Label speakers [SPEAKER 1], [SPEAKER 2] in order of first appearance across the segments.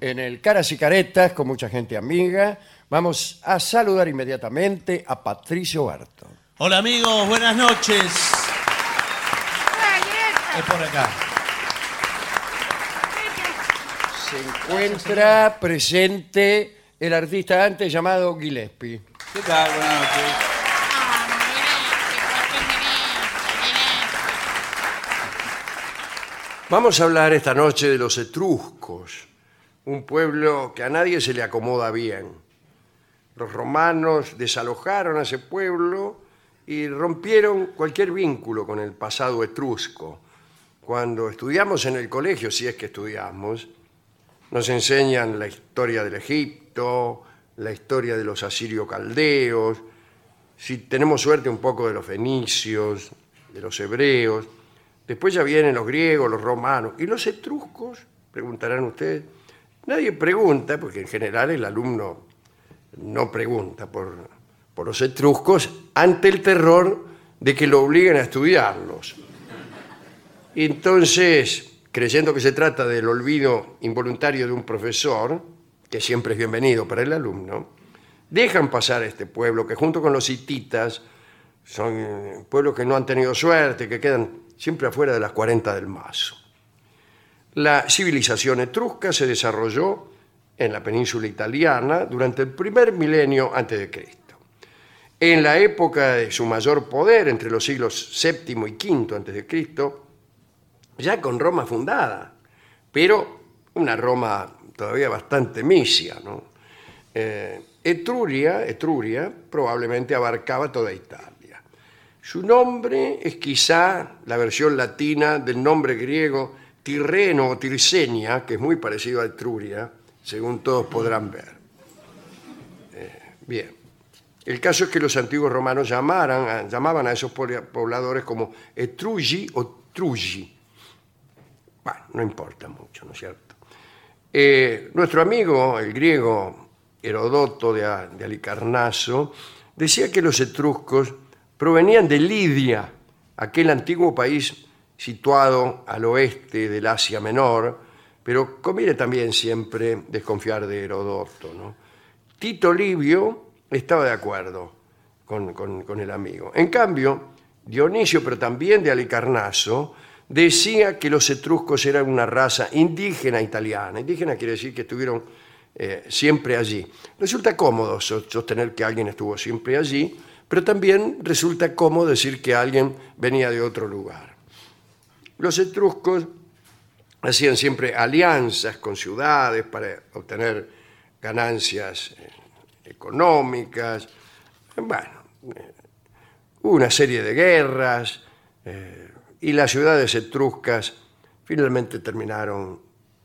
[SPEAKER 1] en el Caras y Caretas con mucha gente amiga. Vamos a saludar inmediatamente a Patricio Barto.
[SPEAKER 2] Hola amigos, buenas noches. Es por acá.
[SPEAKER 1] Se encuentra presente el artista antes llamado Gillespie.
[SPEAKER 2] ¿Qué tal? Buenas noches.
[SPEAKER 1] Vamos a hablar esta noche de los etruscos, un pueblo que a nadie se le acomoda bien. Los romanos desalojaron a ese pueblo y rompieron cualquier vínculo con el pasado etrusco. Cuando estudiamos en el colegio, si es que estudiamos, nos enseñan la historia del Egipto, la historia de los asirio caldeos, si tenemos suerte un poco de los fenicios, de los hebreos. Después ya vienen los griegos, los romanos. ¿Y los etruscos? Preguntarán ustedes. Nadie pregunta, porque en general el alumno no pregunta por, por los etruscos ante el terror de que lo obliguen a estudiarlos. Y entonces, creyendo que se trata del olvido involuntario de un profesor, que siempre es bienvenido para el alumno, dejan pasar a este pueblo que junto con los hititas son eh, pueblos que no han tenido suerte, que quedan siempre afuera de las 40 del mazo. La civilización etrusca se desarrolló en la península italiana durante el primer milenio antes de Cristo. En la época de su mayor poder, entre los siglos VII y V antes de Cristo, ya con Roma fundada, pero una Roma todavía bastante misia, ¿no? Eh, Etruria, Etruria probablemente abarcaba toda Italia. Su nombre es quizá la versión latina del nombre griego Tirreno o Tirsenia, que es muy parecido a Etruria, según todos podrán ver. Eh, bien. El caso es que los antiguos romanos llamaran a- llamaban a esos pobla- pobladores como Etrugi o Trugi. Bueno, no importa mucho, ¿no es cierto? Eh, nuestro amigo, el griego Herodoto de, A- de Alicarnaso, decía que los etruscos provenían de Lidia, aquel antiguo país situado al oeste del Asia Menor, pero conviene también siempre desconfiar de Herodoto. ¿no? Tito Livio estaba de acuerdo con, con- con el amigo. En cambio, Dionisio, pero también de Alicarnaso, decía que los etruscos eran una raza indígena italiana. Indígena quiere decir que estuvieron eh, siempre allí. Resulta cómodo so- sostener que alguien estuvo siempre allí, pero también resulta cómodo decir que alguien venía de otro lugar. Los etruscos hacían siempre alianzas con ciudades para obtener ganancias eh, económicas. Bueno, eh, hubo una serie de guerras eh, y las ciudades etruscas finalmente terminaron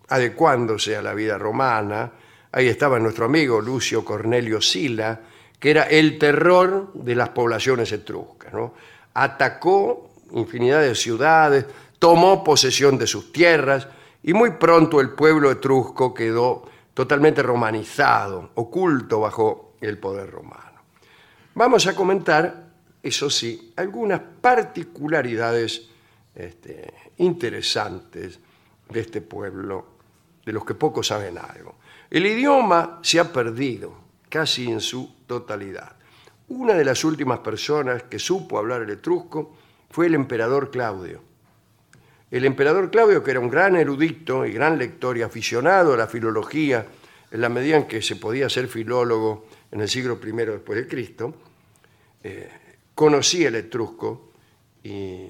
[SPEAKER 1] adecuándose a la vida romana. Ahí estaba nuestro amigo Lucio Cornelio Sila, que era el terror de las poblaciones etruscas. ¿no? Atacó infinidad de ciudades, tomó posesión de sus tierras y muy pronto el pueblo etrusco quedó totalmente romanizado, oculto bajo el poder romano. Vamos a comentar, eso sí, algunas particularidades este, interesantes de este pueblo, de los que pocos saben algo. El idioma se ha perdido casi en su totalidad. Una de las últimas personas que supo hablar el etrusco fue el emperador Claudio. El emperador Claudio, que era un gran erudito y gran lector y aficionado a la filología, en la medida en que se podía ser filólogo en el siglo I después de Cristo, eh, conocía el etrusco y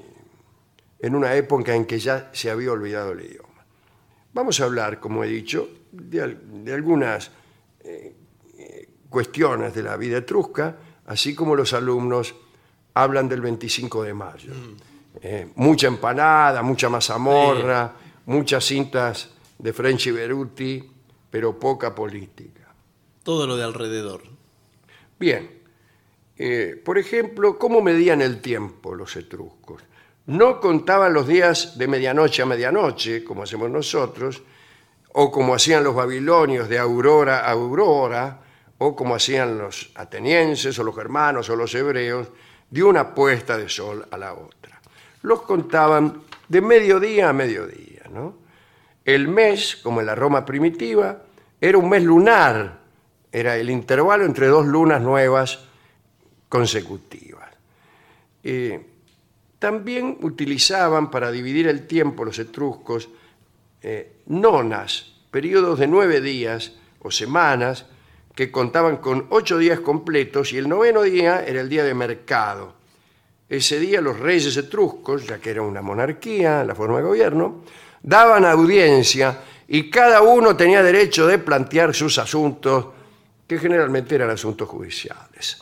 [SPEAKER 1] en una época en que ya se había olvidado el idioma. Vamos a hablar, como he dicho, de, al- de algunas eh, eh, cuestiones de la vida etrusca, así como los alumnos hablan del 25 de mayo. Eh, mucha empanada, mucha mazamorra, muchas cintas de French y Beruti, pero poca política.
[SPEAKER 2] Todo lo de alrededor.
[SPEAKER 1] Bien, eh, por ejemplo, ¿cómo medían el tiempo los etruscos? No contaban los días de medianoche a medianoche, como hacemos nosotros, o como hacían los babilonios de aurora a aurora, o como hacían los atenienses, o los germanos, o los hebreos, de una puesta de sol a la otra. Los contaban de mediodía a mediodía, ¿no? El mes, como en la Roma primitiva, era un mes lunar, era el intervalo entre dos lunas nuevas consecutivas. Eh, también utilizaban para dividir el tiempo los etruscos eh, nonas, periodos de nueve días o semanas que contaban con ocho días completos y el noveno día era el día de mercado. Ese día los reyes etruscos, ya que era una monarquía, la forma de gobierno, daban audiencia y cada uno tenía derecho de plantear sus asuntos, que generalmente eran asuntos judiciales.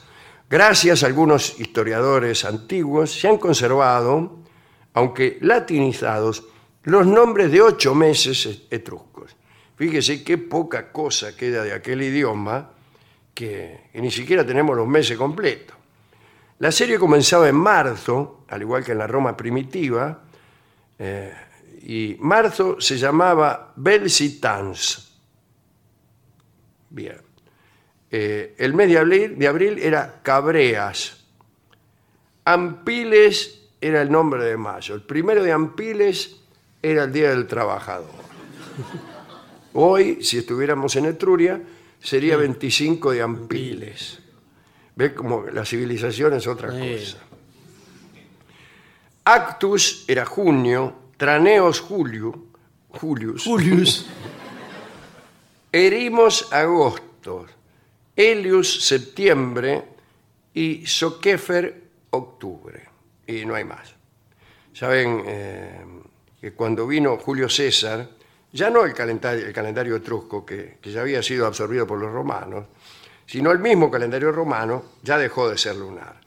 [SPEAKER 1] Gracias a algunos historiadores antiguos se han conservado, aunque latinizados, los nombres de ocho meses etruscos. Fíjese qué poca cosa queda de aquel idioma que que ni siquiera tenemos los meses completos. La serie comenzaba en marzo, al igual que en la Roma primitiva, eh, y marzo se llamaba Belsitans. Bien. Eh, el mes de abril, de abril era Cabreas. Ampiles era el nombre de mayo. El primero de Ampiles era el Día del Trabajador. Hoy, si estuviéramos en Etruria, sería 25 de Ampiles. ¿Ves como la civilización es otra
[SPEAKER 2] Sí.
[SPEAKER 1] cosa? Actus era junio, Traneos julio, Julius,
[SPEAKER 2] Julius.
[SPEAKER 1] Erimos agosto, Helius septiembre y Soquefer octubre. Y no hay más. Saben eh, que cuando vino Julio César, ya no el calendario, el calendario etrusco que, que ya había sido absorbido por los romanos, sino el mismo calendario romano ya dejó de ser lunar.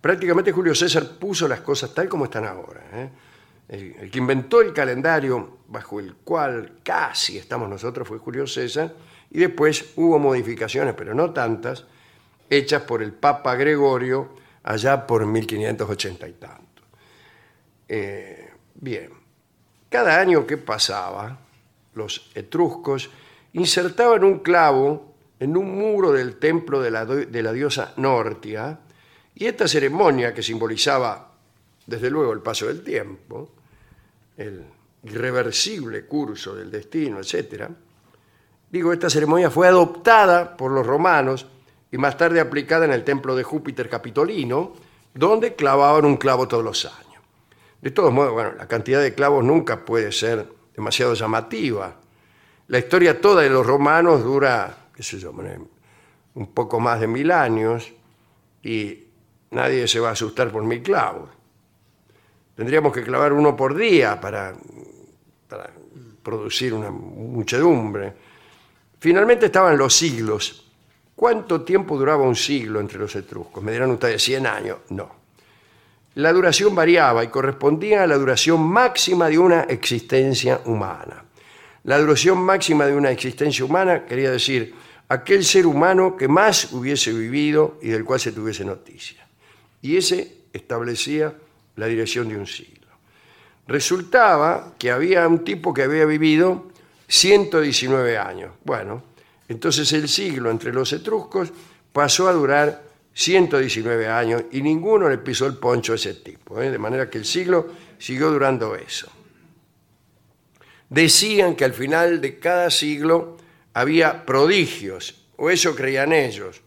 [SPEAKER 1] Prácticamente Julio César puso las cosas tal como están ahora. ¿eh? El, el que inventó el calendario bajo el cual casi estamos nosotros fue Julio César, y después hubo modificaciones, pero no tantas, hechas por el Papa Gregorio allá por 1580 y tanto. Eh, bien, cada año que pasaba, los etruscos insertaban un clavo en un muro del templo de la, do- de la diosa Nortia, y esta ceremonia que simbolizaba, desde luego, el paso del tiempo, el irreversible curso del destino, etc., digo, esta ceremonia fue adoptada por los romanos y más tarde aplicada en el templo de Júpiter Capitolino, donde clavaban un clavo todos los años. De todos modos, bueno, la cantidad de clavos nunca puede ser demasiado llamativa. La historia toda de los romanos dura, qué sé yo, bueno, un poco más de mil años y nadie se va a asustar por mil clavos. Tendríamos que clavar uno por día para, para producir una muchedumbre. Finalmente estaban los siglos. ¿Cuánto tiempo duraba un siglo entre los etruscos? ¿Me dirán ustedes 100 años? No. La duración variaba y correspondía a la duración máxima de una existencia humana. La duración máxima de una existencia humana quería decir aquel ser humano que más hubiese vivido y del cual se tuviese noticia. Y ese establecía la dirección de un siglo. Resultaba que había un tipo que había vivido 119 años. Bueno, entonces el siglo entre los etruscos pasó a durar 119 años y ninguno le pisó el poncho a ese tipo. ¿eh? De manera que el siglo siguió durando eso. Decían que al final de cada siglo había prodigios, o eso creían ellos.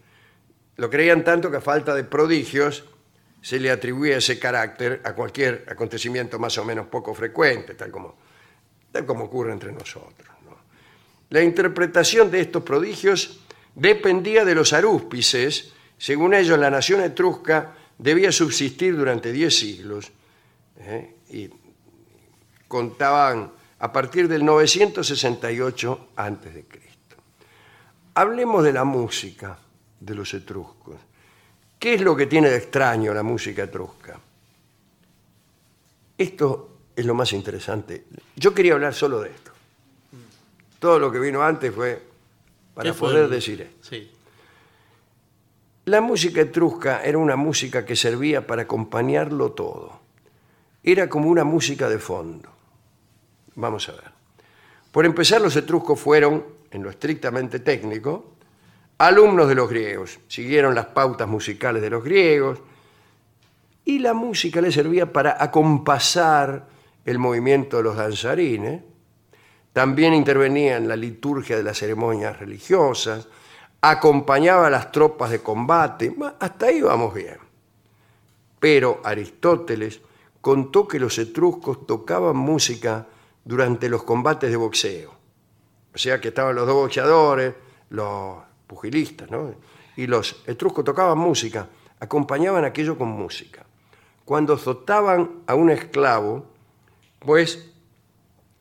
[SPEAKER 1] Lo creían tanto que a falta de prodigios se le atribuía ese carácter a cualquier acontecimiento más o menos poco frecuente, tal como, tal como ocurre entre nosotros. ¿no? La interpretación de estos prodigios dependía de los arúspices. Según ellos, la nación etrusca debía subsistir durante 10 siglos ¿eh? y contaban a partir del 968 a.C. Hablemos de la música de los etruscos. ¿Qué es lo que tiene de extraño la música etrusca? Esto es lo más interesante. Yo quería hablar solo de esto. Todo lo que vino antes fue para
[SPEAKER 2] ¿Qué fue?
[SPEAKER 1] poder decir esto.
[SPEAKER 2] Sí.
[SPEAKER 1] La música etrusca era una música que servía para acompañarlo todo. Era como una música de fondo. Vamos a ver. Por empezar, los etruscos fueron, en lo estrictamente técnico, alumnos de los griegos. Siguieron las pautas musicales de los griegos y la música les servía para acompasar el movimiento de los danzarines. También intervenía en la liturgia de las ceremonias religiosas, acompañaba a las tropas de combate, Ma- hasta ahí vamos bien. Pero Aristóteles contó que los etruscos tocaban música durante los combates de boxeo. O sea que estaban los dos boxeadores, los pugilistas, ¿no? Y los etruscos tocaban música, acompañaban aquello con música. Cuando azotaban a un esclavo, pues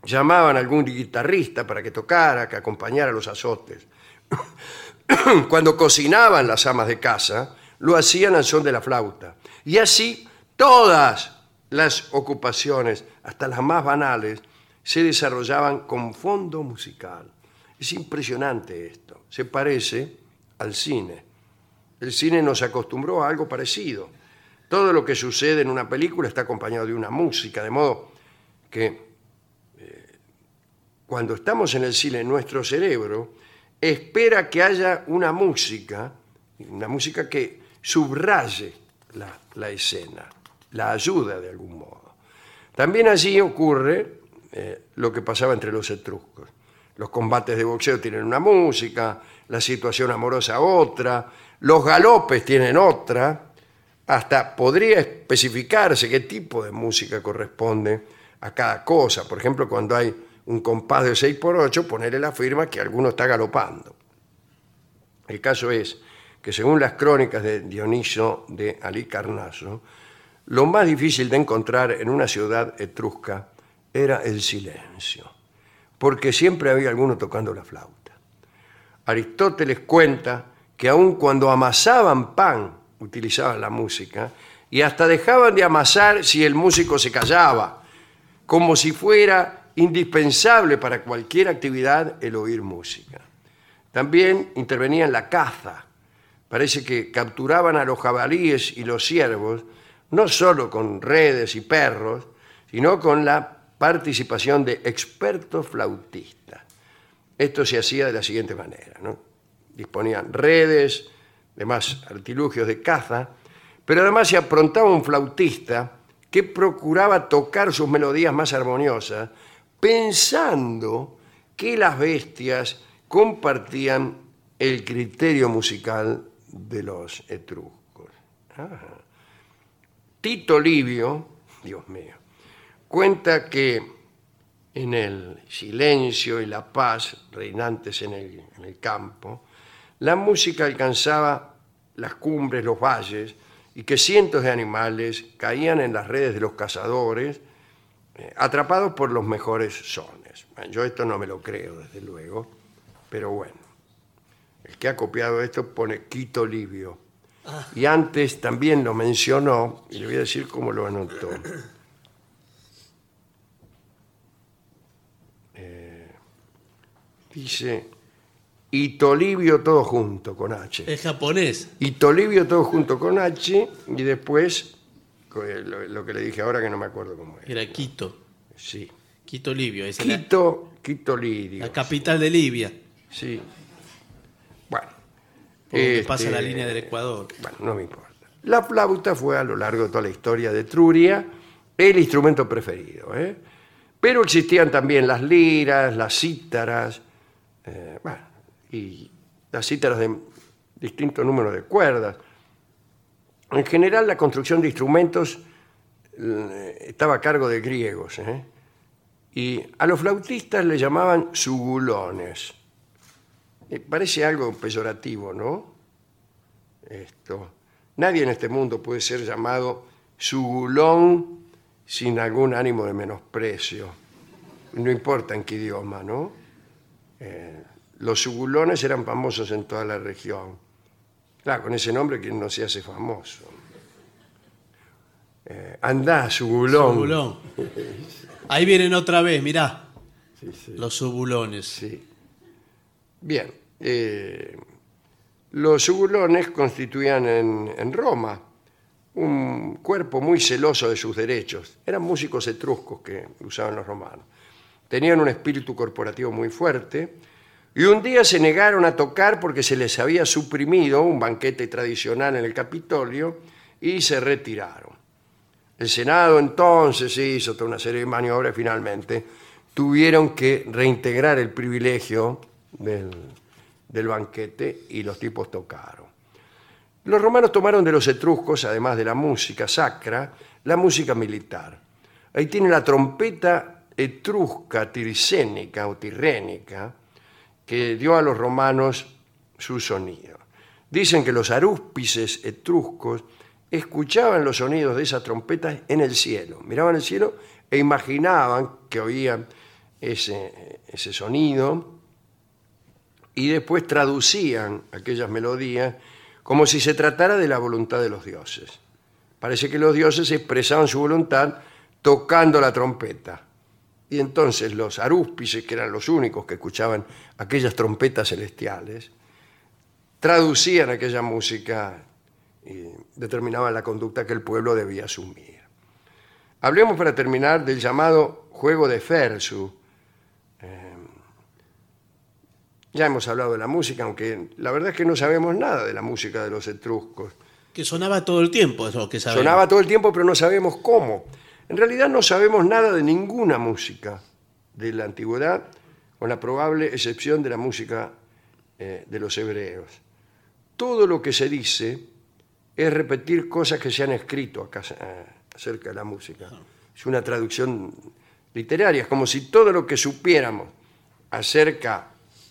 [SPEAKER 1] llamaban a algún guitarrista para que tocara, que acompañara los azotes. Cuando cocinaban las amas de casa, lo hacían al son de la flauta. Y así todas las ocupaciones, hasta las más banales, se desarrollaban con fondo musical. Es impresionante esto. Se parece al cine. El cine nos acostumbró a algo parecido. Todo lo que sucede en una película está acompañado de una música, de modo que cuando estamos en el cine, nuestro cerebro espera que haya una música, una música que subraye la, la escena, la ayuda de algún modo. También allí ocurre eh, lo que pasaba entre los etruscos. Los combates de boxeo tienen una música, la situación amorosa otra, los galopes tienen otra, hasta podría especificarse qué tipo de música corresponde a cada cosa. Por ejemplo, cuando hay un compás de 6x8, ponerle la firma que alguno está galopando. El caso es que según las crónicas de Dioniso de Alicarnaso, lo más difícil de encontrar en una ciudad etrusca era el silencio, porque siempre había alguno tocando la flauta. Aristóteles cuenta que aun cuando amasaban pan utilizaban la música y hasta dejaban de amasar si el músico se callaba, como si fuera indispensable para cualquier actividad el oír música. También intervenía en la caza. Parece que capturaban a los jabalíes y los ciervos, no solo con redes y perros, sino con la participación de expertos flautistas. Esto se hacía de la siguiente manera, ¿no? Disponían redes, demás artilugios de caza, pero además se aprontaba un flautista que procuraba tocar sus melodías más armoniosas, pensando que las bestias compartían el criterio musical de los etruscos. Ah. Tito Livio, Dios mío, cuenta que en el silencio y la paz reinantes en el, en el campo, la música alcanzaba las cumbres, los valles, y que cientos de animales caían en las redes de los cazadores, eh, atrapados por los mejores sones. Bueno, yo esto no me lo creo, desde luego, pero bueno. El que ha copiado esto pone Quito Livio. Y antes también lo mencionó, y le voy a decir cómo lo anotó. Eh, Dice, y Tolibio todo junto con H.
[SPEAKER 2] Es japonés.
[SPEAKER 1] Y Tolibio todo junto con H, y después, co- eh, lo, lo que le dije ahora que no me acuerdo cómo era.
[SPEAKER 2] Era Quito.
[SPEAKER 1] Sí.
[SPEAKER 2] Quito Livio. Es la-
[SPEAKER 1] Quito, Quito Lirio.
[SPEAKER 2] la, capital de Libia.
[SPEAKER 1] Sí. Bueno.
[SPEAKER 2] Por donde
[SPEAKER 1] este,
[SPEAKER 2] pasa la línea del Ecuador.
[SPEAKER 1] Bueno, no me importa. La flauta fue a lo largo de toda la historia de Etruria el instrumento preferido. ¿eh? Pero existían también las liras, las cítaras, eh, bueno, y las cítaras de distinto número de cuerdas. En general, la construcción de instrumentos eh, estaba a cargo de griegos. ¿eh? Y a los flautistas le llamaban sugulones. Eh, Parece algo peyorativo, ¿no? esto. Nadie en este mundo puede ser llamado sugulón sin algún ánimo de menosprecio. No importa en qué idioma, ¿no? Eh, los sugulones eran famosos en toda la región. Claro, con ese nombre que no se hace famoso. Eh, andá, sugulón.
[SPEAKER 2] Subulón. Ahí vienen otra vez, mirá. Los subulones.
[SPEAKER 1] Sí. Bien. eh, Los hurones constituían en, en Roma un cuerpo muy celoso de sus derechos. Eran músicos etruscos que usaban los romanos. Tenían un espíritu corporativo muy fuerte y un día se negaron a tocar porque se les había suprimido un banquete tradicional en el Capitolio y se retiraron. El Senado entonces hizo toda una serie de maniobras y finalmente tuvieron que reintegrar el privilegio del, del banquete y los tipos tocaron. Los romanos tomaron de los etruscos, además de la música sacra, la música militar. Ahí tiene la trompeta etrusca, tirsénica o tirrénica, que dio a los romanos su sonido. Dicen que los arúspices etruscos escuchaban los sonidos de esas trompetas en el cielo, miraban el cielo e imaginaban que oían ese, ese sonido y después traducían aquellas melodías como si se tratara de la voluntad de los dioses. Parece que los dioses expresaban su voluntad tocando la trompeta. Y entonces los arúspices, que eran los únicos que escuchaban aquellas trompetas celestiales, traducían aquella música y determinaban la conducta que el pueblo debía asumir. Hablemos para terminar del llamado juego de Fersu. Eh, ya hemos hablado de la música, aunque la verdad es que no sabemos nada de la música de los etruscos.
[SPEAKER 2] Que sonaba todo el tiempo, es lo que sabemos.
[SPEAKER 1] Sonaba todo el tiempo, pero no sabemos cómo. En realidad no sabemos nada de ninguna música de la antigüedad, con la probable excepción de la música eh, de los hebreos. Todo lo que se dice es repetir cosas que se han escrito acá, eh, acerca de la música. Es una traducción literaria, es como si todo lo que supiéramos acerca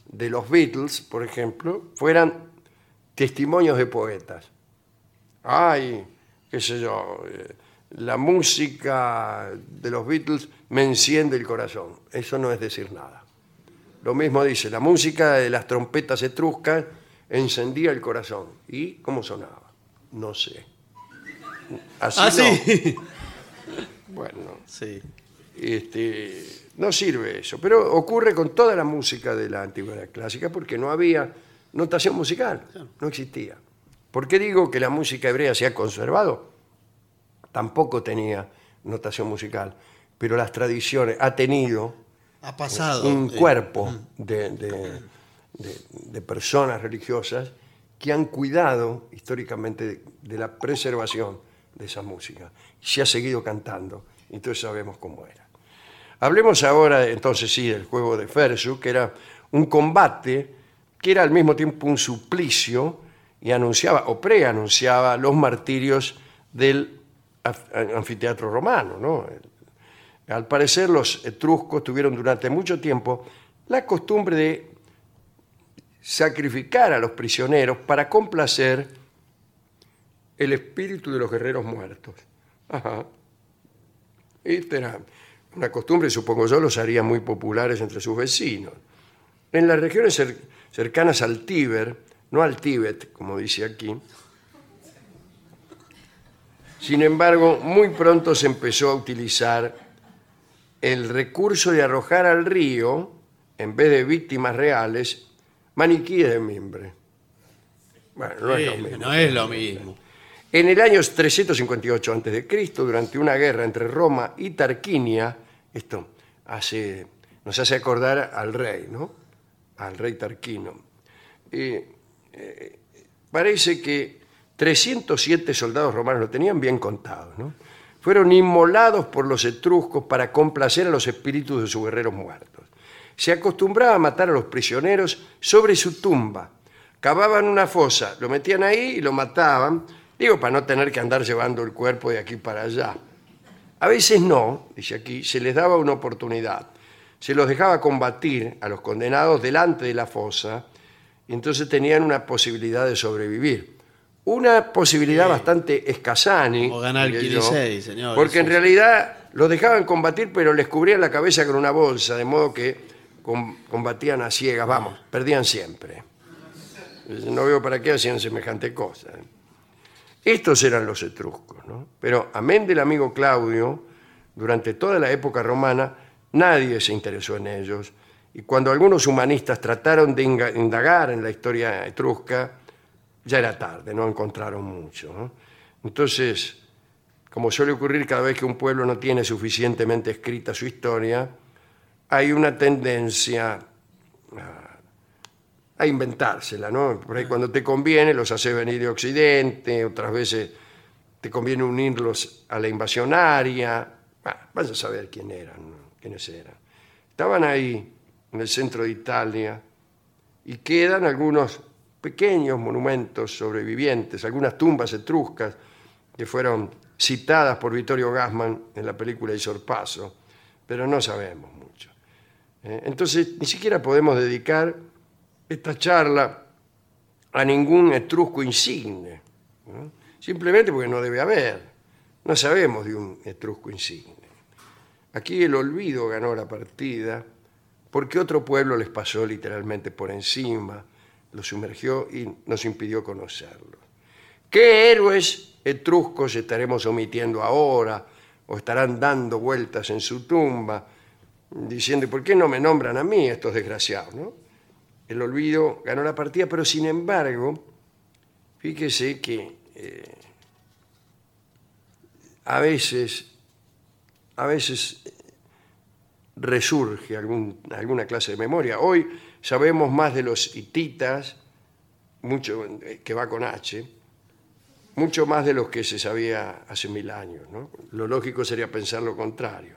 [SPEAKER 1] de los Beatles, por ejemplo, fueran testimonios de poetas. Ay, qué sé yo, eh, la música de los Beatles me enciende el corazón. Eso no es decir nada. Lo mismo dice, la música de las trompetas etruscas encendía el corazón. ¿Y cómo sonaba? No sé. Así
[SPEAKER 2] Ah,
[SPEAKER 1] no.
[SPEAKER 2] sí.
[SPEAKER 1] Bueno,
[SPEAKER 2] sí.
[SPEAKER 1] este, no sirve eso. Pero ocurre con toda la música de la antigüedad clásica porque no había notación musical, no existía. ¿Por qué digo que la música hebrea se ha conservado? Tampoco tenía notación musical, pero las tradiciones ha tenido
[SPEAKER 2] Ha pasado.
[SPEAKER 1] un
[SPEAKER 2] eh,
[SPEAKER 1] cuerpo de, de- de- de personas religiosas que han cuidado históricamente de, de la preservación de esa música. Se ha seguido cantando, entonces sabemos cómo era. Hablemos ahora, entonces sí, del juego de Fersu, que era un combate que era al mismo tiempo un suplicio y anunciaba, o preanunciaba, los martirios del af- anfiteatro romano, ¿no? Al parecer los etruscos tuvieron durante mucho tiempo la costumbre de sacrificar a los prisioneros para complacer el espíritu de los guerreros muertos. Ajá. Esta era una costumbre, supongo yo, los haría muy populares entre sus vecinos. En las regiones cer- cercanas al Tíber, no al Tíbet, como dice aquí, sin embargo, muy pronto se empezó a utilizar el recurso de arrojar al río, en vez de víctimas reales, maniquíes de mimbre. Bueno, no es lo
[SPEAKER 2] eh,
[SPEAKER 1] mismo.
[SPEAKER 2] no es lo mismo.
[SPEAKER 1] En el año 358 a.C., durante una guerra entre Roma y Tarquinia, esto hace- nos hace acordar al rey, ¿no? Al rey Tarquino. Eh, eh, parece que 307 soldados romanos, lo tenían bien contados, ¿no? Fueron inmolados por los etruscos para complacer a los espíritus de sus guerreros muertos. Se acostumbraba a matar a los prisioneros sobre su tumba. Cavaban una fosa, lo metían ahí y lo mataban, digo, para no tener que andar llevando el cuerpo de aquí para allá. A veces no, dice aquí, se les daba una oportunidad. Se los dejaba combatir a los condenados delante de la fosa y entonces tenían una posibilidad de sobrevivir. Una posibilidad bastante escasani.
[SPEAKER 2] O ganar el
[SPEAKER 1] diría yo,
[SPEAKER 2] 16, señor,
[SPEAKER 1] Porque en
[SPEAKER 2] eso.
[SPEAKER 1] realidad los dejaban combatir, pero les cubrían la cabeza con una bolsa, de modo que com- combatían a ciegas, vamos, perdían siempre. No veo para qué hacían semejante cosa. Estos eran los etruscos, ¿no? Pero amén del amigo Claudio, durante toda la época romana nadie se interesó en ellos y cuando algunos humanistas trataron de inga- indagar en la historia etrusca, ya era tarde, no encontraron mucho. ¿no? Entonces, como suele ocurrir cada vez que un pueblo no tiene suficientemente escrita su historia, hay una tendencia a- a inventársela, ¿no? Por ahí cuando te conviene los haces venir de Occidente, otras veces te conviene unirlos a la invasión aria. Bueno, vas a saber quién eran, ¿no? quiénes eran. Estaban ahí, en el centro de Italia, y quedan algunos pequeños monumentos sobrevivientes, algunas tumbas etruscas que fueron citadas por Vittorio Gassman en la película El Sorpaso, pero no sabemos mucho. Eh, Entonces, ni siquiera podemos dedicar esta charla a ningún etrusco insigne, ¿no? simplemente porque no debe haber. No sabemos de un etrusco insigne. Aquí el olvido ganó la partida porque otro pueblo les pasó literalmente por encima, los sumergió y nos impidió conocerlos. ¿Qué héroes etruscos estaremos omitiendo ahora o estarán dando vueltas en su tumba diciendo, ¿por qué no me nombran a mí estos desgraciados? ¿no? El olvido ganó la partida, pero sin embargo, fíjese que eh, a veces, a veces eh, resurge algún- alguna clase de memoria. Hoy sabemos más de los hititas, mucho eh, que va con H, mucho más de los que se sabía hace mil años. ¿no? Lo lógico sería pensar lo contrario.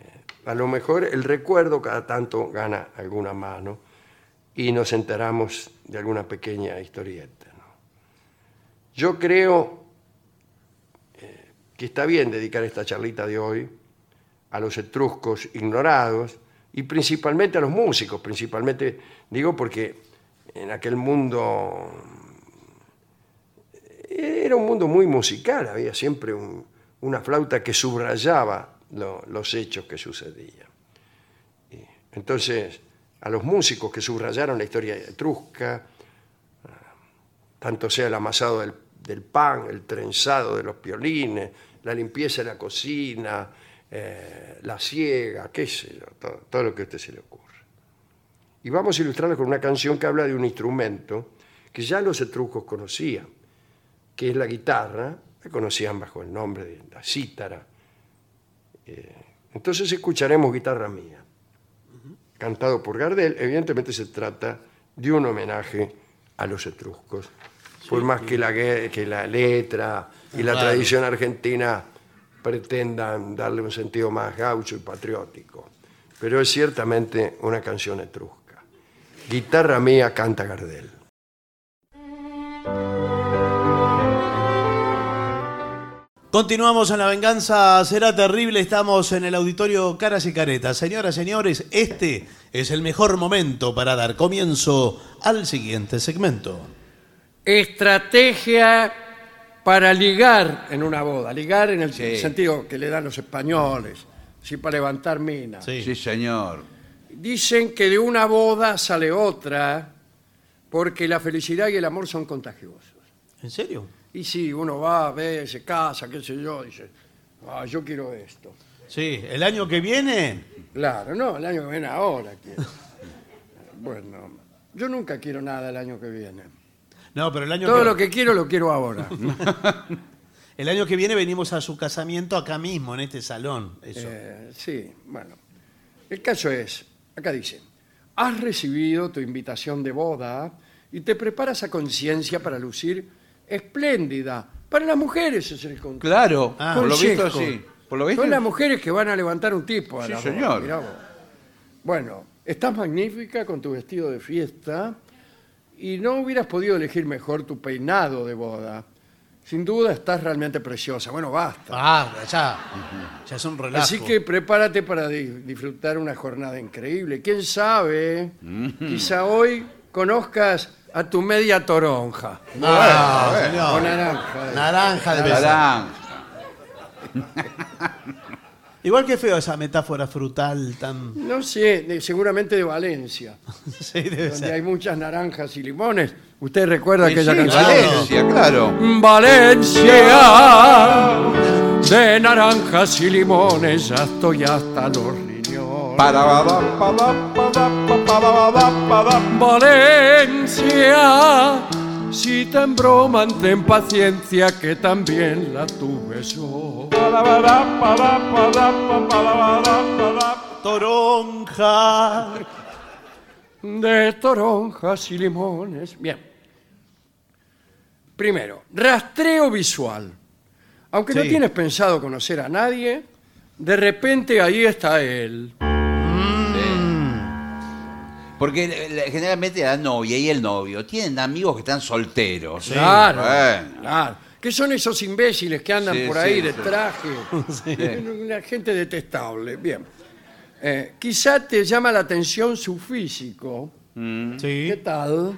[SPEAKER 1] Eh, A lo mejor el recuerdo cada tanto gana alguna mano y nos enteramos de alguna pequeña historieta. ¿no? Yo creo eh, que está bien dedicar esta charlita de hoy a los etruscos ignorados y principalmente a los músicos, principalmente, digo, porque en aquel mundo eh, era un mundo muy musical, había siempre un- una flauta que subrayaba lo- los hechos que sucedían. Y Entonces, a los músicos que subrayaron la historia etrusca, tanto sea el amasado del, del pan, el trenzado de los piolines, la limpieza de la cocina, eh, la siega, qué sé yo, todo, todo lo que a usted se le ocurre. Y vamos a ilustrarlo con una canción que habla de un instrumento que ya los etruscos conocían, que es la guitarra, la conocían bajo el nombre de la cítara. Eh, entonces escucharemos Guitarra Mía, cantado por Gardel. Evidentemente se trata de un homenaje a los etruscos, por más que la, gue- que la letra y la
[SPEAKER 2] Claro.
[SPEAKER 1] tradición argentina pretendan darle un sentido más gaucho y patriótico. Pero es ciertamente una canción etrusca. Guitarra Mía canta Gardel.
[SPEAKER 2] Continuamos en La Venganza Será Terrible. Estamos en el auditorio Caras y Caretas. Señoras, señores, este es el mejor momento para dar comienzo al siguiente segmento.
[SPEAKER 1] Estrategia para ligar en una boda. Ligar en el
[SPEAKER 3] Sí.
[SPEAKER 1] sentido que le dan los españoles, sí, para levantar minas.
[SPEAKER 3] Sí, señor.
[SPEAKER 1] Dicen que de una boda sale otra porque la felicidad y el amor son contagiosos.
[SPEAKER 2] ¿En serio?
[SPEAKER 1] Y si uno va, ve, se casa, qué sé yo, dice, "Ah, yo quiero esto.
[SPEAKER 2] Sí, el año que viene.
[SPEAKER 1] Claro, no, el año que viene ahora quiero. bueno, yo nunca quiero nada el año que viene.
[SPEAKER 2] No, pero el año,
[SPEAKER 1] Todo
[SPEAKER 2] que,
[SPEAKER 1] lo que quiero lo quiero ahora.
[SPEAKER 2] el año que viene venimos a su casamiento acá mismo, en este salón. Eso.
[SPEAKER 1] Eh, sí, bueno. El caso es, acá dice, has recibido tu invitación de boda y te preparas a conciencia para lucir espléndida. Para las mujeres ese es el con-
[SPEAKER 3] Claro,
[SPEAKER 2] Ah.
[SPEAKER 3] por lo
[SPEAKER 1] consejo.
[SPEAKER 3] visto sí. Por lo visto.
[SPEAKER 1] Son las mujeres que van a levantar un tipo. A
[SPEAKER 3] Sí,
[SPEAKER 1] la boda,
[SPEAKER 3] señor.
[SPEAKER 1] mirá vos. Bueno, estás magnífica con tu vestido de fiesta y no hubieras podido elegir mejor tu peinado de boda. Sin duda estás realmente preciosa. Bueno, basta.
[SPEAKER 2] Ah, ya. Ya es un relajo.
[SPEAKER 1] Así que prepárate para di- disfrutar una jornada increíble. ¿Quién sabe? Quizá hoy conozcas a tu media toronja.
[SPEAKER 2] No,
[SPEAKER 3] Bueno,
[SPEAKER 2] Ah, señor.
[SPEAKER 1] O naranja.
[SPEAKER 2] Naranja de besar.
[SPEAKER 3] Naranja.
[SPEAKER 2] Igual que feo esa metáfora frutal tan.
[SPEAKER 1] No sé, de- seguramente de Valencia,
[SPEAKER 2] Sí, debe
[SPEAKER 1] donde
[SPEAKER 2] ser.
[SPEAKER 1] hay muchas naranjas y limones. Usted recuerda
[SPEAKER 3] Sí,
[SPEAKER 1] aquella canción.
[SPEAKER 3] Valencia, claro.
[SPEAKER 1] Valencia, de naranjas y limones, ya estoy hasta los riñones.
[SPEAKER 3] Para ba, ba, pa, ba, pa, ba, pa, pa, ba, ba, ba, ba, ba.
[SPEAKER 1] Valencia, Si tan broman, ten paciencia, que también la tuve yo.
[SPEAKER 2] Toronja.
[SPEAKER 1] De toronjas y limones. Bien. Primero, rastreo visual. Aunque no
[SPEAKER 2] Sí.
[SPEAKER 1] tienes pensado conocer a nadie, de repente ahí está él.
[SPEAKER 3] Porque eh, la- generalmente la novia y el novio tienen amigos que están solteros.
[SPEAKER 1] Claro,
[SPEAKER 3] bueno.
[SPEAKER 1] claro. ¿Qué son esos imbéciles que andan
[SPEAKER 3] Sí,
[SPEAKER 1] por ahí
[SPEAKER 3] sí,
[SPEAKER 1] de
[SPEAKER 3] sí.
[SPEAKER 1] traje? Una gente detestable. Bien. Eh, quizá te llama la atención su físico. ¿Qué
[SPEAKER 2] Sí.
[SPEAKER 1] tal?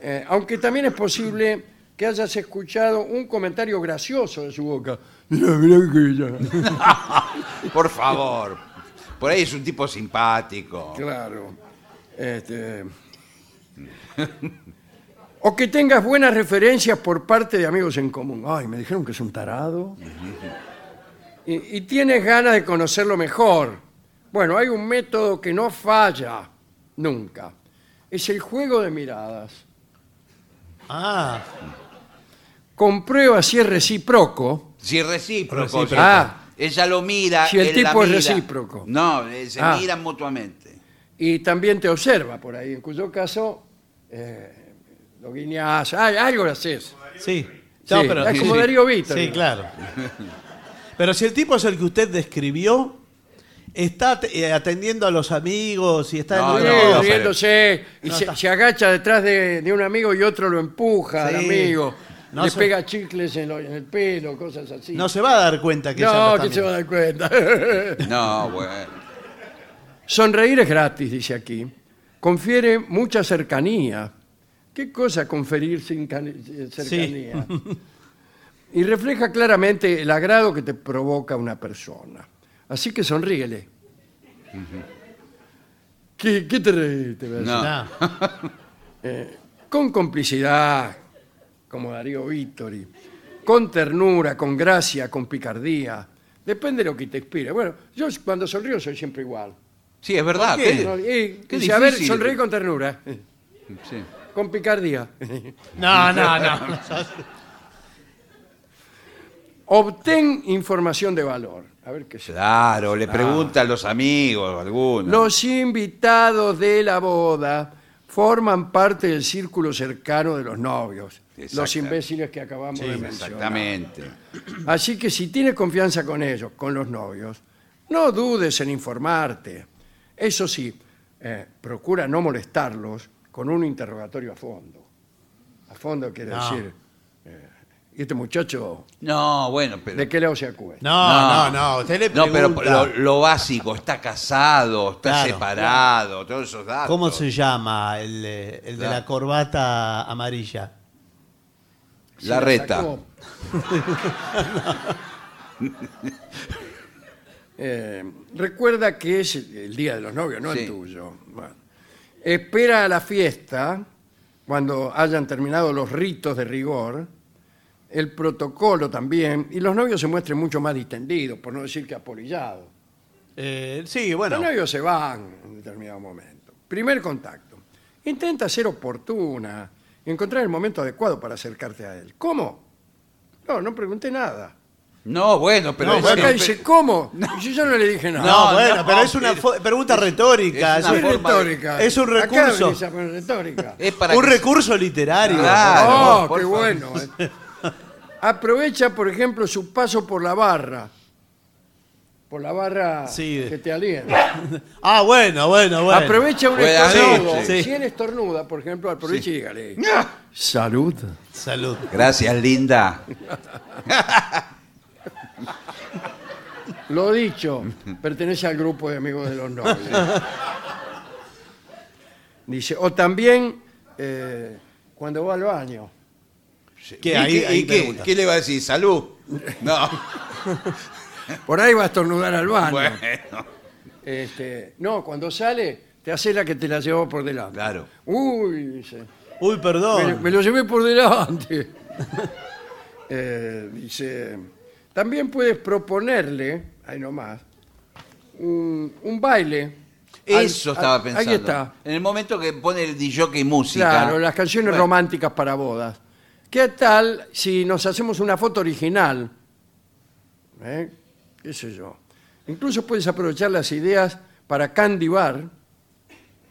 [SPEAKER 1] Eh, aunque también es posible que hayas escuchado un comentario gracioso de su boca. Mira, mira que ya.
[SPEAKER 3] Por favor. Por ahí es un tipo simpático.
[SPEAKER 1] Claro. Este, O que tengas buenas referencias por parte de amigos en común. Ay, me dijeron que es un tarado. Y, y tienes ganas de conocerlo mejor. Bueno, hay un método que no falla nunca. Es el juego de miradas.
[SPEAKER 2] Ah,
[SPEAKER 1] Comprueba si es recíproco.
[SPEAKER 3] Si es recíproco.
[SPEAKER 2] Recíproco.
[SPEAKER 3] si-
[SPEAKER 1] Ah.
[SPEAKER 3] Ella lo mira.
[SPEAKER 1] Si el
[SPEAKER 3] él la
[SPEAKER 1] tipo es
[SPEAKER 3] mira.
[SPEAKER 1] recíproco.
[SPEAKER 3] No, eh, se
[SPEAKER 1] Ah.
[SPEAKER 3] miran mutuamente.
[SPEAKER 1] y también te observa por ahí, en cuyo caso eh, lo guiñas, ay, algo lo haces.
[SPEAKER 2] sí.
[SPEAKER 1] Sí, es como Darío Vítor.
[SPEAKER 2] Sí, claro. Pero si el tipo es el que usted describió, está eh, atendiendo a los amigos y está
[SPEAKER 3] No,
[SPEAKER 2] en
[SPEAKER 1] Sí,
[SPEAKER 2] el
[SPEAKER 3] no, pero-
[SPEAKER 1] riéndose, y
[SPEAKER 2] No,
[SPEAKER 1] se,
[SPEAKER 2] está-
[SPEAKER 1] se agacha detrás de, de un amigo y otro lo empuja al
[SPEAKER 2] Sí.
[SPEAKER 1] amigo,
[SPEAKER 2] No
[SPEAKER 1] le
[SPEAKER 2] se-
[SPEAKER 1] pega chicles en, lo- en el pelo, cosas así.
[SPEAKER 2] No se va a dar cuenta que ya lo
[SPEAKER 1] no
[SPEAKER 2] está
[SPEAKER 1] que se va a
[SPEAKER 2] mirando.
[SPEAKER 1] dar cuenta.
[SPEAKER 3] No, bueno.
[SPEAKER 1] Sonreír es gratis, dice aquí. Confiere mucha cercanía. ¿Qué cosa conferir sin cani- eh, cercanía? y refleja claramente el agrado que te provoca una persona. Así que sonríele. ¿Qué, qué te reís? te va a decir?
[SPEAKER 3] No.
[SPEAKER 2] No.
[SPEAKER 1] Con complicidad, como Darío Vittori. Con ternura, con gracia, con picardía. Depende de lo que te inspire. Bueno, yo cuando sonrío soy siempre igual.
[SPEAKER 3] Sí, es verdad.
[SPEAKER 2] ¿Por qué?
[SPEAKER 3] Ah, qué-
[SPEAKER 1] No, y-
[SPEAKER 3] qué
[SPEAKER 1] dice, a ver,
[SPEAKER 3] difícil.
[SPEAKER 1] sonreí con ternura,
[SPEAKER 3] Sí.
[SPEAKER 1] con picardía.
[SPEAKER 2] No, no, no, no.
[SPEAKER 1] Obtén información de valor. A ver qué será.
[SPEAKER 3] Claro, le pregunta a los amigos, algunos.
[SPEAKER 1] Los invitados de la boda forman parte del círculo cercano de los novios,
[SPEAKER 3] Exacta-
[SPEAKER 1] los imbéciles que acabamos de mencionar.
[SPEAKER 3] Exactamente.
[SPEAKER 1] Así que si tienes confianza con ellos, con los novios, no dudes en informarte. Eso sí, eh, procura no molestarlos con un interrogatorio a fondo. A fondo quiere
[SPEAKER 2] No.
[SPEAKER 1] decir, eh, ¿y este muchacho
[SPEAKER 3] No, bueno, pero.
[SPEAKER 1] de qué lado se acuesta?
[SPEAKER 2] No, no, no. Usted le
[SPEAKER 3] No,
[SPEAKER 2] pregunta
[SPEAKER 3] pero lo, lo básico, está casado, está
[SPEAKER 2] Claro.
[SPEAKER 3] separado, todos esos datos.
[SPEAKER 2] cómo se llama el, eh, el de
[SPEAKER 3] Claro.
[SPEAKER 2] la corbata amarilla.
[SPEAKER 1] Se
[SPEAKER 3] La reta.
[SPEAKER 1] sacó. Eh, recuerda que es el día de los novios, no el
[SPEAKER 3] Sí.
[SPEAKER 1] tuyo. Bueno. Espera a la fiesta, cuando hayan terminado los ritos de rigor, el protocolo también, y los novios se muestren mucho más distendidos, por no decir que apolillados.
[SPEAKER 2] Eh, sí, bueno.
[SPEAKER 1] Los novios se van en determinado momento. Primer contacto. Intenta ser oportuna, encontrar el momento adecuado para acercarte a él. ¿Cómo? No, no pregunté nada.
[SPEAKER 3] No, bueno, pero.
[SPEAKER 2] No,
[SPEAKER 1] Pero
[SPEAKER 2] bueno,
[SPEAKER 1] acá
[SPEAKER 3] pero-
[SPEAKER 1] dice, ¿cómo? Yo ya no le dije nada.
[SPEAKER 2] No,
[SPEAKER 3] No,
[SPEAKER 2] bueno,
[SPEAKER 3] no,
[SPEAKER 2] pero es una
[SPEAKER 3] es-
[SPEAKER 2] fo- pregunta retórica.
[SPEAKER 3] es
[SPEAKER 2] es
[SPEAKER 3] una
[SPEAKER 1] es
[SPEAKER 2] un-
[SPEAKER 3] forma de-
[SPEAKER 1] retórica.
[SPEAKER 2] es un
[SPEAKER 1] Acá
[SPEAKER 2] recurso.
[SPEAKER 1] venís a poner retórica.
[SPEAKER 3] Es para
[SPEAKER 2] un
[SPEAKER 3] que-
[SPEAKER 2] recurso literario.
[SPEAKER 3] Claro.
[SPEAKER 1] oh,
[SPEAKER 3] por
[SPEAKER 1] qué
[SPEAKER 3] favor.
[SPEAKER 1] bueno. eh. Aprovecha, por ejemplo, su paso por la barra. Por la barra
[SPEAKER 2] Sí.
[SPEAKER 1] que te alienta.
[SPEAKER 2] Ah, bueno, bueno, bueno.
[SPEAKER 1] Aprovecha un
[SPEAKER 3] Buenas
[SPEAKER 1] estornudo.
[SPEAKER 3] noches.
[SPEAKER 1] Si eres estornuda, por ejemplo, aprovecha y dígale.
[SPEAKER 3] ¡Ah!
[SPEAKER 1] Salud.
[SPEAKER 2] Salud.
[SPEAKER 3] Gracias, linda.
[SPEAKER 1] Lo dicho, pertenece al grupo de amigos de los nobles. Dice, o también eh, cuando va al baño.
[SPEAKER 2] ¿Qué?
[SPEAKER 3] ¿Y
[SPEAKER 2] Ahí-
[SPEAKER 3] qué-
[SPEAKER 2] ahí
[SPEAKER 3] y qué-
[SPEAKER 2] pregunta. Ah,
[SPEAKER 3] qué le va a decir? ¿Salud? No.
[SPEAKER 1] Por ahí va a estornudar al baño.
[SPEAKER 3] bueno.
[SPEAKER 1] Este, no, cuando sale, te hace la que te la llevó por delante.
[SPEAKER 3] Claro.
[SPEAKER 1] Uy, dice,
[SPEAKER 2] Uy,
[SPEAKER 1] me,
[SPEAKER 2] perdón.
[SPEAKER 1] me lo llevé por delante. Eh, dice, también puedes proponerle, ahí nomás, un, un baile
[SPEAKER 3] Eso
[SPEAKER 1] Al-
[SPEAKER 3] estaba
[SPEAKER 1] al- ahí
[SPEAKER 3] pensando.
[SPEAKER 1] está.
[SPEAKER 3] En el momento que pone el DJ música.
[SPEAKER 1] Claro, las canciones
[SPEAKER 3] Bueno,
[SPEAKER 1] románticas para bodas. ¿Qué tal si nos hacemos una foto original? ¿Eh? ¿Qué sé yo? Incluso puedes aprovechar las ideas para candy bar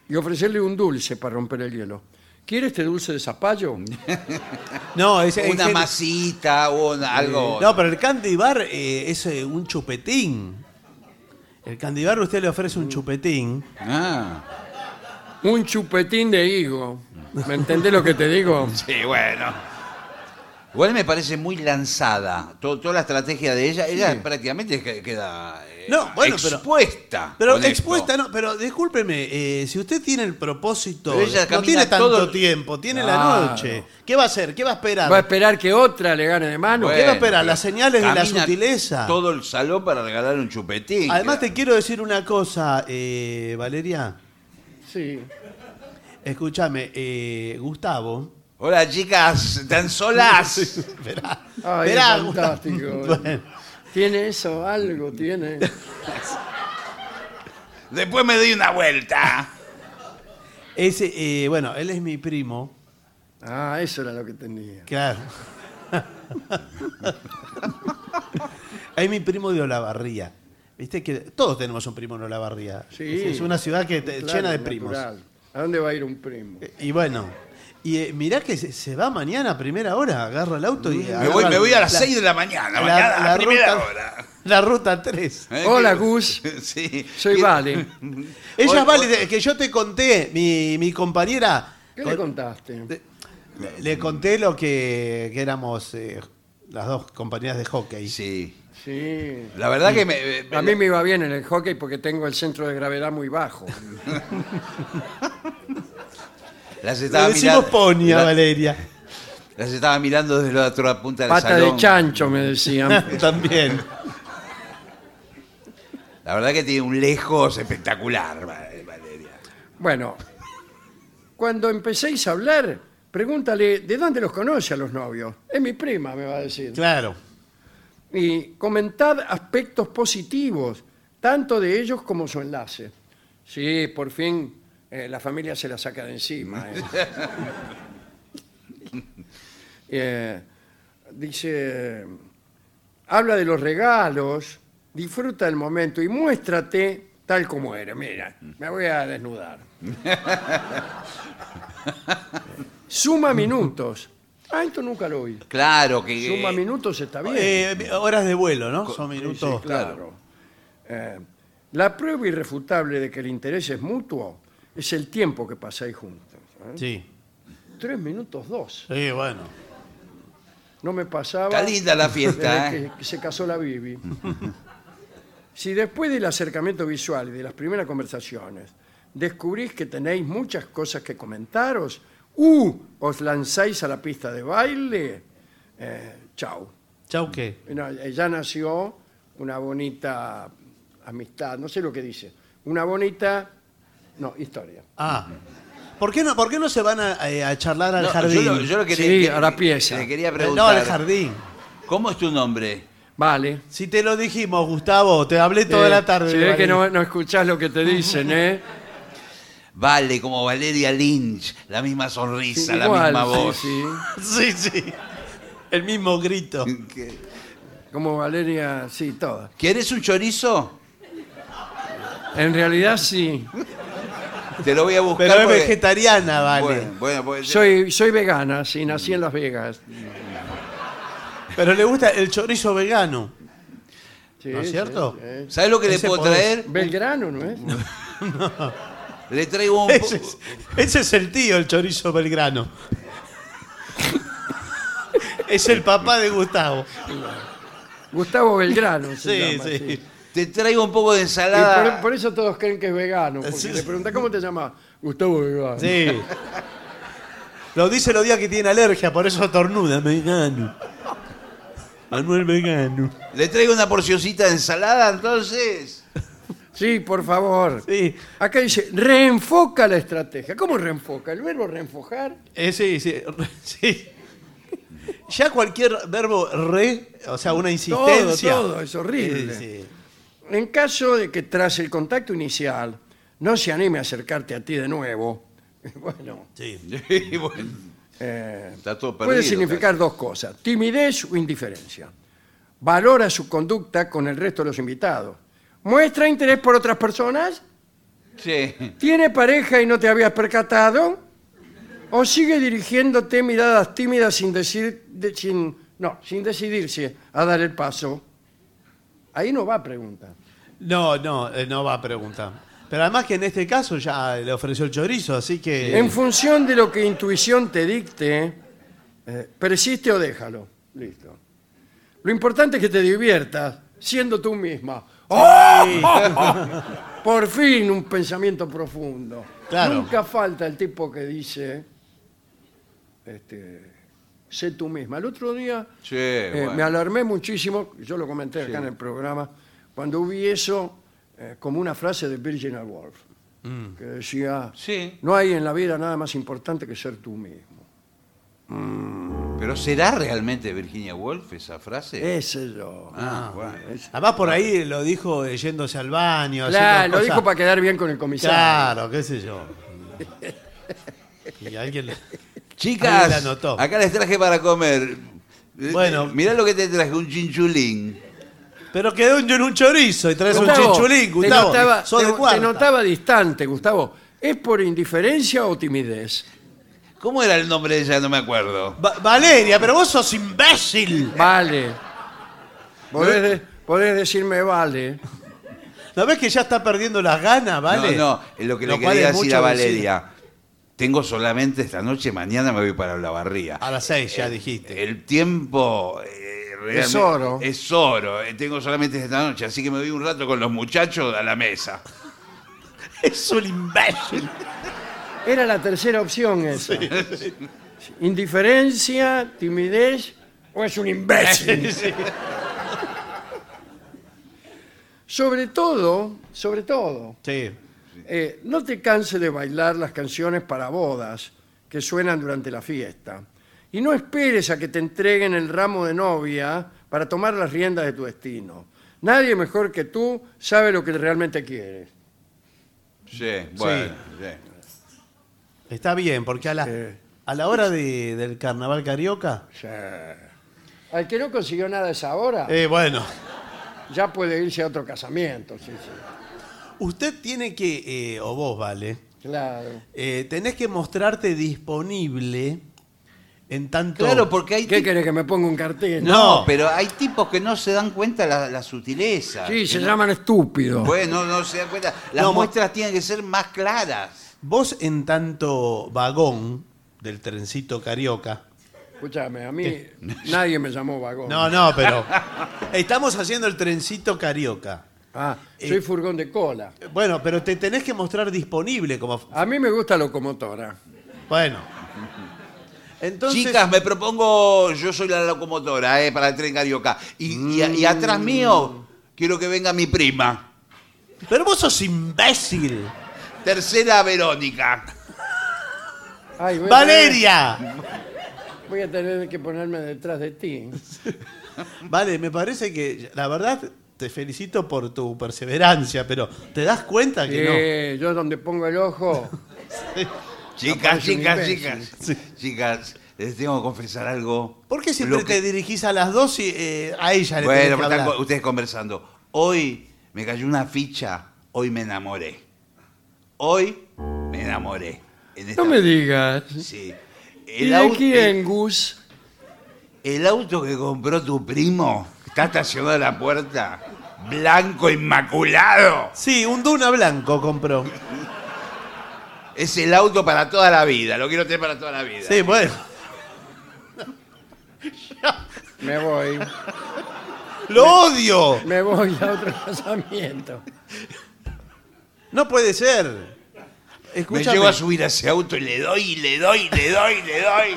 [SPEAKER 1] y ofrecerle un dulce para romper el hielo. ¿Quiere este dulce de zapallo?
[SPEAKER 2] No, es, es
[SPEAKER 3] Una
[SPEAKER 2] el-
[SPEAKER 3] masita o una- algo.
[SPEAKER 2] No, pero el candy bar eh, es eh, un chupetín. El candy bar usted le ofrece un chupetín.
[SPEAKER 3] Ah,
[SPEAKER 1] Un chupetín de higo. ¿Me entendés lo que te digo?
[SPEAKER 3] sí, bueno. Igual me parece muy lanzada. To- toda la estrategia de ella, ella prácticamente que- queda eh,
[SPEAKER 2] No, bueno, pero-
[SPEAKER 3] expuesta.
[SPEAKER 2] Pero
[SPEAKER 3] con esto.
[SPEAKER 2] expuesta, no, pero discúlpeme, eh, si usted tiene el propósito,
[SPEAKER 3] Pero
[SPEAKER 2] de-
[SPEAKER 3] ella
[SPEAKER 2] no
[SPEAKER 3] camina
[SPEAKER 2] tiene tanto
[SPEAKER 3] todo-
[SPEAKER 2] tiempo, tiene
[SPEAKER 1] Claro.
[SPEAKER 2] la noche. ¿Qué va a hacer? ¿Qué va a esperar?
[SPEAKER 1] ¿Va a esperar que otra le gane de mano?
[SPEAKER 2] Bueno. ¿Qué va a
[SPEAKER 3] pero
[SPEAKER 2] esperar? Las señales de la
[SPEAKER 3] camina
[SPEAKER 2] sutileza.
[SPEAKER 3] Todo el salón para regalar un chupetín.
[SPEAKER 2] Además
[SPEAKER 3] Queda-
[SPEAKER 2] te quiero decir una cosa, eh, Valeria.
[SPEAKER 1] Sí.
[SPEAKER 2] Escúchame, eh, Gustavo.
[SPEAKER 3] Hola, chicas, tan solas.
[SPEAKER 2] Esperá,
[SPEAKER 1] Ay,
[SPEAKER 2] esperá,
[SPEAKER 1] es fantástico.
[SPEAKER 2] Gustavo. Bueno.
[SPEAKER 1] Tiene eso, algo tiene.
[SPEAKER 3] Después me doy una vuelta.
[SPEAKER 2] Ese, eh, bueno, él es mi primo.
[SPEAKER 1] Ah, eso era lo que tenía.
[SPEAKER 2] Claro. es mi primo de Olavarría. Viste que todos tenemos un primo en Olavarría.
[SPEAKER 1] Sí.
[SPEAKER 2] Es una ciudad que te-
[SPEAKER 1] Claro,
[SPEAKER 2] Eh, llena de primos. Eh,
[SPEAKER 1] natural. ¿A dónde va a ir un primo?
[SPEAKER 2] Y bueno. Y eh, mirá que se, se va mañana a primera hora, agarra el auto y.
[SPEAKER 3] Mm. Me voy, me voy a las 6 de la mañana, mañana, a primera
[SPEAKER 2] ruta,
[SPEAKER 3] hora.
[SPEAKER 2] La ruta 3.
[SPEAKER 3] ¿Eh?
[SPEAKER 1] Hola, Gus.
[SPEAKER 3] Sí.
[SPEAKER 1] Soy
[SPEAKER 3] Y-
[SPEAKER 1] Vale.
[SPEAKER 2] Ella
[SPEAKER 3] Hola,
[SPEAKER 2] vale, de- que yo te conté, mi, mi compañera.
[SPEAKER 1] ¿Qué le
[SPEAKER 2] con-
[SPEAKER 1] contaste?
[SPEAKER 2] de- le, le conté lo que, que éramos eh, las dos compañeras de hockey.
[SPEAKER 3] Sí.
[SPEAKER 1] Sí.
[SPEAKER 3] La verdad que me, me-
[SPEAKER 1] A mí me iba bien en el hockey porque tengo el centro de gravedad muy bajo.
[SPEAKER 3] las
[SPEAKER 2] Le
[SPEAKER 3] estaba
[SPEAKER 2] decimos
[SPEAKER 3] mirando.
[SPEAKER 2] pony a
[SPEAKER 3] la-
[SPEAKER 2] Valeria.
[SPEAKER 3] Las estaba mirando desde la otra punta del
[SPEAKER 1] Pata
[SPEAKER 3] salón.
[SPEAKER 1] de chancho, me decían.
[SPEAKER 2] También.
[SPEAKER 3] La verdad que tiene un lejos espectacular, Val- Valeria.
[SPEAKER 1] Bueno, cuando empecéis a hablar, pregúntale, ¿de dónde los conoce a los novios? Es mi prima, me va a decir.
[SPEAKER 2] Claro.
[SPEAKER 1] y comentad aspectos positivos, tanto de ellos como su enlace. Sí, por fin eh, la familia se la saca de encima. ¿eh? Eh, dice, habla de los regalos, disfruta el momento y muéstrate tal como era. Mira, me voy a desnudar. Suma minutos. Ah, esto nunca lo vi.
[SPEAKER 3] Claro que. eh,
[SPEAKER 1] Suma minutos está bien.
[SPEAKER 2] Eh, horas de vuelo, ¿no? Son
[SPEAKER 1] Sí,
[SPEAKER 2] minutos.
[SPEAKER 1] claro. Eh, la prueba irrefutable de que el interés es mutuo es el tiempo que pasáis juntos. ¿eh?
[SPEAKER 2] Sí.
[SPEAKER 1] Tres minutos dos.
[SPEAKER 2] Sí, bueno.
[SPEAKER 1] No me pasaba.
[SPEAKER 3] Está linda la fiesta,
[SPEAKER 1] desde
[SPEAKER 3] ¿eh?
[SPEAKER 1] que se casó la Bibi. si después del acercamiento visual y de las primeras conversaciones descubrís que tenéis muchas cosas que comentaros, u os lanzáis a la pista de baile, eh, chau.
[SPEAKER 2] Chau, ¿qué?
[SPEAKER 1] No, eh, ya nació una bonita amistad, no sé lo que dice. Una bonita, no, historia.
[SPEAKER 2] Ah. ¿Por qué no, por qué no se van a, eh, a charlar al
[SPEAKER 3] No,
[SPEAKER 2] jardín?
[SPEAKER 3] Yo lo, yo lo quería,
[SPEAKER 1] Sí,
[SPEAKER 3] que-
[SPEAKER 1] a la pieza.
[SPEAKER 3] Le quería
[SPEAKER 2] Eh, no,
[SPEAKER 3] preguntar.
[SPEAKER 2] al jardín.
[SPEAKER 3] ¿Cómo es tu nombre?
[SPEAKER 1] Vale.
[SPEAKER 2] Si te lo dijimos, Gustavo, te hablé toda
[SPEAKER 1] Eh,
[SPEAKER 2] la tarde.
[SPEAKER 1] Se
[SPEAKER 2] de
[SPEAKER 1] ve que
[SPEAKER 2] Valeria.
[SPEAKER 1] no, no escuchás lo que te dicen, ¿eh?
[SPEAKER 3] Vale, como Valeria Lynch, la misma sonrisa, la
[SPEAKER 1] Igual,
[SPEAKER 3] misma
[SPEAKER 1] sí,
[SPEAKER 3] voz.
[SPEAKER 1] sí.
[SPEAKER 2] Sí, sí. El mismo grito.
[SPEAKER 3] Que-
[SPEAKER 1] Como Valeria, sí, todas.
[SPEAKER 3] ¿Quieres un chorizo?
[SPEAKER 1] En realidad sí.
[SPEAKER 3] Te lo voy a buscar.
[SPEAKER 2] Pero es
[SPEAKER 3] porque-
[SPEAKER 2] vegetariana, vale.
[SPEAKER 3] Bueno, bueno, porque-
[SPEAKER 1] Soy, soy vegana, sí, nací en Las Vegas.
[SPEAKER 2] Pero le gusta el chorizo vegano.
[SPEAKER 1] Sí,
[SPEAKER 2] ¿No es
[SPEAKER 1] sí,
[SPEAKER 2] cierto?
[SPEAKER 1] sí. eh.
[SPEAKER 3] ¿Sabes lo que le
[SPEAKER 2] Ese
[SPEAKER 3] puedo
[SPEAKER 2] podés.
[SPEAKER 3] traer?
[SPEAKER 1] Belgrano, ¿no es?
[SPEAKER 3] Le traigo un. po-
[SPEAKER 2] Ese es, ese es el tío, el chorizo belgrano. es el papá de Gustavo.
[SPEAKER 1] Gustavo Belgrano. se
[SPEAKER 2] Sí,
[SPEAKER 1] llama,
[SPEAKER 2] sí.
[SPEAKER 3] Te traigo un poco de
[SPEAKER 1] Y
[SPEAKER 3] ensalada.
[SPEAKER 1] por, por eso todos creen que es vegano. Porque
[SPEAKER 2] Sí.
[SPEAKER 1] le preguntás cómo te llamas. Gustavo Vegano.
[SPEAKER 2] Sí. Lo dice los días que tiene alergia, por eso tornuda, vegano. Manuel vegano.
[SPEAKER 3] Le traigo una porcioncita de ensalada, entonces.
[SPEAKER 1] Sí, por favor.
[SPEAKER 2] Sí.
[SPEAKER 1] Acá dice, reenfoca la estrategia. ¿Cómo reenfoca? El verbo reenfocar.
[SPEAKER 2] Eh, sí, sí, re- sí. Ya cualquier verbo re, o sea, una insistencia.
[SPEAKER 1] todo, es horrible.
[SPEAKER 2] Sí, sí.
[SPEAKER 1] En caso de que tras el contacto inicial no se anime a acercarte a ti de nuevo, bueno,
[SPEAKER 2] Sí.
[SPEAKER 3] Y bueno,
[SPEAKER 1] eh,
[SPEAKER 3] está todo perdido.
[SPEAKER 1] puede significar dos cosas, timidez o indiferencia. Valora su conducta con el resto de los invitados. ¿Muestra interés por otras personas?
[SPEAKER 3] casi. Sí.
[SPEAKER 1] ¿Tiene pareja y no te habías percatado? ¿O sigue dirigiéndote miradas tímidas sin decir de- sin, no, sin decidirse a dar el paso? Ahí no va pregunta.
[SPEAKER 2] No, no, eh, no va a preguntar. Pero además que en este caso ya le ofreció el chorizo, así que...
[SPEAKER 1] En función de lo que intuición te dicte, eh, persiste o déjalo. Listo. Lo importante es que te diviertas siendo tú misma. ¡Oh! Por fin un pensamiento profundo.
[SPEAKER 2] Claro.
[SPEAKER 1] Nunca falta el tipo que dice, este, sé tú misma. El otro día
[SPEAKER 3] Sí,
[SPEAKER 1] eh,
[SPEAKER 3] bueno.
[SPEAKER 1] me alarmé muchísimo, yo lo comenté acá en el programa, cuando vi eso eh, como una frase de Virginia Woolf, que decía,
[SPEAKER 3] Sí.
[SPEAKER 1] no hay en la vida nada más importante que ser tú mismo.
[SPEAKER 3] Pero ¿será realmente Virginia Woolf esa frase?
[SPEAKER 1] Ese yo.
[SPEAKER 3] Ah, bueno.
[SPEAKER 2] Además por ahí lo dijo eh, yéndose al baño.
[SPEAKER 1] Claro,
[SPEAKER 2] haciendo
[SPEAKER 1] lo dijo
[SPEAKER 2] cosas-
[SPEAKER 1] para quedar bien con el comisario.
[SPEAKER 2] Claro, qué sé yo. Y alguien... le- Ahí la
[SPEAKER 3] Chicas,
[SPEAKER 2] anotó.
[SPEAKER 3] acá les traje para comer. Eh,
[SPEAKER 2] Bueno.
[SPEAKER 3] Mirá lo que te traje, un chinchulín.
[SPEAKER 2] Pero quedó en un chorizo y traes un
[SPEAKER 1] Gustavo,
[SPEAKER 2] chinchulín,
[SPEAKER 1] te
[SPEAKER 2] Gustavo.
[SPEAKER 1] notaba-
[SPEAKER 2] Sos
[SPEAKER 1] te-
[SPEAKER 2] de cuarta.
[SPEAKER 1] te notaba distante, Gustavo. ¿Es por indiferencia o timidez?
[SPEAKER 3] ¿Cómo era el nombre de ella? No me acuerdo.
[SPEAKER 2] Va- Valeria, pero vos sos imbécil.
[SPEAKER 1] Vale. Podés, de- podés decirme vale.
[SPEAKER 2] ¿No ves que ya está perdiendo las ganas, vale?
[SPEAKER 3] No, no, lo que le
[SPEAKER 2] cual
[SPEAKER 3] quería
[SPEAKER 2] es
[SPEAKER 3] decir
[SPEAKER 2] mucho
[SPEAKER 3] a Valeria. Tengo solamente esta noche, mañana me voy para la barría.
[SPEAKER 2] A las seis ya dijiste.
[SPEAKER 3] El tiempo eh, realmente-
[SPEAKER 1] Es oro.
[SPEAKER 3] Es oro. Eh, Tengo solamente esta noche, así que me voy un rato con los muchachos a la mesa.
[SPEAKER 2] Es un imbécil.
[SPEAKER 1] Era la tercera opción esa. Indiferencia, timidez o es un imbécil. Sobre todo, sobre todo,
[SPEAKER 2] Sí.
[SPEAKER 1] eh, no te canses de bailar las canciones para bodas que suenan durante la fiesta. Y no esperes a que te entreguen el ramo de novia para tomar las riendas de tu destino. Nadie mejor que tú sabe lo que realmente quieres.
[SPEAKER 3] Sí, bueno. sí.
[SPEAKER 2] Está bien, porque a la,
[SPEAKER 1] Sí.
[SPEAKER 2] a la hora de- del carnaval carioca.
[SPEAKER 1] Sí. Al que no consiguió nada a esa hora,
[SPEAKER 2] Eh, bueno,
[SPEAKER 1] ya puede irse a otro casamiento. sí, sí.
[SPEAKER 2] usted tiene que, eh, o vos, vale,
[SPEAKER 1] Claro.
[SPEAKER 2] eh, tenés que mostrarte disponible en tanto.
[SPEAKER 3] Claro, porque hay
[SPEAKER 1] ¿Qué
[SPEAKER 3] tip-
[SPEAKER 1] querés que me ponga un cartel?
[SPEAKER 2] No.
[SPEAKER 3] No, pero hay tipos que no se dan cuenta la, la sutileza.
[SPEAKER 1] Sí, se
[SPEAKER 3] Que no-
[SPEAKER 1] llaman estúpidos.
[SPEAKER 3] Bueno, no se dan cuenta. Las
[SPEAKER 2] No, mo-
[SPEAKER 3] muestras tienen que ser más claras.
[SPEAKER 2] Vos en tanto vagón del trencito carioca.
[SPEAKER 1] Escúchame, a mí nadie me llamó vagón.
[SPEAKER 2] No, no, pero. Estamos haciendo el trencito carioca.
[SPEAKER 1] Ah, soy furgón de cola.
[SPEAKER 2] Bueno, pero te tenés que mostrar disponible como.
[SPEAKER 1] A mí me gusta locomotora.
[SPEAKER 2] Bueno. Entonces.
[SPEAKER 3] Chicas, me propongo, yo soy la locomotora eh, para el tren carioca. Y, y a- y
[SPEAKER 1] Mm.
[SPEAKER 3] atrás mío quiero que venga mi prima,
[SPEAKER 2] Pero vos sos imbécil.
[SPEAKER 3] tercera Verónica.
[SPEAKER 1] Ay, voy a
[SPEAKER 3] eh.
[SPEAKER 2] ¡Valeria!
[SPEAKER 1] tener- voy a tener que ponerme detrás de ti.
[SPEAKER 2] Vale, me parece que. La verdad, te felicito por tu perseverancia, pero ¿te das cuenta que
[SPEAKER 1] Eh, Yo donde pongo el ojo.
[SPEAKER 3] Chicas,
[SPEAKER 1] Aparece un
[SPEAKER 3] chicas,
[SPEAKER 1] imbécil.
[SPEAKER 3] chicas. Chicas, les tengo que confesar algo.
[SPEAKER 2] no? ¿Por qué siempre
[SPEAKER 3] Lo que-
[SPEAKER 2] te dirigís a las dos y eh, a ella le tenés
[SPEAKER 3] Bueno,
[SPEAKER 2] que
[SPEAKER 3] pero están
[SPEAKER 2] hablar?
[SPEAKER 3] co- ustedes conversando. Hoy me cayó una ficha, hoy me enamoré. Hoy me enamoré. En esta-
[SPEAKER 1] No me digas.
[SPEAKER 3] Sí.
[SPEAKER 1] ¿Y
[SPEAKER 3] El,
[SPEAKER 1] de
[SPEAKER 3] au-
[SPEAKER 1] quién, Gus?
[SPEAKER 3] El auto que compró tu primo está estacionado a la puerta, blanco inmaculado.
[SPEAKER 2] Sí, un Duna blanco compró.
[SPEAKER 3] Es el auto para toda la vida, lo quiero tener para toda la vida.
[SPEAKER 2] Sí, bueno.
[SPEAKER 1] Me voy.
[SPEAKER 2] ¡Lo odio!
[SPEAKER 1] Me voy a otro casamiento.
[SPEAKER 2] No puede ser.
[SPEAKER 3] Me
[SPEAKER 2] Escúchame.
[SPEAKER 3] llevo a subir a ese auto y le doy, y le doy, y le doy, y le doy.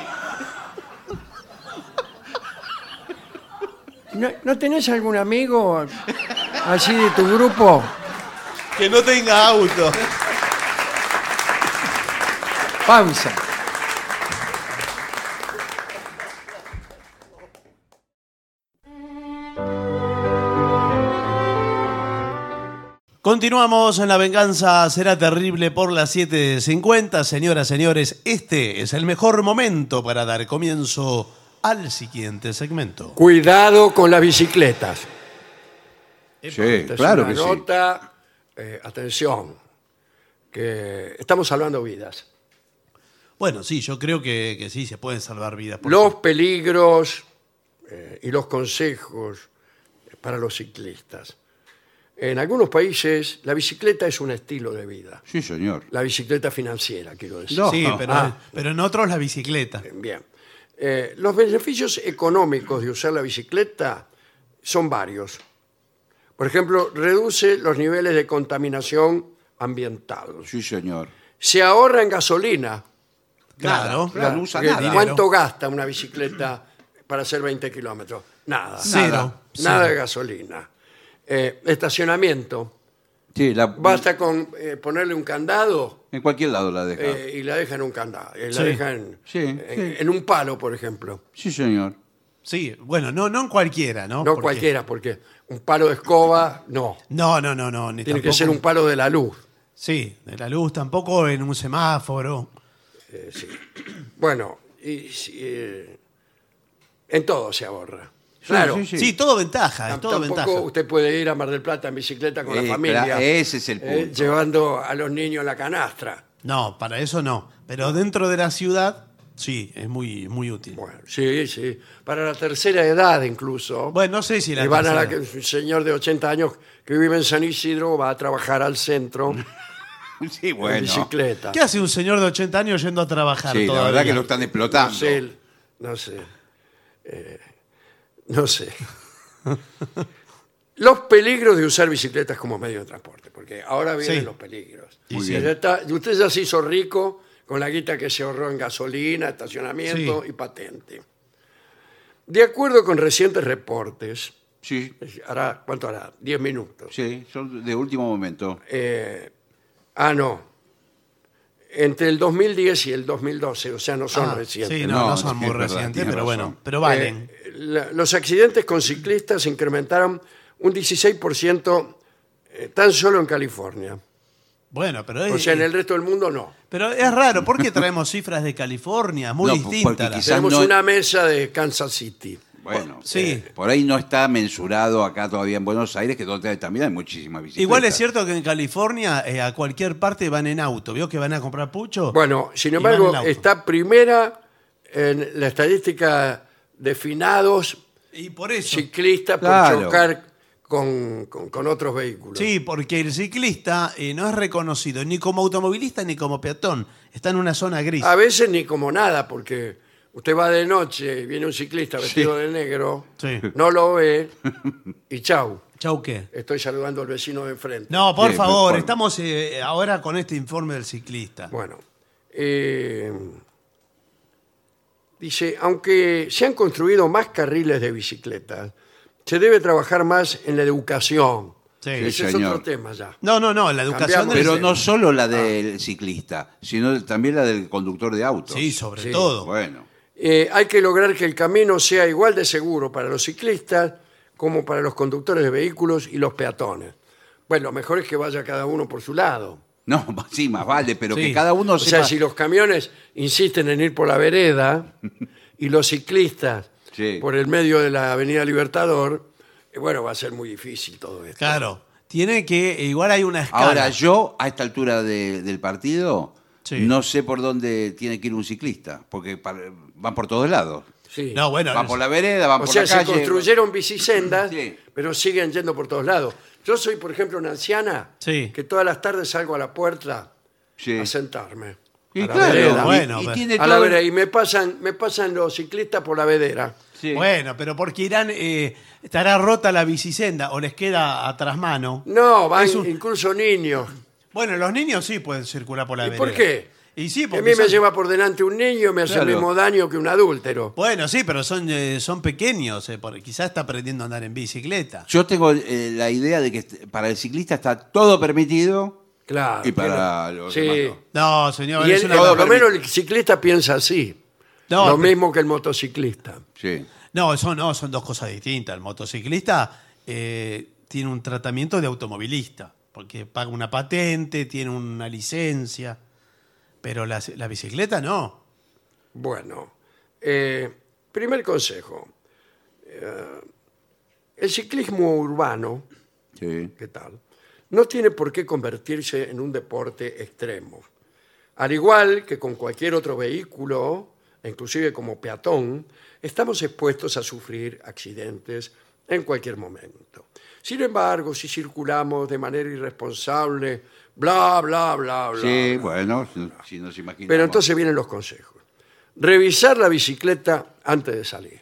[SPEAKER 1] ¿No, no tenés algún amigo así de tu grupo?
[SPEAKER 2] Que no tenga auto.
[SPEAKER 1] Pausa.
[SPEAKER 2] Continuamos en La Venganza Será Terrible por las 7.50. Señoras, señores, este es el mejor momento para dar comienzo al siguiente segmento.
[SPEAKER 1] Cuidado con las bicicletas.
[SPEAKER 3] Sí,
[SPEAKER 1] Esta es
[SPEAKER 3] claro
[SPEAKER 1] una
[SPEAKER 3] que sí.
[SPEAKER 1] nota, eh, atención, que estamos salvando vidas.
[SPEAKER 2] Bueno, sí, yo creo que, que sí, se pueden salvar vidas. por
[SPEAKER 1] Los
[SPEAKER 2] supuesto.
[SPEAKER 1] peligros eh, y los consejos para los ciclistas. En algunos países la bicicleta es un estilo de vida.
[SPEAKER 3] Sí, señor.
[SPEAKER 1] La bicicleta financiera, quiero decir.
[SPEAKER 3] No.
[SPEAKER 2] Sí, pero,
[SPEAKER 1] Ah.
[SPEAKER 2] pero en otros la bicicleta.
[SPEAKER 1] Bien. Eh, los beneficios económicos de usar la bicicleta son varios. Por ejemplo, reduce los niveles de contaminación ambiental.
[SPEAKER 3] Sí, señor.
[SPEAKER 1] Se ahorra en gasolina.
[SPEAKER 2] Claro.
[SPEAKER 3] Claro, no usa
[SPEAKER 1] Porque
[SPEAKER 3] nada.
[SPEAKER 1] ¿Cuánto gasta una bicicleta para hacer 20 kilómetros? Nada.
[SPEAKER 2] Cero.
[SPEAKER 1] Nada de
[SPEAKER 2] Cero.
[SPEAKER 1] gasolina. Eh, estacionamiento.
[SPEAKER 3] Sí, la-
[SPEAKER 1] Basta con eh, ponerle un candado
[SPEAKER 3] En cualquier lado la deja.
[SPEAKER 1] eh, y la deja en un candado. eh, la
[SPEAKER 2] Sí.
[SPEAKER 1] deja en,
[SPEAKER 3] Sí,
[SPEAKER 1] en-
[SPEAKER 3] sí.
[SPEAKER 1] en un palo, por ejemplo.
[SPEAKER 3] Sí, señor.
[SPEAKER 2] Sí, bueno, no, no en cualquiera, ¿no?
[SPEAKER 1] No
[SPEAKER 2] Porque-
[SPEAKER 1] cualquiera, porque un palo de escoba, no.
[SPEAKER 2] No, no, no, no. ni
[SPEAKER 1] Tiene que
[SPEAKER 2] tampoco-
[SPEAKER 1] ser un palo de la luz.
[SPEAKER 2] Sí, de la luz, tampoco en un semáforo.
[SPEAKER 1] eh, sí. Bueno, y, si, eh, en todo se ahorra. Claro.
[SPEAKER 3] sí, sí.
[SPEAKER 2] Sí, todo ventaja, es
[SPEAKER 1] Tam-
[SPEAKER 2] todo
[SPEAKER 1] Tampoco
[SPEAKER 2] ventaja.
[SPEAKER 1] usted puede ir a Mar del Plata en bicicleta con
[SPEAKER 3] Eh,
[SPEAKER 1] la familia. eh,
[SPEAKER 3] cla- ese es el punto.
[SPEAKER 1] llevando a los niños la canastra.
[SPEAKER 2] No, para eso no. Pero dentro de la ciudad, sí, es muy, muy útil. Bueno,
[SPEAKER 1] Bueno, sí, sí. Para la tercera edad incluso.
[SPEAKER 2] no sé si la
[SPEAKER 1] y van a la que
[SPEAKER 2] tercera.
[SPEAKER 1] un señor de 80 años que vive en San Isidro va a trabajar al centro
[SPEAKER 3] Sí,
[SPEAKER 1] en
[SPEAKER 3] bueno.
[SPEAKER 1] bicicleta.
[SPEAKER 2] ¿Qué hace un señor de 80 años yendo a trabajar
[SPEAKER 3] Sí, la
[SPEAKER 2] todavía?
[SPEAKER 3] verdad que lo están
[SPEAKER 1] No
[SPEAKER 3] explotando.
[SPEAKER 1] sé. No sé. eh, no sé. Los peligros de usar bicicletas como medio de transporte, porque ahora vienen
[SPEAKER 2] Sí.
[SPEAKER 1] los peligros.
[SPEAKER 3] Muy
[SPEAKER 1] Y
[SPEAKER 3] bien.
[SPEAKER 1] ya está- y usted ya se hizo rico con la guita que se ahorró en gasolina, estacionamiento
[SPEAKER 2] Sí.
[SPEAKER 1] y patente. De acuerdo con recientes reportes,
[SPEAKER 3] Sí,
[SPEAKER 1] hará, ¿cuánto hará? 10 minutos.
[SPEAKER 3] sí, son de último momento.
[SPEAKER 1] Eh, ah, no. Entre el 2010 y el 2012, o sea, no son
[SPEAKER 2] Ah,
[SPEAKER 1] recientes.
[SPEAKER 2] Sí, no,
[SPEAKER 3] No,
[SPEAKER 2] no, son
[SPEAKER 3] sí,
[SPEAKER 2] muy
[SPEAKER 3] es verdad,
[SPEAKER 2] recientes,
[SPEAKER 3] tiene
[SPEAKER 2] pero
[SPEAKER 3] razón.
[SPEAKER 2] bueno, pero valen.
[SPEAKER 1] Eh, la- los accidentes con ciclistas se incrementaron un 16% eh, tan solo en California.
[SPEAKER 2] bueno, pero es,
[SPEAKER 1] O sea, en el resto del mundo no.
[SPEAKER 2] pero es raro, ¿por qué traemos cifras de California? Muy
[SPEAKER 3] No, porque
[SPEAKER 2] distintas. las-
[SPEAKER 3] quizás-
[SPEAKER 1] Tenemos
[SPEAKER 3] no-
[SPEAKER 1] una mesa de Kansas City.
[SPEAKER 3] Bueno,
[SPEAKER 2] Sí.
[SPEAKER 3] eh, por ahí no está mensurado acá todavía en Buenos Aires, que donde también hay muchísimas bicicletas.
[SPEAKER 2] Igual es cierto que en California eh, a cualquier parte van en auto. ¿Vio que van a comprar pucho?
[SPEAKER 1] Bueno, sin
[SPEAKER 2] Y
[SPEAKER 1] embargo,
[SPEAKER 2] van en auto.
[SPEAKER 1] está primera en la estadística de finados
[SPEAKER 2] Y por eso.
[SPEAKER 1] ciclistas
[SPEAKER 3] Claro.
[SPEAKER 1] por chocar con, con- con otros vehículos.
[SPEAKER 2] Sí, porque el ciclista eh, no es reconocido ni como automovilista ni como peatón. Está en una zona gris.
[SPEAKER 3] Ah.
[SPEAKER 1] A veces ni como nada, porque usted va de noche, viene un ciclista vestido de negro,
[SPEAKER 2] Sí.
[SPEAKER 1] no lo ve y chau.
[SPEAKER 2] Chau, ¿qué?
[SPEAKER 1] Estoy saludando al vecino de enfrente.
[SPEAKER 2] No, por
[SPEAKER 3] Bien,
[SPEAKER 2] favor,
[SPEAKER 3] por-
[SPEAKER 2] estamos eh, ahora con este informe del ciclista.
[SPEAKER 1] Bueno, eh, dice, aunque se han construido más carriles de bicicletas, se debe trabajar más en la educación.
[SPEAKER 2] Sí.
[SPEAKER 1] Ese es
[SPEAKER 3] señor.
[SPEAKER 1] otro tema ya.
[SPEAKER 2] No, no, no, la educación
[SPEAKER 1] Cambiamos.
[SPEAKER 2] del-
[SPEAKER 3] Pero no solo
[SPEAKER 2] Ah.
[SPEAKER 3] la del ciclista, sino también la del conductor de autos.
[SPEAKER 2] Sí, sobre
[SPEAKER 1] Sí.
[SPEAKER 2] todo.
[SPEAKER 3] Bueno,
[SPEAKER 1] Eh, hay que lograr que el camino sea igual de seguro para los ciclistas como para los conductores de vehículos y los peatones. Bueno, lo mejor es que vaya cada uno por su lado.
[SPEAKER 3] no, sí, más vale, pero
[SPEAKER 2] Sí.
[SPEAKER 3] que cada uno
[SPEAKER 1] O sea,
[SPEAKER 3] sepa-
[SPEAKER 1] si los camiones insisten en ir por la vereda y los ciclistas
[SPEAKER 3] Sí.
[SPEAKER 1] por el medio de la Avenida Libertador, eh, bueno, va a ser muy difícil todo esto.
[SPEAKER 2] Claro, tiene que. eh, Igual hay una escala.
[SPEAKER 3] Ahora, yo, a esta altura de- del partido,
[SPEAKER 2] Sí.
[SPEAKER 3] no sé por dónde tiene que ir un ciclista, porque para- van por todos lados.
[SPEAKER 1] Sí.
[SPEAKER 2] No, bueno.
[SPEAKER 3] van
[SPEAKER 2] no-
[SPEAKER 3] por la vereda, van
[SPEAKER 1] o
[SPEAKER 3] por
[SPEAKER 1] sea,
[SPEAKER 3] la
[SPEAKER 1] se
[SPEAKER 3] calle.
[SPEAKER 1] construyeron bicisendas,
[SPEAKER 3] Sí.
[SPEAKER 1] pero siguen yendo por todos lados. Yo soy, por ejemplo, una anciana
[SPEAKER 2] Sí.
[SPEAKER 1] que todas las tardes salgo a la puerta
[SPEAKER 3] Sí.
[SPEAKER 1] a sentarme.
[SPEAKER 3] Y
[SPEAKER 1] a la
[SPEAKER 3] claro,
[SPEAKER 1] vereda.
[SPEAKER 3] y-
[SPEAKER 2] bueno, pues,
[SPEAKER 3] y,
[SPEAKER 2] pero-
[SPEAKER 3] tiene
[SPEAKER 1] A la
[SPEAKER 3] todo-
[SPEAKER 1] vereda. Y me pasan, me pasan los ciclistas por la vedera.
[SPEAKER 3] Sí.
[SPEAKER 2] Bueno, pero porque irán. eh, estará rota la bicisenda o les queda atrás mano.
[SPEAKER 1] No, van
[SPEAKER 2] Es un-
[SPEAKER 1] incluso niños.
[SPEAKER 2] Bueno, los niños sí pueden circular por la
[SPEAKER 1] ¿Y
[SPEAKER 2] vereda.
[SPEAKER 1] por qué?
[SPEAKER 2] Y sí, porque.
[SPEAKER 1] a mí me
[SPEAKER 2] son-
[SPEAKER 1] lleva por delante un niño y me hace el
[SPEAKER 3] Claro.
[SPEAKER 1] mismo daño que un adúltero.
[SPEAKER 2] Bueno, sí, pero son, eh, son pequeños. eh, porque quizás está aprendiendo a andar en bicicleta.
[SPEAKER 3] Yo tengo eh, la idea de que est- para el ciclista está todo permitido.
[SPEAKER 1] Claro.
[SPEAKER 3] Y para
[SPEAKER 1] pero-
[SPEAKER 3] los
[SPEAKER 1] sí.
[SPEAKER 3] demás no.
[SPEAKER 2] No, señor.
[SPEAKER 1] Y
[SPEAKER 2] es
[SPEAKER 1] el-
[SPEAKER 2] una-
[SPEAKER 1] por
[SPEAKER 3] todo
[SPEAKER 1] lo
[SPEAKER 3] permite.
[SPEAKER 1] menos el ciclista piensa así.
[SPEAKER 2] No,
[SPEAKER 1] lo
[SPEAKER 2] pero-
[SPEAKER 1] mismo que el motociclista.
[SPEAKER 3] Sí.
[SPEAKER 2] No, eso no, son dos cosas distintas. El motociclista eh, tiene un tratamiento de automovilista. porque paga una patente, tiene una licencia, pero la, la bicicleta no.
[SPEAKER 1] Bueno, eh, primer consejo. Eh, el ciclismo urbano,
[SPEAKER 3] Sí.
[SPEAKER 1] ¿qué tal? No tiene por qué convertirse en un deporte extremo. Al igual que con cualquier otro vehículo, e inclusive como peatón, estamos expuestos a sufrir accidentes en cualquier momento. Sin embargo, si circulamos de manera irresponsable, bla, bla, bla, bla.
[SPEAKER 3] Sí,
[SPEAKER 1] bla,
[SPEAKER 3] bueno, si- si nos imaginamos.
[SPEAKER 1] Pero entonces vienen los consejos. Revisar la bicicleta antes de salir.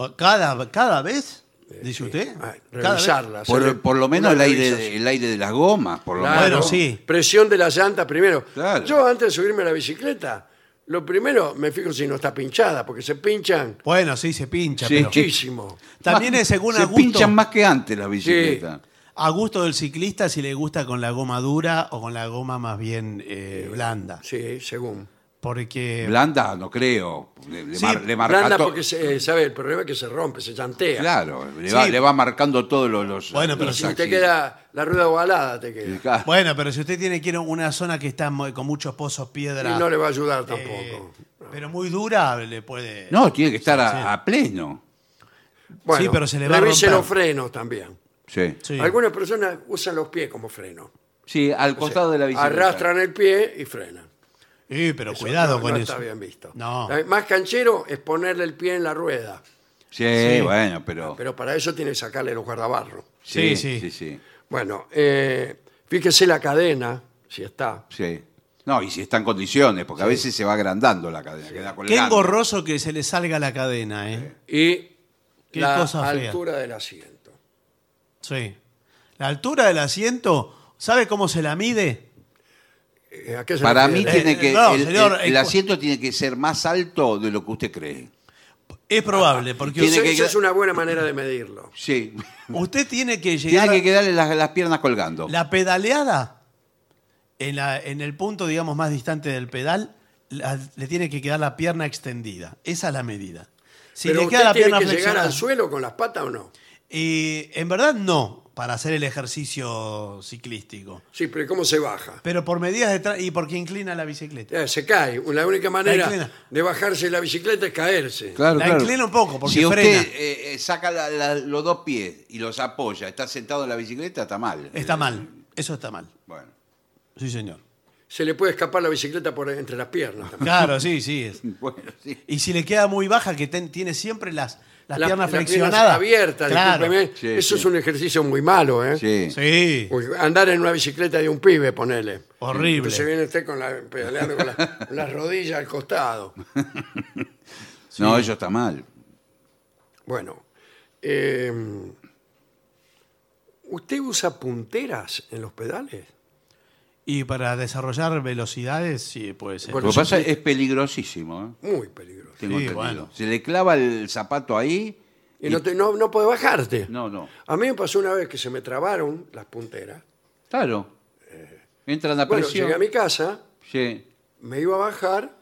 [SPEAKER 2] Va- Cada, cada vez, dice usted.
[SPEAKER 1] Ah,
[SPEAKER 2] cada vez.
[SPEAKER 1] Revisarla. hacerle
[SPEAKER 3] Por, por lo menos el
[SPEAKER 1] una
[SPEAKER 3] aire, de-
[SPEAKER 1] revisación.
[SPEAKER 3] el aire de las gomas, por lo
[SPEAKER 1] Claro,
[SPEAKER 2] Bueno,
[SPEAKER 3] menos.
[SPEAKER 2] sí.
[SPEAKER 1] Presión de la llanta primero.
[SPEAKER 3] Claro.
[SPEAKER 1] Yo antes de subirme a la bicicleta, lo primero me fijo si no está pinchada, porque se pinchan
[SPEAKER 2] Bueno, sí, se pincha,
[SPEAKER 3] Sí.
[SPEAKER 2] pero
[SPEAKER 1] muchísimo.
[SPEAKER 2] también
[SPEAKER 3] Más-
[SPEAKER 2] es según a
[SPEAKER 3] Se
[SPEAKER 2] gusto,
[SPEAKER 3] pinchan más que antes las bicicletas.
[SPEAKER 2] a gusto del ciclista si le gusta con la goma dura o con la goma más bien eh, blanda.
[SPEAKER 1] Sí, según.
[SPEAKER 2] Porque
[SPEAKER 3] Blanda, no creo. Le, le
[SPEAKER 2] Eh, Sí,
[SPEAKER 3] mar- le marca
[SPEAKER 1] Blanda
[SPEAKER 3] to-
[SPEAKER 1] porque, se, eh, ¿sabe? El problema es que se rompe, se llantea.
[SPEAKER 3] Claro, le,
[SPEAKER 2] Sí.
[SPEAKER 3] va, le va marcando todos los, los-
[SPEAKER 2] Bueno, pero
[SPEAKER 1] Y
[SPEAKER 3] los
[SPEAKER 1] si te
[SPEAKER 3] axis.
[SPEAKER 1] queda la rueda ovalada, te queda.
[SPEAKER 3] Claro.
[SPEAKER 2] eh, Bueno, pero si usted tiene que ir a una zona que está muy- con muchos pozos, piedra,
[SPEAKER 1] Y no le va a ayudar
[SPEAKER 2] eh,
[SPEAKER 1] tampoco.
[SPEAKER 2] pero muy dura, le puede...
[SPEAKER 3] No, tiene que estar a,
[SPEAKER 2] Sí.
[SPEAKER 3] a pleno.
[SPEAKER 1] Bueno,
[SPEAKER 2] sí, pero se le va a
[SPEAKER 1] revise
[SPEAKER 2] romper.
[SPEAKER 1] los frenos también.
[SPEAKER 3] Sí.
[SPEAKER 2] Sí.
[SPEAKER 1] Algunas personas usan los pies como freno.
[SPEAKER 3] Sí,
[SPEAKER 1] O
[SPEAKER 3] al
[SPEAKER 1] sea,
[SPEAKER 3] costado de la bicicleta.
[SPEAKER 1] Arrastran el pie y frenan.
[SPEAKER 2] Sí, pero
[SPEAKER 1] Eso
[SPEAKER 2] cuidado
[SPEAKER 1] no-
[SPEAKER 2] con
[SPEAKER 1] no
[SPEAKER 2] eso.
[SPEAKER 1] está bien visto.
[SPEAKER 2] No.
[SPEAKER 1] Eh, Más canchero es ponerle el pie en la rueda.
[SPEAKER 3] Sí,
[SPEAKER 2] Sí.
[SPEAKER 3] bueno, pero.
[SPEAKER 1] Pero para eso tiene que sacarle los guardabarros.
[SPEAKER 3] sí,
[SPEAKER 2] Sí,
[SPEAKER 3] sí,
[SPEAKER 2] sí.
[SPEAKER 3] sí,
[SPEAKER 1] Bueno, eh, fíjese la cadena, si está.
[SPEAKER 3] sí. No, y si está en condiciones, porque a veces se va agrandando la cadena. Queda
[SPEAKER 2] Qué
[SPEAKER 3] colgando.
[SPEAKER 2] engorroso que se le salga la cadena, ¿eh?
[SPEAKER 1] Y
[SPEAKER 2] Qué
[SPEAKER 1] la
[SPEAKER 2] cosa fea.
[SPEAKER 1] altura del asiento.
[SPEAKER 2] Sí. La altura del asiento, ¿sabe cómo se la mide?
[SPEAKER 1] Eh, ¿a qué se
[SPEAKER 3] Para mí
[SPEAKER 1] refiere?
[SPEAKER 3] tiene que.
[SPEAKER 2] no,
[SPEAKER 3] el, el-
[SPEAKER 2] señor,
[SPEAKER 3] el
[SPEAKER 2] eh,
[SPEAKER 3] asiento tiene que ser más alto de lo que usted cree.
[SPEAKER 2] Es probable, porque
[SPEAKER 1] Eso-
[SPEAKER 3] tiene
[SPEAKER 2] usted,
[SPEAKER 3] que-
[SPEAKER 1] eso es una buena manera de medirlo.
[SPEAKER 3] Sí.
[SPEAKER 2] usted tiene que llegar
[SPEAKER 3] tiene que quedarle las, las piernas colgando.
[SPEAKER 2] la pedaleada en, la- en el punto, digamos, más distante del pedal, la- le tiene que quedar la pierna extendida. Esa es la medida. Si
[SPEAKER 1] Pero
[SPEAKER 2] le queda
[SPEAKER 1] usted
[SPEAKER 2] la
[SPEAKER 1] tiene
[SPEAKER 2] pierna
[SPEAKER 1] que llegar
[SPEAKER 2] flexionada,
[SPEAKER 1] al suelo con las patas o no.
[SPEAKER 2] y en verdad no, para hacer el ejercicio ciclístico.
[SPEAKER 1] Sí, pero ¿y ¿cómo se baja?
[SPEAKER 2] Pero por medidas de tra- y porque inclina la bicicleta.
[SPEAKER 1] Eh, se cae. La única manera
[SPEAKER 2] inclina.
[SPEAKER 1] de bajarse la bicicleta es caerse.
[SPEAKER 3] Claro,
[SPEAKER 2] la
[SPEAKER 3] claro.
[SPEAKER 2] inclina un poco, porque
[SPEAKER 3] si usted
[SPEAKER 2] frena.
[SPEAKER 3] eh, eh, saca la- la- los dos pies y los apoya, está sentado en la bicicleta, está mal.
[SPEAKER 1] Eh,
[SPEAKER 2] Está mal. Eso está mal.
[SPEAKER 3] Bueno.
[SPEAKER 2] Sí, señor.
[SPEAKER 1] Se le puede escapar la bicicleta por entre las piernas. también.
[SPEAKER 2] Claro, sí, sí. es.
[SPEAKER 3] Bueno, sí.
[SPEAKER 2] Y si le queda muy baja, que ten- tiene siempre las, las
[SPEAKER 1] La-
[SPEAKER 2] piernas
[SPEAKER 1] las
[SPEAKER 2] flexionadas.
[SPEAKER 1] abiertas,
[SPEAKER 2] claro.
[SPEAKER 1] discúlpeme.
[SPEAKER 3] Sí,
[SPEAKER 1] Eso
[SPEAKER 3] sí.
[SPEAKER 1] es un ejercicio muy malo, ¿eh?
[SPEAKER 3] Sí.
[SPEAKER 2] Sí,
[SPEAKER 1] Uy, Andar en una bicicleta de un pibe, ponele.
[SPEAKER 2] horrible.
[SPEAKER 1] Entonces viene usted con la, pedaleando con la- las rodillas al costado.
[SPEAKER 3] No, eso está mal.
[SPEAKER 1] Bueno, eh, ¿usted usa punteras en los pedales?
[SPEAKER 2] Y para desarrollar velocidades, sí, puede ser.
[SPEAKER 1] Bueno,
[SPEAKER 3] Lo que
[SPEAKER 1] sí,
[SPEAKER 3] pasa
[SPEAKER 1] sí.
[SPEAKER 3] es peligrosísimo. ¿eh?
[SPEAKER 1] Muy peligroso.
[SPEAKER 3] Tengo
[SPEAKER 2] Sí,
[SPEAKER 3] entendido.
[SPEAKER 2] bueno.
[SPEAKER 3] Se le clava el zapato ahí.
[SPEAKER 1] Y no, te- no, no puede bajarte.
[SPEAKER 3] No, no.
[SPEAKER 1] A mí me pasó una vez que se me trabaron las punteras.
[SPEAKER 3] Claro. Entran a
[SPEAKER 1] Eh, Bueno,
[SPEAKER 3] presión.
[SPEAKER 1] llegué a mi casa,
[SPEAKER 3] Sí.
[SPEAKER 1] me iba a bajar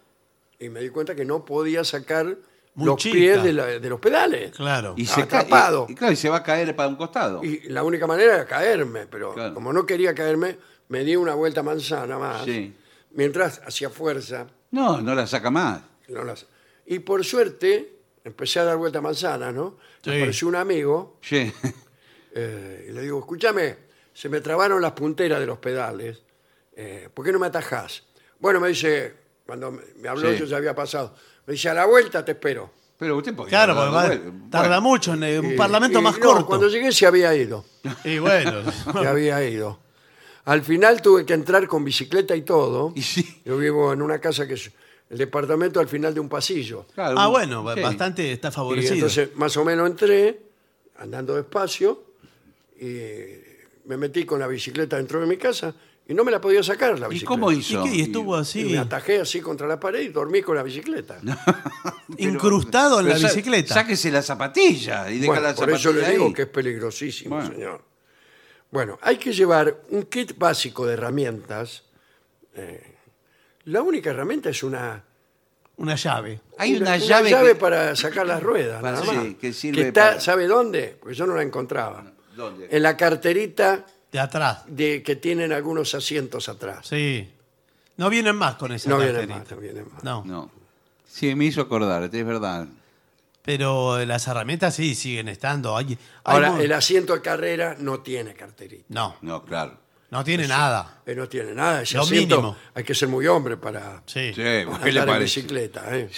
[SPEAKER 1] y me di cuenta que no podía sacar
[SPEAKER 2] Muchita.
[SPEAKER 1] los pies de, la- de los pedales.
[SPEAKER 2] Claro.
[SPEAKER 3] Y se, cae,
[SPEAKER 1] Atrapado.
[SPEAKER 3] y, y claro, y se va a caer para un costado.
[SPEAKER 1] Y la única manera era caerme, pero
[SPEAKER 3] Claro.
[SPEAKER 1] como no quería caerme, me di una vuelta manzana más.
[SPEAKER 3] Sí.
[SPEAKER 1] Mientras hacía fuerza.
[SPEAKER 3] No, no la saca más.
[SPEAKER 1] no las- Y por suerte, empecé a dar vuelta manzana, ¿no?
[SPEAKER 2] Sí.
[SPEAKER 1] Apareció un amigo
[SPEAKER 3] Sí.
[SPEAKER 1] eh, y le digo, escúchame, se me trabaron las punteras de los pedales, eh, ¿por qué no me atajás? Bueno, me dice, cuando me me habló
[SPEAKER 3] Sí.
[SPEAKER 1] yo ya había pasado, me dice, a la vuelta te espero.
[SPEAKER 3] Pero usted podía
[SPEAKER 2] Claro, porque
[SPEAKER 3] haber
[SPEAKER 2] va-
[SPEAKER 3] dado vuelta.
[SPEAKER 2] tarda
[SPEAKER 3] Bueno,
[SPEAKER 2] mucho en eh, un
[SPEAKER 1] Y-
[SPEAKER 2] parlamento
[SPEAKER 1] y
[SPEAKER 2] más
[SPEAKER 1] no,
[SPEAKER 2] corto.
[SPEAKER 1] Cuando llegué se había ido.
[SPEAKER 2] Y bueno,
[SPEAKER 1] se había ido. Al final tuve que entrar con bicicleta y todo.
[SPEAKER 3] Y sí.
[SPEAKER 1] Yo vivo en una casa que es el departamento al final de un pasillo.
[SPEAKER 3] claro,
[SPEAKER 2] ah,
[SPEAKER 3] un-
[SPEAKER 2] bueno,
[SPEAKER 3] sí.
[SPEAKER 2] bastante está
[SPEAKER 1] Y
[SPEAKER 2] favorecido.
[SPEAKER 1] entonces más o menos entré, andando despacio, y me metí con la bicicleta dentro de mi casa y no me la podía sacar la
[SPEAKER 3] ¿Y
[SPEAKER 1] bicicleta.
[SPEAKER 3] cómo
[SPEAKER 2] ¿Y
[SPEAKER 3] hizo?
[SPEAKER 2] qué? Y estuvo
[SPEAKER 1] Y
[SPEAKER 2] así,
[SPEAKER 1] me atajé así contra la pared y dormí con la bicicleta.
[SPEAKER 2] incrustado en
[SPEAKER 3] Pero
[SPEAKER 2] la
[SPEAKER 3] sa-
[SPEAKER 2] bicicleta.
[SPEAKER 3] Sáquese la zapatilla y deja
[SPEAKER 1] Bueno,
[SPEAKER 3] la
[SPEAKER 1] por
[SPEAKER 3] zapatilla.
[SPEAKER 1] eso le digo
[SPEAKER 3] ahí.
[SPEAKER 1] que es peligrosísimo,
[SPEAKER 3] Bueno.
[SPEAKER 1] señor. Bueno, hay que llevar un kit básico de herramientas. Eh, la única herramienta es una,
[SPEAKER 2] Una llave.
[SPEAKER 3] Hay una, llave.
[SPEAKER 1] llave,
[SPEAKER 3] que-
[SPEAKER 1] para sacar las ruedas,
[SPEAKER 3] Para-
[SPEAKER 1] nada
[SPEAKER 3] sí,
[SPEAKER 1] más.
[SPEAKER 3] que sirve
[SPEAKER 1] está,
[SPEAKER 3] para-
[SPEAKER 1] ¿Sabe dónde? Porque yo no la encontraba.
[SPEAKER 3] ¿Dónde?
[SPEAKER 1] En la carterita
[SPEAKER 2] De atrás.
[SPEAKER 1] de que tienen algunos asientos atrás.
[SPEAKER 2] Sí. No vienen más con esa
[SPEAKER 1] No vienen
[SPEAKER 2] característica.
[SPEAKER 1] más, no vienen más.
[SPEAKER 2] No.
[SPEAKER 3] No. Sí, me hizo acordar, es verdad.
[SPEAKER 2] Pero eh, las herramientas sí siguen estando. Hay- hay
[SPEAKER 1] Ahora,
[SPEAKER 2] mon-
[SPEAKER 1] el asiento de carrera no tiene carterita.
[SPEAKER 2] No,
[SPEAKER 3] No, claro.
[SPEAKER 2] no tiene nada.
[SPEAKER 1] Eh, no tiene nada. Ese
[SPEAKER 2] Lo
[SPEAKER 1] asiento
[SPEAKER 2] mínimo.
[SPEAKER 1] hay que ser muy hombre para
[SPEAKER 2] Sí.
[SPEAKER 3] Sí,
[SPEAKER 1] para
[SPEAKER 3] Eh, ¿qué le
[SPEAKER 1] andar en
[SPEAKER 3] parece?
[SPEAKER 1] bicicleta. ¿eh?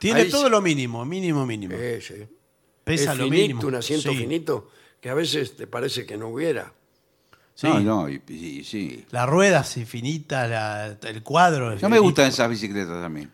[SPEAKER 2] Tiene
[SPEAKER 1] Ahí
[SPEAKER 2] todo
[SPEAKER 1] sí.
[SPEAKER 2] lo mínimo, mínimo, mínimo.
[SPEAKER 1] Eh, sí.
[SPEAKER 2] Pesa
[SPEAKER 1] es
[SPEAKER 2] lo
[SPEAKER 1] finito,
[SPEAKER 2] mínimo.
[SPEAKER 1] un asiento
[SPEAKER 2] Sí.
[SPEAKER 1] finito que a veces te parece que no hubiera.
[SPEAKER 2] Sí.
[SPEAKER 3] No, no, y- y- sí.
[SPEAKER 2] Las ruedas infinitas, la- el cuadro. es
[SPEAKER 3] No me
[SPEAKER 2] finito.
[SPEAKER 3] gustan esas bicicletas a mí.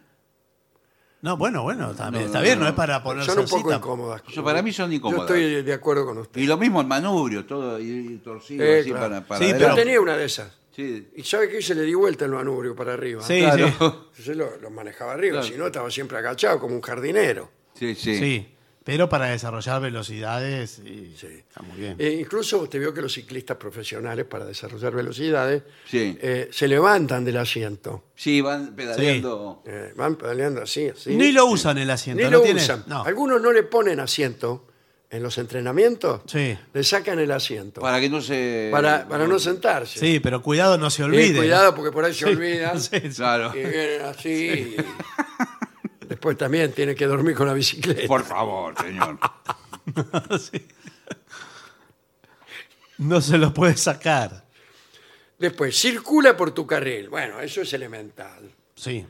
[SPEAKER 2] No, bueno, bueno, también
[SPEAKER 3] No,
[SPEAKER 2] está
[SPEAKER 3] no,
[SPEAKER 2] bien, no,
[SPEAKER 3] no.
[SPEAKER 2] es para poner
[SPEAKER 1] Son un poco
[SPEAKER 2] salsita.
[SPEAKER 1] incómodas.
[SPEAKER 3] Yo- para mí son incómodas.
[SPEAKER 1] Yo estoy de acuerdo con usted.
[SPEAKER 3] Y lo mismo el manubrio, todo y, y torcido
[SPEAKER 1] Eh,
[SPEAKER 3] así
[SPEAKER 1] claro.
[SPEAKER 3] para, para
[SPEAKER 2] Sí,
[SPEAKER 1] Yo
[SPEAKER 2] pero-
[SPEAKER 3] adelante.
[SPEAKER 1] tenía una de esas.
[SPEAKER 3] Sí,
[SPEAKER 1] ¿Y sabe qué hice? Le di vuelta el manubrio para arriba.
[SPEAKER 2] Sí,
[SPEAKER 3] claro.
[SPEAKER 1] Yo lo, lo manejaba arriba,
[SPEAKER 3] Claro.
[SPEAKER 1] si no estaba siempre agachado como un jardinero.
[SPEAKER 3] sí,
[SPEAKER 2] sí,
[SPEAKER 3] sí.
[SPEAKER 2] sí. Pero para desarrollar velocidades, y-
[SPEAKER 1] Sí.
[SPEAKER 2] está muy bien.
[SPEAKER 1] Eh, incluso usted vio que los ciclistas profesionales para desarrollar velocidades
[SPEAKER 3] Sí.
[SPEAKER 1] eh, se levantan del asiento.
[SPEAKER 3] Sí, van pedaleando.
[SPEAKER 1] Eh, van pedaleando así, así.
[SPEAKER 2] Ni lo usan el asiento.
[SPEAKER 1] Ni
[SPEAKER 2] no
[SPEAKER 1] lo
[SPEAKER 2] tiene-
[SPEAKER 1] usan.
[SPEAKER 2] no.
[SPEAKER 1] Algunos no le ponen asiento en los entrenamientos.
[SPEAKER 2] Sí.
[SPEAKER 1] Le sacan el asiento para,
[SPEAKER 3] Para que no se.
[SPEAKER 1] para, no sentarse.
[SPEAKER 2] Sí, pero cuidado, no se
[SPEAKER 1] Eh,
[SPEAKER 2] olvide.
[SPEAKER 1] cuidado porque por ahí se olvidan.
[SPEAKER 2] Sí, sí.
[SPEAKER 3] Claro.
[SPEAKER 1] Y vienen así. y- Después también tiene que dormir con la bicicleta.
[SPEAKER 3] Por favor, señor.
[SPEAKER 2] Sí. No se los puede sacar.
[SPEAKER 1] Después, circula por tu carril. Bueno, eso es elemental.
[SPEAKER 2] Sí.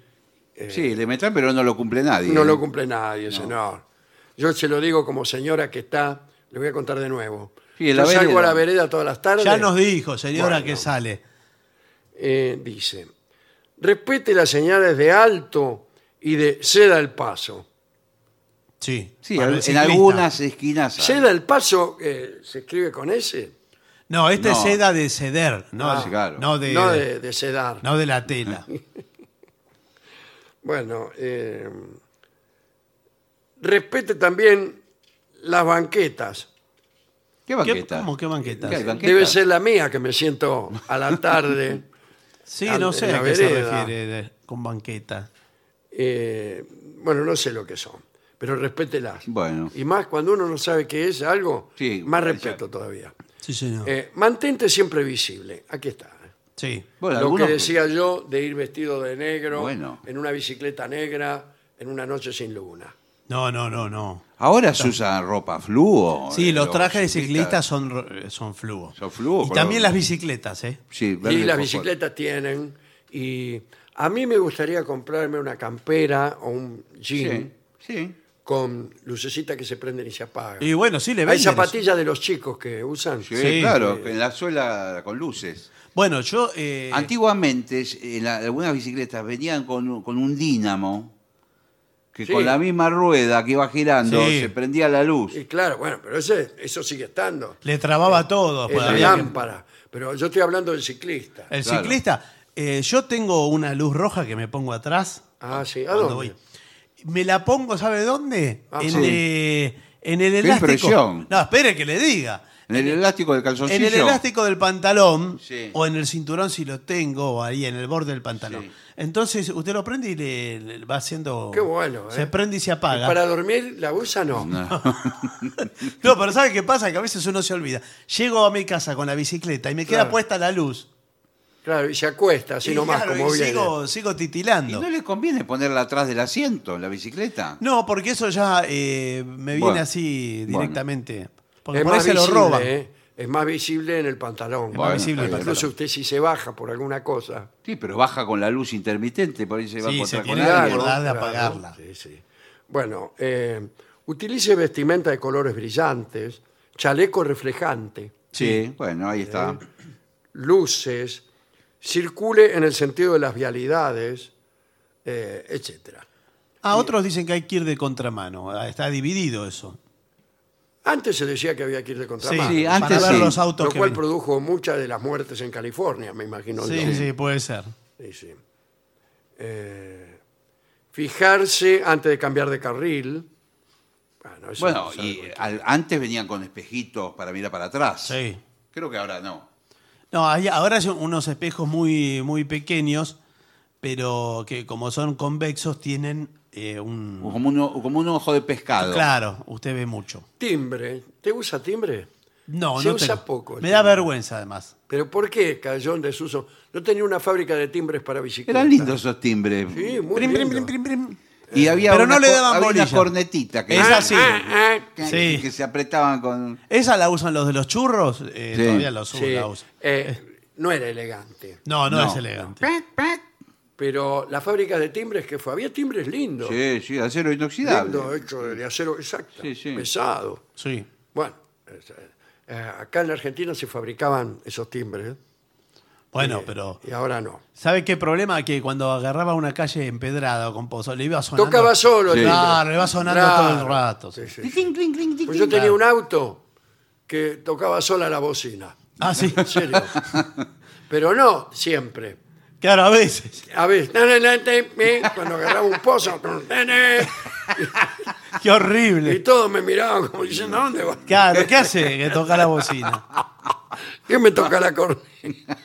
[SPEAKER 3] Sí, le metan, pero no lo cumple nadie.
[SPEAKER 1] Eh.
[SPEAKER 3] ¿eh?
[SPEAKER 1] No lo
[SPEAKER 3] cumple.
[SPEAKER 1] cumple nadie, señor. Yo se lo digo como señora que está, le voy a contar de nuevo.
[SPEAKER 3] Sí, en
[SPEAKER 1] Yo
[SPEAKER 3] la
[SPEAKER 1] salgo a la
[SPEAKER 3] vereda.
[SPEAKER 1] vereda todas las tardes.
[SPEAKER 2] Ya nos dijo, señora,
[SPEAKER 1] Bueno.
[SPEAKER 2] que sale.
[SPEAKER 1] eh, dice, respete las señales de alto y de ceda el paso.
[SPEAKER 2] Sí.
[SPEAKER 3] Sí,
[SPEAKER 2] para el
[SPEAKER 3] al- en
[SPEAKER 2] ciclista.
[SPEAKER 3] algunas esquinas. hay.
[SPEAKER 1] Ceda el paso, eh, se escribe con S,
[SPEAKER 2] No, este
[SPEAKER 3] No.
[SPEAKER 2] es seda de ceder, no,
[SPEAKER 3] Ah, sí, claro.
[SPEAKER 2] no, de,
[SPEAKER 1] no de, de sedar.
[SPEAKER 2] no de la tela.
[SPEAKER 1] Bueno, eh, respete también las banquetas.
[SPEAKER 3] ¿Qué
[SPEAKER 2] ¿Qué,
[SPEAKER 3] banqueta?
[SPEAKER 2] ¿Cómo qué banqueta?
[SPEAKER 3] ¿Qué banqueta?
[SPEAKER 1] Debe ser la mía que me siento a la tarde.
[SPEAKER 2] Sí,
[SPEAKER 1] Al-
[SPEAKER 2] no sé
[SPEAKER 1] en la
[SPEAKER 2] a qué se
[SPEAKER 1] vereda.
[SPEAKER 2] refiere de- con banqueta.
[SPEAKER 1] Eh, bueno, no sé lo que son, pero respételas.
[SPEAKER 3] Bueno.
[SPEAKER 1] Y más cuando uno no sabe qué es algo,
[SPEAKER 3] Sí,
[SPEAKER 1] más
[SPEAKER 3] ya.
[SPEAKER 1] respeto todavía.
[SPEAKER 2] Sí, señor.
[SPEAKER 1] Eh, mantente siempre visible. Aquí está. eh.
[SPEAKER 2] sí.
[SPEAKER 3] Bueno,
[SPEAKER 1] lo que
[SPEAKER 3] algunos-
[SPEAKER 1] decía yo de ir vestido de negro,
[SPEAKER 3] Bueno.
[SPEAKER 1] en una bicicleta negra, en una noche sin luna.
[SPEAKER 2] No, no, no, no.
[SPEAKER 3] Ahora se usa ropa fluo.
[SPEAKER 2] Sí,
[SPEAKER 3] eh,
[SPEAKER 2] los trajes de ciclista son, ro- son fluo.
[SPEAKER 3] Son fluo,
[SPEAKER 2] Y
[SPEAKER 3] pero-
[SPEAKER 2] también las bicicletas, ¿eh?
[SPEAKER 3] Sí, verde
[SPEAKER 1] y las
[SPEAKER 3] fosfor-
[SPEAKER 1] bicicletas tienen. Y a mí me gustaría comprarme una campera o un jean
[SPEAKER 3] Sí, sí.
[SPEAKER 1] con lucecitas que se prenden y se apagan.
[SPEAKER 2] Y bueno, sí le
[SPEAKER 1] Hay
[SPEAKER 2] venden. eso.
[SPEAKER 1] zapatillas de los chicos que usan.
[SPEAKER 3] Sí,
[SPEAKER 2] Sí.
[SPEAKER 3] claro, en la suela con luces.
[SPEAKER 2] Bueno, yo... eh,
[SPEAKER 3] Antiguamente, en la- algunas bicicletas venían con, un- con un dínamo que
[SPEAKER 1] Sí.
[SPEAKER 3] con la misma rueda que iba girando
[SPEAKER 2] Sí.
[SPEAKER 3] se prendía la luz.
[SPEAKER 1] Y claro, bueno, pero ese, eso sigue estando.
[SPEAKER 2] le
[SPEAKER 1] Eh,
[SPEAKER 2] trababa todo.
[SPEAKER 1] Es
[SPEAKER 2] pues,
[SPEAKER 1] la
[SPEAKER 2] había que-
[SPEAKER 1] lámpara. Pero yo estoy hablando del ciclista.
[SPEAKER 2] El
[SPEAKER 3] Claro.
[SPEAKER 2] ciclista, eh, yo tengo una luz roja que me pongo atrás
[SPEAKER 1] Ah, sí. ¿A
[SPEAKER 2] cuando
[SPEAKER 1] dónde?
[SPEAKER 2] voy. Me la pongo, ¿sabe dónde?
[SPEAKER 1] Ah,
[SPEAKER 2] en,
[SPEAKER 1] sí.
[SPEAKER 2] eh, en el elástico.
[SPEAKER 3] impresión.
[SPEAKER 2] No, espere que le diga.
[SPEAKER 3] En el elástico del calzoncillo.
[SPEAKER 2] En el elástico del pantalón
[SPEAKER 3] Sí.
[SPEAKER 2] o en el cinturón si lo tengo o ahí en el borde del pantalón.
[SPEAKER 3] Sí.
[SPEAKER 2] Entonces usted lo prende y le, le va haciendo.
[SPEAKER 1] Qué bueno, ¿eh?
[SPEAKER 2] Se prende y se apaga.
[SPEAKER 1] Para dormir, la usa no.
[SPEAKER 2] No, pero ¿sabe qué pasa? Que a veces uno se olvida. Llego a mi casa con la bicicleta y me queda
[SPEAKER 1] Claro.
[SPEAKER 2] puesta la luz.
[SPEAKER 1] Claro, y se acuesta, así
[SPEAKER 2] y
[SPEAKER 1] nomás,
[SPEAKER 2] claro,
[SPEAKER 1] como
[SPEAKER 2] y
[SPEAKER 1] viene.
[SPEAKER 2] sigo, sigo
[SPEAKER 3] ¿Y
[SPEAKER 2] titilando.
[SPEAKER 3] no les conviene ponerla atrás del asiento en la bicicleta?
[SPEAKER 2] No, porque eso ya eh, me viene
[SPEAKER 3] Bueno.
[SPEAKER 2] así
[SPEAKER 3] Bueno.
[SPEAKER 2] directamente. Porque
[SPEAKER 1] es
[SPEAKER 2] por ahí
[SPEAKER 1] más
[SPEAKER 2] se lo
[SPEAKER 1] visible,
[SPEAKER 2] roban.
[SPEAKER 1] ¿eh? Es más visible en el pantalón.
[SPEAKER 2] Es más visible en el
[SPEAKER 1] Incluso
[SPEAKER 2] pantalón.
[SPEAKER 1] usted si se baja por alguna cosa.
[SPEAKER 3] Sí, pero baja con la luz intermitente, por ahí se va a
[SPEAKER 2] Sí,
[SPEAKER 3] encontrar
[SPEAKER 2] se
[SPEAKER 3] con
[SPEAKER 2] tiene que
[SPEAKER 3] alguien.
[SPEAKER 2] acordar. de apagarla.
[SPEAKER 1] Sí, sí. Bueno, eh, utilice vestimenta de colores brillantes, chaleco reflejante,
[SPEAKER 3] Sí, bueno, ahí está.
[SPEAKER 2] Eh,
[SPEAKER 1] luces, circule en el sentido de las vialidades, eh, etcétera.
[SPEAKER 2] Ah, otros dicen que hay que ir de contramano. Ah, Está dividido eso.
[SPEAKER 1] Antes se decía que había que ir de contramano.
[SPEAKER 3] Sí,
[SPEAKER 2] para
[SPEAKER 3] antes
[SPEAKER 2] ver
[SPEAKER 3] sí.
[SPEAKER 2] los autos
[SPEAKER 1] Lo
[SPEAKER 2] que
[SPEAKER 1] cual
[SPEAKER 2] vienen.
[SPEAKER 1] produjo muchas de las muertes en California, me imagino. yo.
[SPEAKER 2] Sí, sí, puede ser.
[SPEAKER 1] Sí, sí. Eh, fijarse antes de cambiar de carril. Bueno, eso
[SPEAKER 3] Bueno,
[SPEAKER 1] es
[SPEAKER 3] y
[SPEAKER 1] algo-
[SPEAKER 3] al- antes venían con espejitos para mirar para atrás.
[SPEAKER 2] Sí.
[SPEAKER 3] Creo que ahora no.
[SPEAKER 2] No, hay- ahora hay unos espejos muy, muy pequeños, pero que como son convexos tienen eh, un...
[SPEAKER 3] Como un, como un ojo de pescado.
[SPEAKER 2] Claro, usted ve mucho.
[SPEAKER 1] Timbre. ¿Te usa timbre?
[SPEAKER 2] No,
[SPEAKER 1] Se
[SPEAKER 2] no
[SPEAKER 1] usa
[SPEAKER 2] tengo.
[SPEAKER 1] poco el
[SPEAKER 2] Me da
[SPEAKER 1] timbre.
[SPEAKER 2] vergüenza además.
[SPEAKER 1] ¿Pero por qué cayó en desuso? No tenía una fábrica de timbres para bicicletas.
[SPEAKER 3] Eran lindos esos timbres.
[SPEAKER 1] Sí, eh, muy
[SPEAKER 2] Prim, prim,
[SPEAKER 1] lindo.
[SPEAKER 2] prim, prim, prim.
[SPEAKER 3] Y había
[SPEAKER 2] Pero
[SPEAKER 3] una,
[SPEAKER 2] no le
[SPEAKER 3] co-
[SPEAKER 2] daban
[SPEAKER 3] había una
[SPEAKER 2] bolilla.
[SPEAKER 3] cornetita que,
[SPEAKER 2] Es
[SPEAKER 3] Ah,
[SPEAKER 2] así.
[SPEAKER 3] ah, ah, que,
[SPEAKER 2] Sí.
[SPEAKER 3] que se apretaban con...
[SPEAKER 2] Esa la usan los de los churros. eh,
[SPEAKER 3] Sí.
[SPEAKER 2] Todavía los
[SPEAKER 1] Sí,
[SPEAKER 2] la usan.
[SPEAKER 1] eh, no era elegante.
[SPEAKER 2] No, no,
[SPEAKER 3] No.
[SPEAKER 2] es elegante.
[SPEAKER 1] Pero las fábricas de timbres que fue, había timbres lindos.
[SPEAKER 3] Sí, sí, acero inoxidable.
[SPEAKER 1] Lindo, eh. hecho de acero exacto,
[SPEAKER 3] Sí, sí.
[SPEAKER 1] pesado.
[SPEAKER 2] Sí.
[SPEAKER 1] Bueno, es, eh, eh, acá en la Argentina se fabricaban esos timbres ¿eh?
[SPEAKER 2] Bueno, pero
[SPEAKER 1] y ahora no.
[SPEAKER 2] ¿sabe qué problema? Que cuando agarraba una calle empedrada o con pozo, le iba sonando.
[SPEAKER 1] Tocaba solo el timbre.
[SPEAKER 3] Sí.
[SPEAKER 2] Claro, le iba sonando todo el rato. sí.
[SPEAKER 1] Sí, sí.
[SPEAKER 3] Cling, cling, cling, cling,
[SPEAKER 1] Pues yo
[SPEAKER 3] cling.
[SPEAKER 1] tenía un auto que tocaba sola la bocina.
[SPEAKER 2] Ah, sí.
[SPEAKER 1] En serio. Pero no siempre.
[SPEAKER 2] Claro, a veces.
[SPEAKER 1] A ver, cuando agarraba un pozo,
[SPEAKER 2] Qué
[SPEAKER 1] y
[SPEAKER 2] horrible.
[SPEAKER 1] todos me miraban como diciendo, ¿a dónde vas?
[SPEAKER 2] Claro, ¿qué hace que toca la bocina?
[SPEAKER 1] ¿Quién me toca la corneta?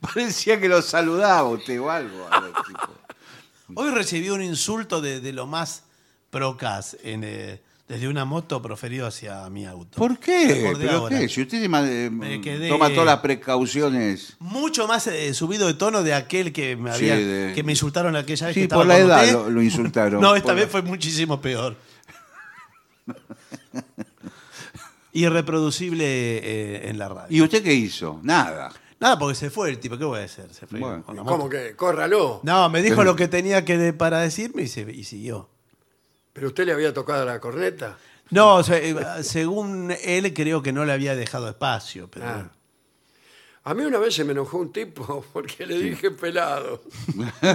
[SPEAKER 3] Parecía que lo saludaba usted o algo. a los tipos.
[SPEAKER 2] Hoy recibí un insulto de, de lo más procas en, eh, desde una moto proferido hacia mi auto.
[SPEAKER 3] ¿Por qué?
[SPEAKER 2] Acordé
[SPEAKER 3] ¿Pero
[SPEAKER 2] ahora.
[SPEAKER 3] qué? Si usted se ma- eh,
[SPEAKER 2] Me quedé-
[SPEAKER 3] toma todas las precauciones.
[SPEAKER 2] Mucho más eh, subido de tono de aquel que me
[SPEAKER 3] Sí,
[SPEAKER 2] había,
[SPEAKER 3] de-
[SPEAKER 2] que me insultaron aquella vez.
[SPEAKER 3] Sí,
[SPEAKER 2] que estaba
[SPEAKER 3] por la
[SPEAKER 2] con
[SPEAKER 3] edad
[SPEAKER 2] usted.
[SPEAKER 3] lo- lo insultaron.
[SPEAKER 2] no, esta
[SPEAKER 3] Por la-
[SPEAKER 2] vez fue muchísimo peor. Irreproducible eh, en la radio.
[SPEAKER 3] ¿Y usted qué hizo? Nada.
[SPEAKER 2] Nada, porque se fue el tipo. ¿Qué voy a hacer? Se fue
[SPEAKER 3] Bueno,
[SPEAKER 2] con la moto.
[SPEAKER 1] Como que, córralo.
[SPEAKER 2] No, me dijo lo que tenía que de- para decirme y, se- y siguió.
[SPEAKER 1] Pero usted le había tocado la corneta.
[SPEAKER 2] No, se- eh, según él creo que no le había dejado espacio. Pero
[SPEAKER 1] Ah.
[SPEAKER 2] bueno.
[SPEAKER 1] A mí una vez se me enojó un tipo porque le dije pelado.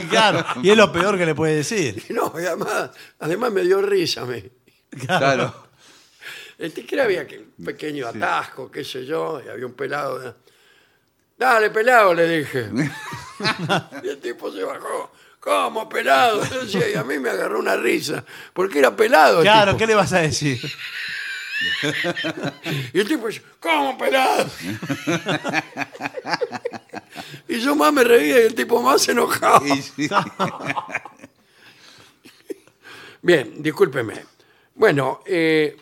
[SPEAKER 2] Claro, y es lo peor que le puede decir.
[SPEAKER 1] Y No, y además, además me dio risa a mí.
[SPEAKER 3] Claro.
[SPEAKER 1] Este, que había que- un pequeño atasco, qué sé yo, y había un pelado. Dale, pelado, le dije. y el tipo se bajó. ¿Cómo, pelado? Yo decía, y a mí me agarró una risa, porque era pelado. el
[SPEAKER 2] Claro,
[SPEAKER 1] tipo.
[SPEAKER 2] ¿qué le vas a decir?
[SPEAKER 1] Y el tipo dice, ¿cómo, pelado? y yo más me reía y el tipo más se enojaba.
[SPEAKER 3] Y sí.
[SPEAKER 1] Bien, discúlpeme. Bueno, eh,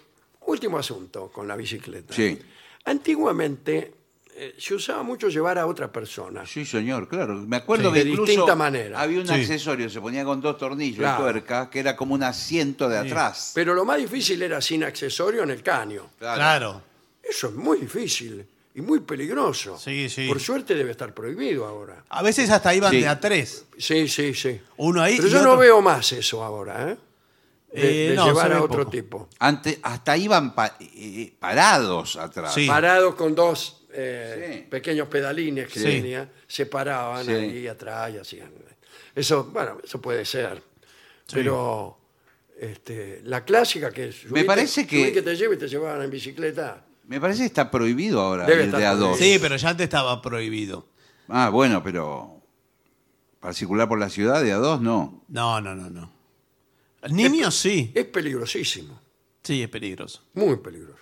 [SPEAKER 1] último asunto con la bicicleta.
[SPEAKER 3] Sí.
[SPEAKER 1] Antiguamente eh, se usaba mucho llevar a otra persona.
[SPEAKER 3] Sí, señor, claro. Me acuerdo
[SPEAKER 1] Sí.
[SPEAKER 3] que
[SPEAKER 1] De
[SPEAKER 3] incluso
[SPEAKER 1] distinta manera.
[SPEAKER 3] había un
[SPEAKER 2] Sí.
[SPEAKER 3] accesorio, se ponía con dos tornillos de
[SPEAKER 1] Claro.
[SPEAKER 3] tuerca, que era como un asiento de atrás.
[SPEAKER 1] Pero lo más difícil era sin accesorio en el caño.
[SPEAKER 2] Claro.
[SPEAKER 1] Eso es muy difícil y muy peligroso.
[SPEAKER 2] Sí, sí.
[SPEAKER 1] Por suerte debe estar prohibido ahora.
[SPEAKER 2] A veces hasta iban
[SPEAKER 3] Sí.
[SPEAKER 2] de a tres.
[SPEAKER 1] Sí, sí, sí.
[SPEAKER 2] Uno ahí
[SPEAKER 1] Pero
[SPEAKER 2] y
[SPEAKER 1] yo no
[SPEAKER 2] otro-
[SPEAKER 1] veo más eso ahora, ¿eh? De,
[SPEAKER 2] Eh,
[SPEAKER 1] de
[SPEAKER 2] no, se
[SPEAKER 1] llevar
[SPEAKER 2] ve
[SPEAKER 1] a otro
[SPEAKER 2] poco.
[SPEAKER 1] tipo.
[SPEAKER 3] Ante- hasta iban pa- eh, eh, parados atrás.
[SPEAKER 2] Sí.
[SPEAKER 1] Parados con dos eh,
[SPEAKER 3] Sí.
[SPEAKER 1] pequeños pedalines que
[SPEAKER 2] Sí.
[SPEAKER 1] tenía, se paraban
[SPEAKER 3] Sí.
[SPEAKER 1] ahí atrás y hacían. Eso, bueno, eso puede ser. Pero este, la clásica que es. subite-
[SPEAKER 3] parece que-
[SPEAKER 1] subí te lleve y te llevaban en bicicleta.
[SPEAKER 3] Me parece que está prohibido ahora
[SPEAKER 1] Debe
[SPEAKER 3] el
[SPEAKER 1] estar
[SPEAKER 3] de a dos.
[SPEAKER 2] Sí, pero ya antes estaba prohibido.
[SPEAKER 3] Ah, bueno, pero para circular por la ciudad de a dos no.
[SPEAKER 2] No, no, no, no. Niños sí.
[SPEAKER 1] Es peligrosísimo.
[SPEAKER 2] Sí, es peligroso.
[SPEAKER 1] Muy peligroso. sí.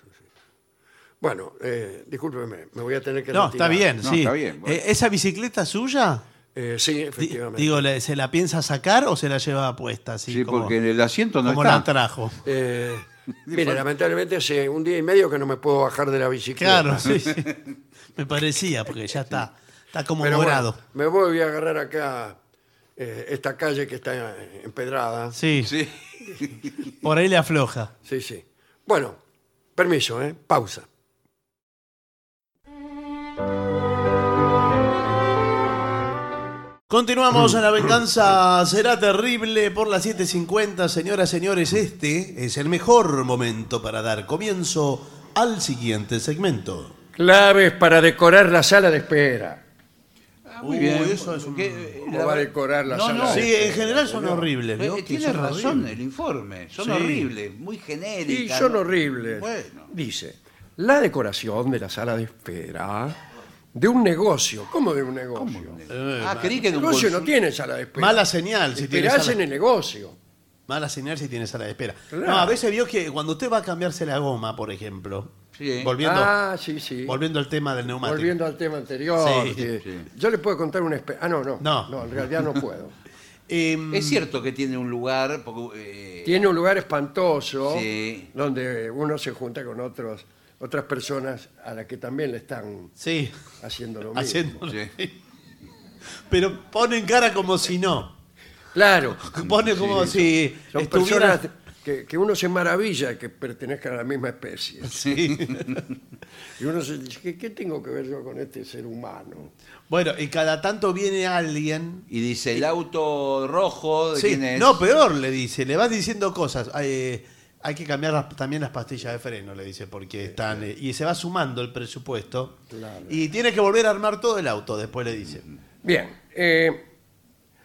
[SPEAKER 1] Bueno, eh, discúlpeme, me voy a tener que
[SPEAKER 2] No, está
[SPEAKER 1] retirar.
[SPEAKER 2] bien,
[SPEAKER 3] No,
[SPEAKER 2] sí.
[SPEAKER 3] está bien, bueno.
[SPEAKER 2] Eh, ¿Esa bicicleta suya?
[SPEAKER 1] Eh, sí,
[SPEAKER 2] Di-
[SPEAKER 1] efectivamente.
[SPEAKER 2] Digo, ¿le- ¿se la piensa sacar o se la lleva puesta? Así,
[SPEAKER 3] Sí,
[SPEAKER 2] como,
[SPEAKER 3] porque en el asiento no
[SPEAKER 2] como
[SPEAKER 3] está.
[SPEAKER 2] la trajo.
[SPEAKER 1] Eh, mire, lamentablemente hace un día y medio que no me puedo bajar de la bicicleta.
[SPEAKER 2] Claro, sí, sí. Me parecía, porque ya está, está como
[SPEAKER 1] Pero
[SPEAKER 2] morado.
[SPEAKER 1] bueno, me voy a agarrar acá eh, esta calle que está empedrada. Sí,
[SPEAKER 2] Sí,
[SPEAKER 3] Sí.
[SPEAKER 2] por ahí le afloja.
[SPEAKER 1] sí. Bueno, permiso, ¿eh? Pausa.
[SPEAKER 2] Continuamos en La Venganza Será Terrible por las 7.50. Señoras, señores, este es el mejor momento para dar comienzo al siguiente segmento.
[SPEAKER 4] Claves para decorar la sala de espera.
[SPEAKER 3] Ah, Muy bien.
[SPEAKER 2] Uy, eso es un-
[SPEAKER 3] ¿Qué-
[SPEAKER 4] ¿Cómo
[SPEAKER 3] la-
[SPEAKER 4] va a decorar la
[SPEAKER 3] No,
[SPEAKER 4] sala?
[SPEAKER 3] no.
[SPEAKER 4] de
[SPEAKER 2] Sí,
[SPEAKER 4] espera?
[SPEAKER 2] en general son horribles.
[SPEAKER 3] Eh,
[SPEAKER 2] ¿no? Que
[SPEAKER 3] tiene
[SPEAKER 2] son
[SPEAKER 3] razón eh.
[SPEAKER 2] horribles.
[SPEAKER 3] el informe. Son
[SPEAKER 2] Sí. Eh,
[SPEAKER 3] horribles, muy genéricas.
[SPEAKER 4] Y son
[SPEAKER 3] ¿no?
[SPEAKER 4] horribles.
[SPEAKER 3] Bueno.
[SPEAKER 4] Dice, la decoración de la sala de espera de un negocio. ¿Cómo de un negocio?
[SPEAKER 3] ah, creí que
[SPEAKER 4] El
[SPEAKER 3] de un
[SPEAKER 4] negocio no
[SPEAKER 3] consu-
[SPEAKER 4] tiene sala de espera.
[SPEAKER 2] Mala señal si tiene
[SPEAKER 4] Esperás
[SPEAKER 2] sala,
[SPEAKER 4] en el negocio.
[SPEAKER 2] mala señal si tiene sala de espera.
[SPEAKER 4] Claro.
[SPEAKER 2] No, a veces vio que cuando usted va a cambiarse la goma, por ejemplo,
[SPEAKER 3] Sí.
[SPEAKER 2] volviendo,
[SPEAKER 4] Ah, sí, sí.
[SPEAKER 2] volviendo al tema del neumático.
[SPEAKER 4] Volviendo al tema anterior. Eh,
[SPEAKER 2] Sí,
[SPEAKER 4] que-
[SPEAKER 3] sí.
[SPEAKER 4] Yo le puedo contar una experiencia. Ah, no, no,
[SPEAKER 2] No.
[SPEAKER 4] en realidad no puedo.
[SPEAKER 2] Em,
[SPEAKER 3] Es cierto que tiene un lugar. porque, eh,
[SPEAKER 1] Tiene un lugar espantoso
[SPEAKER 3] Sí.
[SPEAKER 1] donde uno se junta con otros, otras personas a las que también le están
[SPEAKER 2] Sí,
[SPEAKER 1] haciendo lo mismo.
[SPEAKER 2] haciendo.
[SPEAKER 3] sí.
[SPEAKER 2] Pero ponen cara como si no.
[SPEAKER 1] Claro,
[SPEAKER 2] Ponen como si
[SPEAKER 1] son
[SPEAKER 2] estuviera.
[SPEAKER 1] personas que, que uno se maravilla que pertenezcan a la misma especie. Y uno se dice, ¿qué, qué tengo que ver yo con este ser humano?
[SPEAKER 2] Bueno, y cada tanto viene alguien.
[SPEAKER 3] Y dice el auto rojo de
[SPEAKER 2] Sí,
[SPEAKER 3] quién es.
[SPEAKER 2] no, peor le dice, le vas diciendo cosas. Eh, hay que cambiar las- también las pastillas de freno, le dice, porque están. eh, y se va sumando el presupuesto.
[SPEAKER 1] Claro.
[SPEAKER 2] Y tiene que volver a armar todo el auto, después le dice.
[SPEAKER 3] Mm,
[SPEAKER 1] Bien, eh,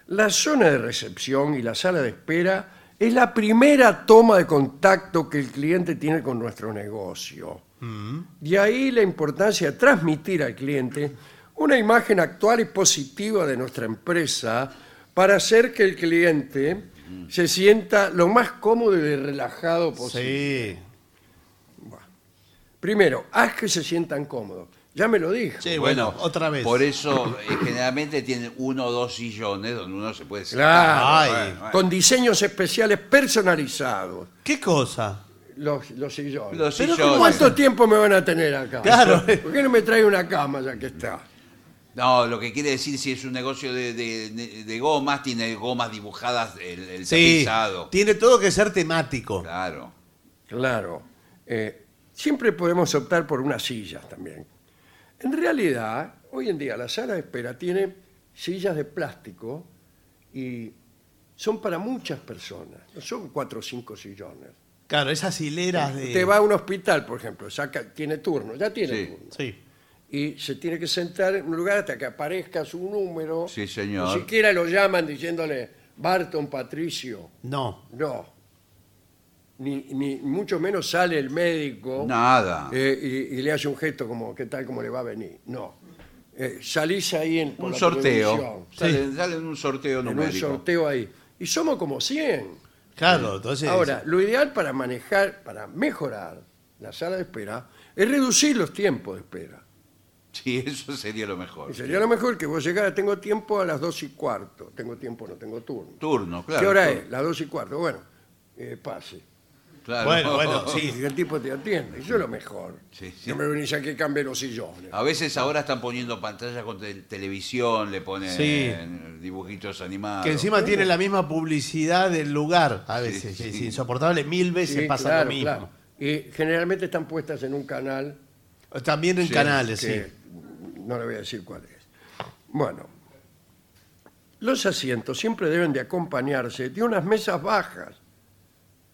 [SPEAKER 1] la zona de recepción y la sala de espera es la primera toma de contacto que el cliente tiene con nuestro negocio.
[SPEAKER 2] Mm.
[SPEAKER 1] De ahí la importancia de transmitir al cliente una imagen actual y positiva de nuestra empresa para hacer que el cliente
[SPEAKER 2] Mm.
[SPEAKER 1] se sienta lo más cómodo y relajado posible.
[SPEAKER 2] Sí.
[SPEAKER 1] Primero, haz que se sientan cómodos. Ya me lo dije.
[SPEAKER 2] Sí, eh, bueno, otra vez.
[SPEAKER 3] Por eso eh, generalmente tienen uno o dos sillones donde uno se puede sentar.
[SPEAKER 1] Claro.
[SPEAKER 2] Ay.
[SPEAKER 3] Bueno, bueno.
[SPEAKER 1] Con diseños especiales personalizados.
[SPEAKER 2] ¿Qué cosa?
[SPEAKER 1] Los, los sillones.
[SPEAKER 3] Los
[SPEAKER 2] Pero
[SPEAKER 3] sillones.
[SPEAKER 1] ¿Cuánto tiempo me van a tener acá?
[SPEAKER 2] Claro.
[SPEAKER 1] ¿Por qué no me trae una cama ya que está?
[SPEAKER 3] No, lo que quiere decir si es un negocio de, de- de gomas, tiene gomas dibujadas el, el
[SPEAKER 2] Sí.
[SPEAKER 3] tapizado.
[SPEAKER 2] Tiene todo que ser temático.
[SPEAKER 3] Claro.
[SPEAKER 1] Claro. eh, siempre podemos optar por unas sillas también. En realidad, hoy en día la sala de espera tiene sillas de plástico y son para muchas personas. No son cuatro o cinco sillones.
[SPEAKER 2] Claro, esas hileras de.
[SPEAKER 1] Usted va a un hospital, por ejemplo, saca, tiene turno, ya tiene
[SPEAKER 3] Sí.
[SPEAKER 1] turno.
[SPEAKER 2] Sí.
[SPEAKER 1] y se tiene que sentar en un lugar hasta que aparezca su número.
[SPEAKER 3] Sí, señor.
[SPEAKER 1] Ni siquiera lo llaman diciéndole Barton Patricio.
[SPEAKER 2] No.
[SPEAKER 1] No. Ni, ni mucho menos sale el
[SPEAKER 2] Oh.
[SPEAKER 1] médico
[SPEAKER 3] Nada.
[SPEAKER 1] eh, y, y le hace un gesto como, ¿qué tal? ¿Cómo le va a venir? No. Eh, salís ahí en, por
[SPEAKER 3] un
[SPEAKER 1] la
[SPEAKER 3] sorteo.
[SPEAKER 1] televisión,
[SPEAKER 3] Sale, sale en un sorteo
[SPEAKER 1] en un
[SPEAKER 3] numérico.
[SPEAKER 1] sorteo ahí. Y somos como 100.
[SPEAKER 2] Claro, entonces.
[SPEAKER 1] Ahora, lo ideal para manejar, para mejorar la sala de espera, es reducir los tiempos de espera.
[SPEAKER 3] Sí, eso sería lo mejor.
[SPEAKER 1] Y Sería lo mejor que vos llegara, tengo tiempo a las dos y cuarto. Tengo tiempo, no tengo turno.
[SPEAKER 3] Turno, claro.
[SPEAKER 1] ¿Qué hora
[SPEAKER 3] turno,
[SPEAKER 1] es? Las dos y cuarto. Bueno, eh, pase.
[SPEAKER 3] claro.
[SPEAKER 2] Bueno, bueno, sí.
[SPEAKER 1] Y el tipo te atiende. Eso es lo mejor.
[SPEAKER 3] Sí, sí.
[SPEAKER 1] No me venís aquí que cambie los sillones.
[SPEAKER 3] A veces ahora están poniendo pantallas con te- televisión, le ponen
[SPEAKER 2] Sí.
[SPEAKER 3] dibujitos animados.
[SPEAKER 2] Que encima tiene la misma publicidad del lugar. A veces,
[SPEAKER 3] sí.
[SPEAKER 2] es insoportable. Mil veces
[SPEAKER 1] Sí,
[SPEAKER 2] pasa
[SPEAKER 1] claro,
[SPEAKER 2] lo mismo.
[SPEAKER 1] claro. Y generalmente están puestas en un canal
[SPEAKER 2] También en
[SPEAKER 3] Sí,
[SPEAKER 2] canales, sí.
[SPEAKER 1] que no le voy a decir cuál es. Bueno, los asientos siempre deben de acompañarse de unas mesas bajas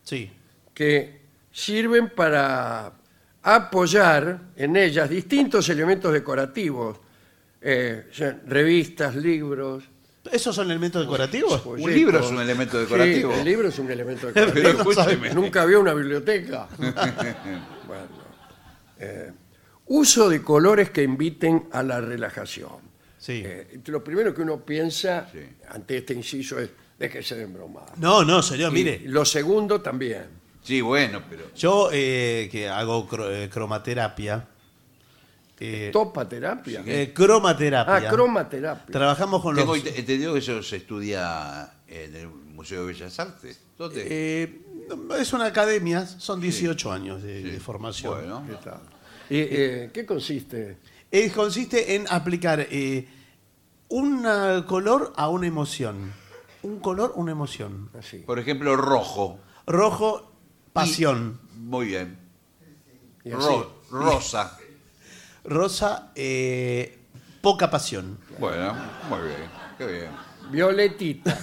[SPEAKER 2] Sí.
[SPEAKER 1] que sirven para apoyar en ellas distintos elementos decorativos, eh, o sea, revistas, libros.
[SPEAKER 2] ¿Esos son elementos decorativos?
[SPEAKER 1] folletos.
[SPEAKER 3] Un libro es un elemento decorativo.
[SPEAKER 1] Sí, el libro es un elemento
[SPEAKER 3] Pero
[SPEAKER 1] decorativo.
[SPEAKER 3] escúcheme.
[SPEAKER 1] Nunca había una biblioteca. bueno, eh, uso de colores que inviten a la relajación.
[SPEAKER 2] Sí.
[SPEAKER 1] Eh, lo primero que uno piensa
[SPEAKER 3] Sí.
[SPEAKER 1] ante este inciso es, déjese de embromar.
[SPEAKER 2] No, no, señor,
[SPEAKER 1] Y
[SPEAKER 2] mire.
[SPEAKER 1] lo segundo también.
[SPEAKER 3] Sí, bueno, pero.
[SPEAKER 2] Yo eh, que hago cro- eh, cromaterapia. eh,
[SPEAKER 1] Topa terapia.
[SPEAKER 2] eh, cromaterapia.
[SPEAKER 1] ah, cromaterapia.
[SPEAKER 2] Trabajamos con
[SPEAKER 3] Tengo
[SPEAKER 2] los.
[SPEAKER 3] ent- entendido que eso se estudia en el Museo de Bellas Artes. ¿Dónde?
[SPEAKER 2] eh, es una academia, son 18 años de, de formación.
[SPEAKER 3] Bueno.
[SPEAKER 1] ¿Qué tal? Y, eh, ¿Qué consiste?
[SPEAKER 2] Eh, consiste en aplicar eh, un eh, color a una emoción. Un color, una emoción.
[SPEAKER 1] Así.
[SPEAKER 3] Por ejemplo, rojo.
[SPEAKER 2] Rojo, pasión.
[SPEAKER 3] Muy bien.
[SPEAKER 1] Y así.
[SPEAKER 3] Ro- rosa.
[SPEAKER 2] Rosa, eh, poca pasión.
[SPEAKER 3] Bueno, muy bien. Qué bien.
[SPEAKER 1] Violetita.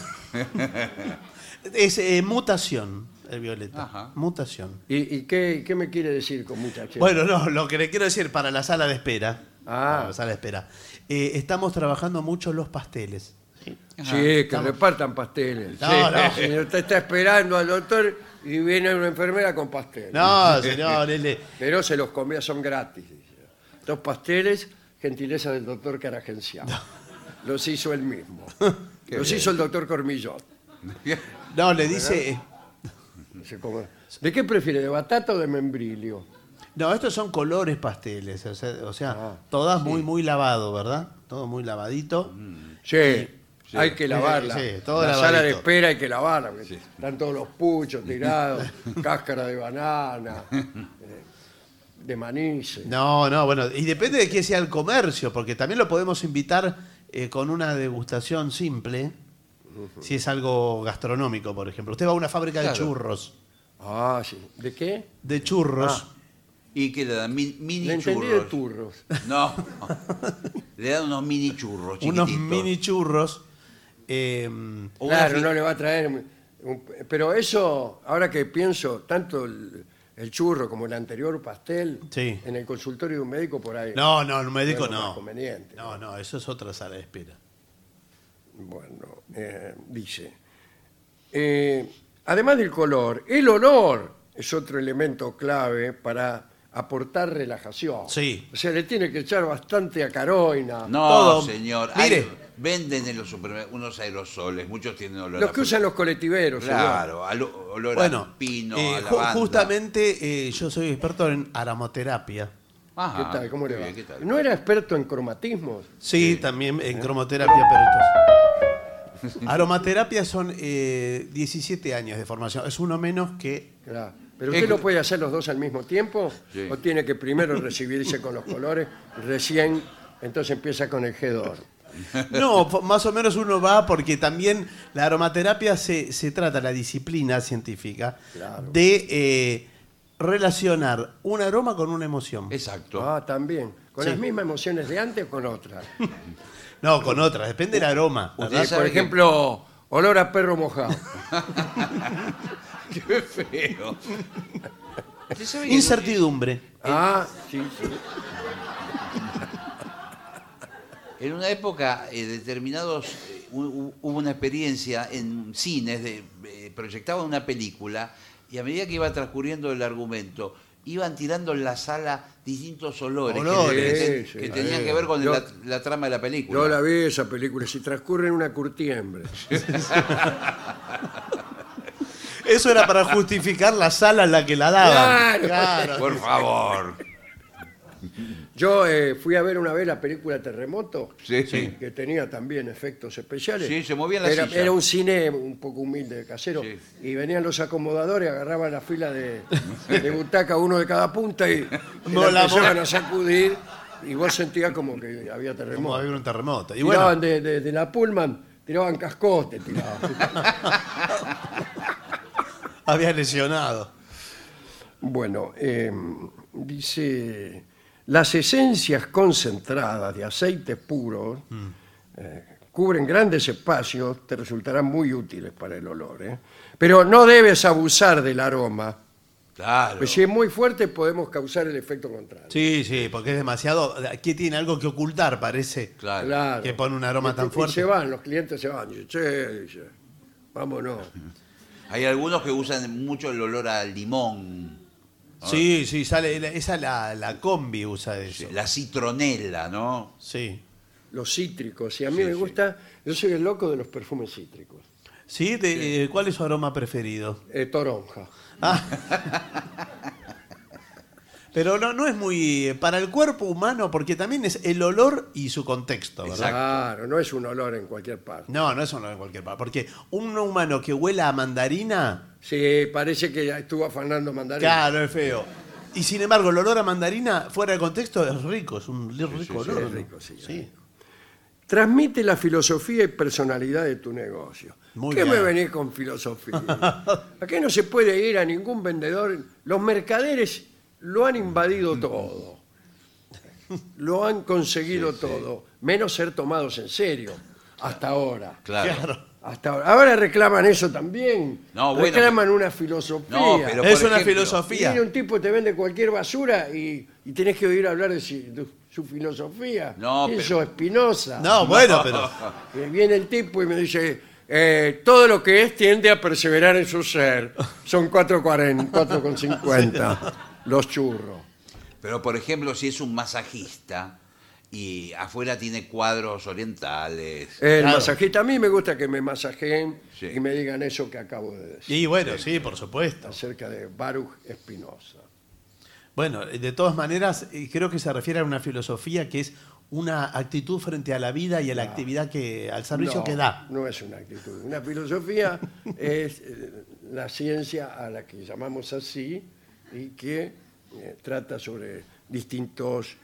[SPEAKER 2] Es eh, mutación, el violeta.
[SPEAKER 3] Ajá.
[SPEAKER 2] Mutación.
[SPEAKER 1] ¿Y, y qué, qué me quiere decir con muchachos?
[SPEAKER 2] Bueno, no, lo que le quiero decir para la sala de espera.
[SPEAKER 1] Ah.
[SPEAKER 2] Para la sala de espera. eh, estamos trabajando mucho los pasteles.
[SPEAKER 1] sí, que repartan pasteles.
[SPEAKER 2] No,
[SPEAKER 1] Sí.
[SPEAKER 2] no.
[SPEAKER 1] Señor, Usted está esperando al doctor y viene una enfermera con pasteles.
[SPEAKER 2] No, señor, L.
[SPEAKER 1] Pero se los comía, son gratis. dice. Los pasteles, gentileza del doctor Caragenciano. Los hizo él mismo.
[SPEAKER 3] Qué
[SPEAKER 1] los
[SPEAKER 3] bien.
[SPEAKER 1] hizo el doctor Cormillot.
[SPEAKER 2] No, le dice. eh,
[SPEAKER 1] Se come. ¿De qué prefiere, de batata o de membrillo?
[SPEAKER 2] No, estos son colores pasteles. O sea, o sea,
[SPEAKER 1] Ah,
[SPEAKER 2] todas muy, muy lavado, ¿verdad? Todo muy lavadito.
[SPEAKER 1] Sí. hay que lavarla.
[SPEAKER 2] sí, todo
[SPEAKER 1] la
[SPEAKER 2] lavadito.
[SPEAKER 1] sala de espera hay que lavarla. porque Están todos los puchos tirados, cáscara de banana, eh, de maní. sí.
[SPEAKER 2] No, no, bueno, y depende de qué sea el comercio, porque también lo podemos invitar eh, con una degustación simple, si es algo gastronómico, por ejemplo. Usted va a una fábrica de
[SPEAKER 3] Claro.
[SPEAKER 2] churros,
[SPEAKER 1] Ah, sí. ¿De qué?
[SPEAKER 2] de churros,
[SPEAKER 3] Y que le dan mi- mini
[SPEAKER 1] Le entendí de
[SPEAKER 3] churros.
[SPEAKER 1] turros.
[SPEAKER 3] No. le dan unos mini churros
[SPEAKER 2] unos
[SPEAKER 3] chiquititos.
[SPEAKER 2] mini churros. eh,
[SPEAKER 3] O una
[SPEAKER 1] Claro,
[SPEAKER 3] fi-
[SPEAKER 1] no le va a traer. un- pero eso, ahora que pienso, tanto el, el churro como el anterior pastel,
[SPEAKER 2] Sí.
[SPEAKER 1] en el consultorio de un médico por ahí.
[SPEAKER 2] no, no, el médico
[SPEAKER 1] Bueno, más
[SPEAKER 2] no.
[SPEAKER 1] conveniente.
[SPEAKER 2] No, no, eso es otra sala de espera.
[SPEAKER 1] Bueno, eh, dice. eh, además del color, el olor es otro elemento clave para aportar relajación.
[SPEAKER 2] Sí.
[SPEAKER 1] O sea, le tiene que echar bastante acaroina.
[SPEAKER 3] No,
[SPEAKER 2] Todo.
[SPEAKER 3] señor.
[SPEAKER 2] Mire.
[SPEAKER 3] Hay- venden en los supermercados unos aerosoles. Muchos tienen olor
[SPEAKER 1] Los
[SPEAKER 3] a
[SPEAKER 1] que usan los colectiveros. señor.
[SPEAKER 3] Claro, al- olor
[SPEAKER 2] Bueno,
[SPEAKER 3] a pino,
[SPEAKER 2] eh,
[SPEAKER 3] a
[SPEAKER 2] ju-
[SPEAKER 3] lavanda.
[SPEAKER 2] justamente eh, yo soy experto en aromaterapia.
[SPEAKER 1] ¿Qué
[SPEAKER 3] Ajá,
[SPEAKER 1] tal? ¿Cómo le
[SPEAKER 3] muy
[SPEAKER 1] va?
[SPEAKER 3] bien, Ah, ¿qué tal?
[SPEAKER 1] ¿No era experto en cromatismos?
[SPEAKER 2] Sí, también en cromoterapia, pero esto es- Aromaterapia son eh, 17 años de formación. Es uno menos que.
[SPEAKER 1] Claro. ¿Pero usted
[SPEAKER 3] Eh,
[SPEAKER 1] lo puede hacer los dos al mismo tiempo?
[SPEAKER 3] Sí.
[SPEAKER 1] ¿O tiene que primero recibirse con los colores, recién, entonces empieza con el G2?
[SPEAKER 2] No, po- más o menos uno va porque también la aromaterapia se, se trata, la disciplina científica,
[SPEAKER 1] Claro.
[SPEAKER 2] de eh, relacionar un aroma con una emoción.
[SPEAKER 3] Exacto.
[SPEAKER 1] Ah, también. ¿Con
[SPEAKER 2] Sí.
[SPEAKER 1] las mismas emociones de antes o con otras?
[SPEAKER 2] No, con otra, depende del aroma.
[SPEAKER 3] Usted
[SPEAKER 2] ¿verdad?
[SPEAKER 1] Eh,
[SPEAKER 3] sabe
[SPEAKER 1] por
[SPEAKER 3] que-
[SPEAKER 1] ejemplo, olor a perro mojado.
[SPEAKER 3] Qué feo. Usted sabe que no-
[SPEAKER 2] Incertidumbre.
[SPEAKER 1] ah, sí, sí.
[SPEAKER 3] En una época eh, determinados eh, hu- hu- hubo una experiencia en cines de eh, proyectaban una película y a medida que iba transcurriendo el argumento iban tirando en la sala distintos olores, que-
[SPEAKER 2] Olores.
[SPEAKER 3] que,
[SPEAKER 1] Sí, sí.
[SPEAKER 3] que tenían que ver con
[SPEAKER 1] Yo-
[SPEAKER 3] la, la trama de la película.
[SPEAKER 1] Yo la vi esa película, si transcurre en una curtiembre.
[SPEAKER 2] Eso era para justificar la sala en la que la daban.
[SPEAKER 1] Claro.
[SPEAKER 3] Por favor.
[SPEAKER 1] Yo eh, fui a ver una vez la película Terremoto,
[SPEAKER 3] Sí. Sí.
[SPEAKER 1] que tenía también efectos especiales.
[SPEAKER 3] Sí, se movían las
[SPEAKER 1] era,
[SPEAKER 3] sillas.
[SPEAKER 1] era un cine un poco humilde de casero,
[SPEAKER 3] Sí.
[SPEAKER 1] y venían los acomodadores, agarraban la fila de, de butaca, uno de cada punta, y, y la
[SPEAKER 2] Volamos.
[SPEAKER 1] empezaban a sacudir, y vos sentías como que había
[SPEAKER 2] Como
[SPEAKER 1] terremoto.
[SPEAKER 2] había un terremoto. Y bueno,
[SPEAKER 1] tiraban de, de- de la Pullman, tiraban cascote, tiraban.
[SPEAKER 2] había lesionado.
[SPEAKER 1] Bueno, eh, dice, las esencias concentradas de aceites puros
[SPEAKER 2] Mm.
[SPEAKER 1] eh, cubren grandes espacios, te resultarán muy útiles para el olor, ¿eh? pero no debes abusar del aroma,
[SPEAKER 3] Claro.
[SPEAKER 1] pues si es muy fuerte podemos causar el efecto contrario.
[SPEAKER 2] Sí, sí, porque es demasiado. Aquí tiene algo que ocultar, parece.
[SPEAKER 3] Claro.
[SPEAKER 2] Que pone un aroma
[SPEAKER 1] Y-
[SPEAKER 2] tan
[SPEAKER 1] Este, y
[SPEAKER 2] fuerte.
[SPEAKER 1] se van, los clientes se van, dice, che, dice, vámonos.
[SPEAKER 3] Hay algunos que usan mucho el olor a limón,
[SPEAKER 2] Sí, sí, sale. la- Esa la, la combi usa eso.
[SPEAKER 3] la citronela, ¿no?
[SPEAKER 2] Sí.
[SPEAKER 1] Los cítricos, y a mí
[SPEAKER 3] Sí,
[SPEAKER 1] me
[SPEAKER 3] sí.
[SPEAKER 1] gusta, yo soy el loco de los perfumes cítricos.
[SPEAKER 2] Sí, de- eh, ¿cuál es su aroma preferido?
[SPEAKER 1] Eh, toronja.
[SPEAKER 2] Pero no, no es muy. eh, Para el cuerpo humano, porque también es el olor y su contexto, ¿verdad?
[SPEAKER 3] Exacto.
[SPEAKER 1] Claro, no es un olor en cualquier parte.
[SPEAKER 2] No, no es un olor en cualquier parte. Porque un humano que huela a mandarina,
[SPEAKER 1] Sí, parece que ya estuvo afanando mandarín.
[SPEAKER 2] claro, es feo. Y sin embargo, el olor a mandarina, fuera de contexto, es rico, es un li- rico
[SPEAKER 1] Sí,
[SPEAKER 2] olor.
[SPEAKER 1] es
[SPEAKER 2] ¿no?
[SPEAKER 1] rico, sí, es
[SPEAKER 2] Sí.
[SPEAKER 1] rico. Transmite la filosofía y personalidad de tu negocio.
[SPEAKER 2] Muy
[SPEAKER 1] ¿Qué
[SPEAKER 2] bien.
[SPEAKER 1] me venís con filosofía? Aquí no se puede ir a ningún vendedor. Los mercaderes lo han invadido todo. Lo han conseguido todo. Menos ser tomados en serio. Hasta ahora.
[SPEAKER 3] Claro.
[SPEAKER 2] Claro.
[SPEAKER 1] Hasta ahora. Ahora reclaman eso también.
[SPEAKER 3] No, bueno,
[SPEAKER 1] reclaman una filosofía.
[SPEAKER 3] No, pero
[SPEAKER 2] Es
[SPEAKER 3] por
[SPEAKER 2] una
[SPEAKER 3] ejemplo,
[SPEAKER 2] filosofía.
[SPEAKER 1] Viene un tipo y te vende cualquier basura y, y tenés que oír hablar de si- de su, filosofía.
[SPEAKER 3] No,
[SPEAKER 1] ¿Quién
[SPEAKER 3] pero-
[SPEAKER 1] sos, Espinosa?
[SPEAKER 2] No, bueno, pero.
[SPEAKER 1] Que viene el tipo y me dice, eh, todo lo que es tiende a perseverar en su ser. Son 4.40, 4.50 los churros.
[SPEAKER 3] Pero por ejemplo, si es un masajista y afuera tiene cuadros orientales.
[SPEAKER 1] Eh, El
[SPEAKER 2] Claro.
[SPEAKER 1] masajista, a mí me gusta que me masajeen
[SPEAKER 3] Sí.
[SPEAKER 1] y me digan eso que acabo de decir
[SPEAKER 2] Y bueno, sí, por supuesto.
[SPEAKER 1] acerca de Baruch Espinosa.
[SPEAKER 2] Bueno, de todas maneras, eh, creo que se refiere a una filosofía que es una actitud frente a la vida y a la actividad que, al servicio
[SPEAKER 1] no,
[SPEAKER 2] que da.
[SPEAKER 1] No es una actitud. Una filosofía es eh, la ciencia a la que llamamos así y que eh, trata sobre distintos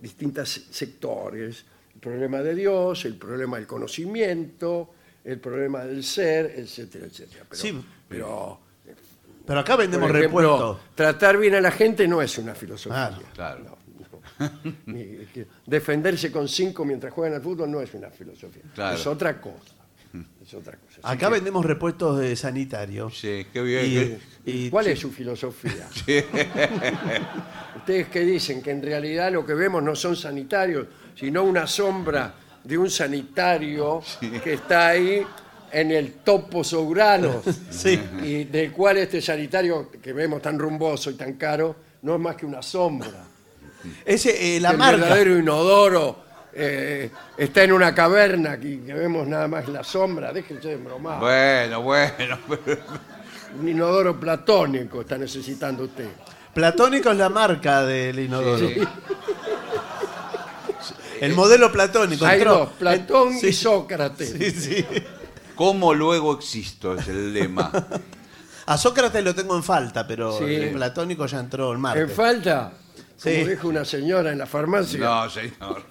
[SPEAKER 1] distintos sectores. El problema de Dios, el problema del conocimiento, el problema del ser, etcétera, etcétera. Pero,
[SPEAKER 2] Sí.
[SPEAKER 1] pero
[SPEAKER 2] Pero acá vendemos
[SPEAKER 1] por ejemplo,
[SPEAKER 2] repuestos.
[SPEAKER 1] Tratar bien a la gente no es una filosofía.
[SPEAKER 3] Claro, claro.
[SPEAKER 1] No, no. Ni- que defenderse con cinco mientras juegan al fútbol no es una filosofía.
[SPEAKER 3] Claro.
[SPEAKER 1] Es otra cosa. Es otra cosa.
[SPEAKER 2] Acá vendemos repuestos de sanitario.
[SPEAKER 3] Sí, qué
[SPEAKER 2] Y,
[SPEAKER 3] bien.
[SPEAKER 2] y-
[SPEAKER 1] ¿Cuál es su filosofía?
[SPEAKER 3] Sí.
[SPEAKER 1] Ustedes que dicen que en realidad lo que vemos no son sanitarios, sino una sombra de un sanitario que está ahí en el topo sobrano.
[SPEAKER 2] Sí.
[SPEAKER 1] y del cual este sanitario que vemos tan rumboso y tan caro no es más que una sombra.
[SPEAKER 2] Ese, eh, la
[SPEAKER 1] el
[SPEAKER 2] marca.
[SPEAKER 1] verdadero inodoro eh, está en una caverna aquí, que vemos nada más la sombra, déjense de bromar.
[SPEAKER 3] Bueno, bueno. pero-
[SPEAKER 1] Un inodoro platónico está necesitando usted.
[SPEAKER 2] Platónico es la marca del inodoro.
[SPEAKER 3] Sí.
[SPEAKER 2] El modelo platónico.
[SPEAKER 1] Hay
[SPEAKER 2] entró-
[SPEAKER 1] dos, Platón
[SPEAKER 2] Sí,
[SPEAKER 1] y Sócrates.
[SPEAKER 2] sí, sí.
[SPEAKER 3] ¿Cómo luego existo? Es el lema.
[SPEAKER 2] A Sócrates lo tengo en falta, pero
[SPEAKER 1] Sí.
[SPEAKER 2] el platónico ya entró el martes.
[SPEAKER 1] En falta, como
[SPEAKER 2] Sí.
[SPEAKER 1] dijo una señora en la farmacia.
[SPEAKER 3] No, señor.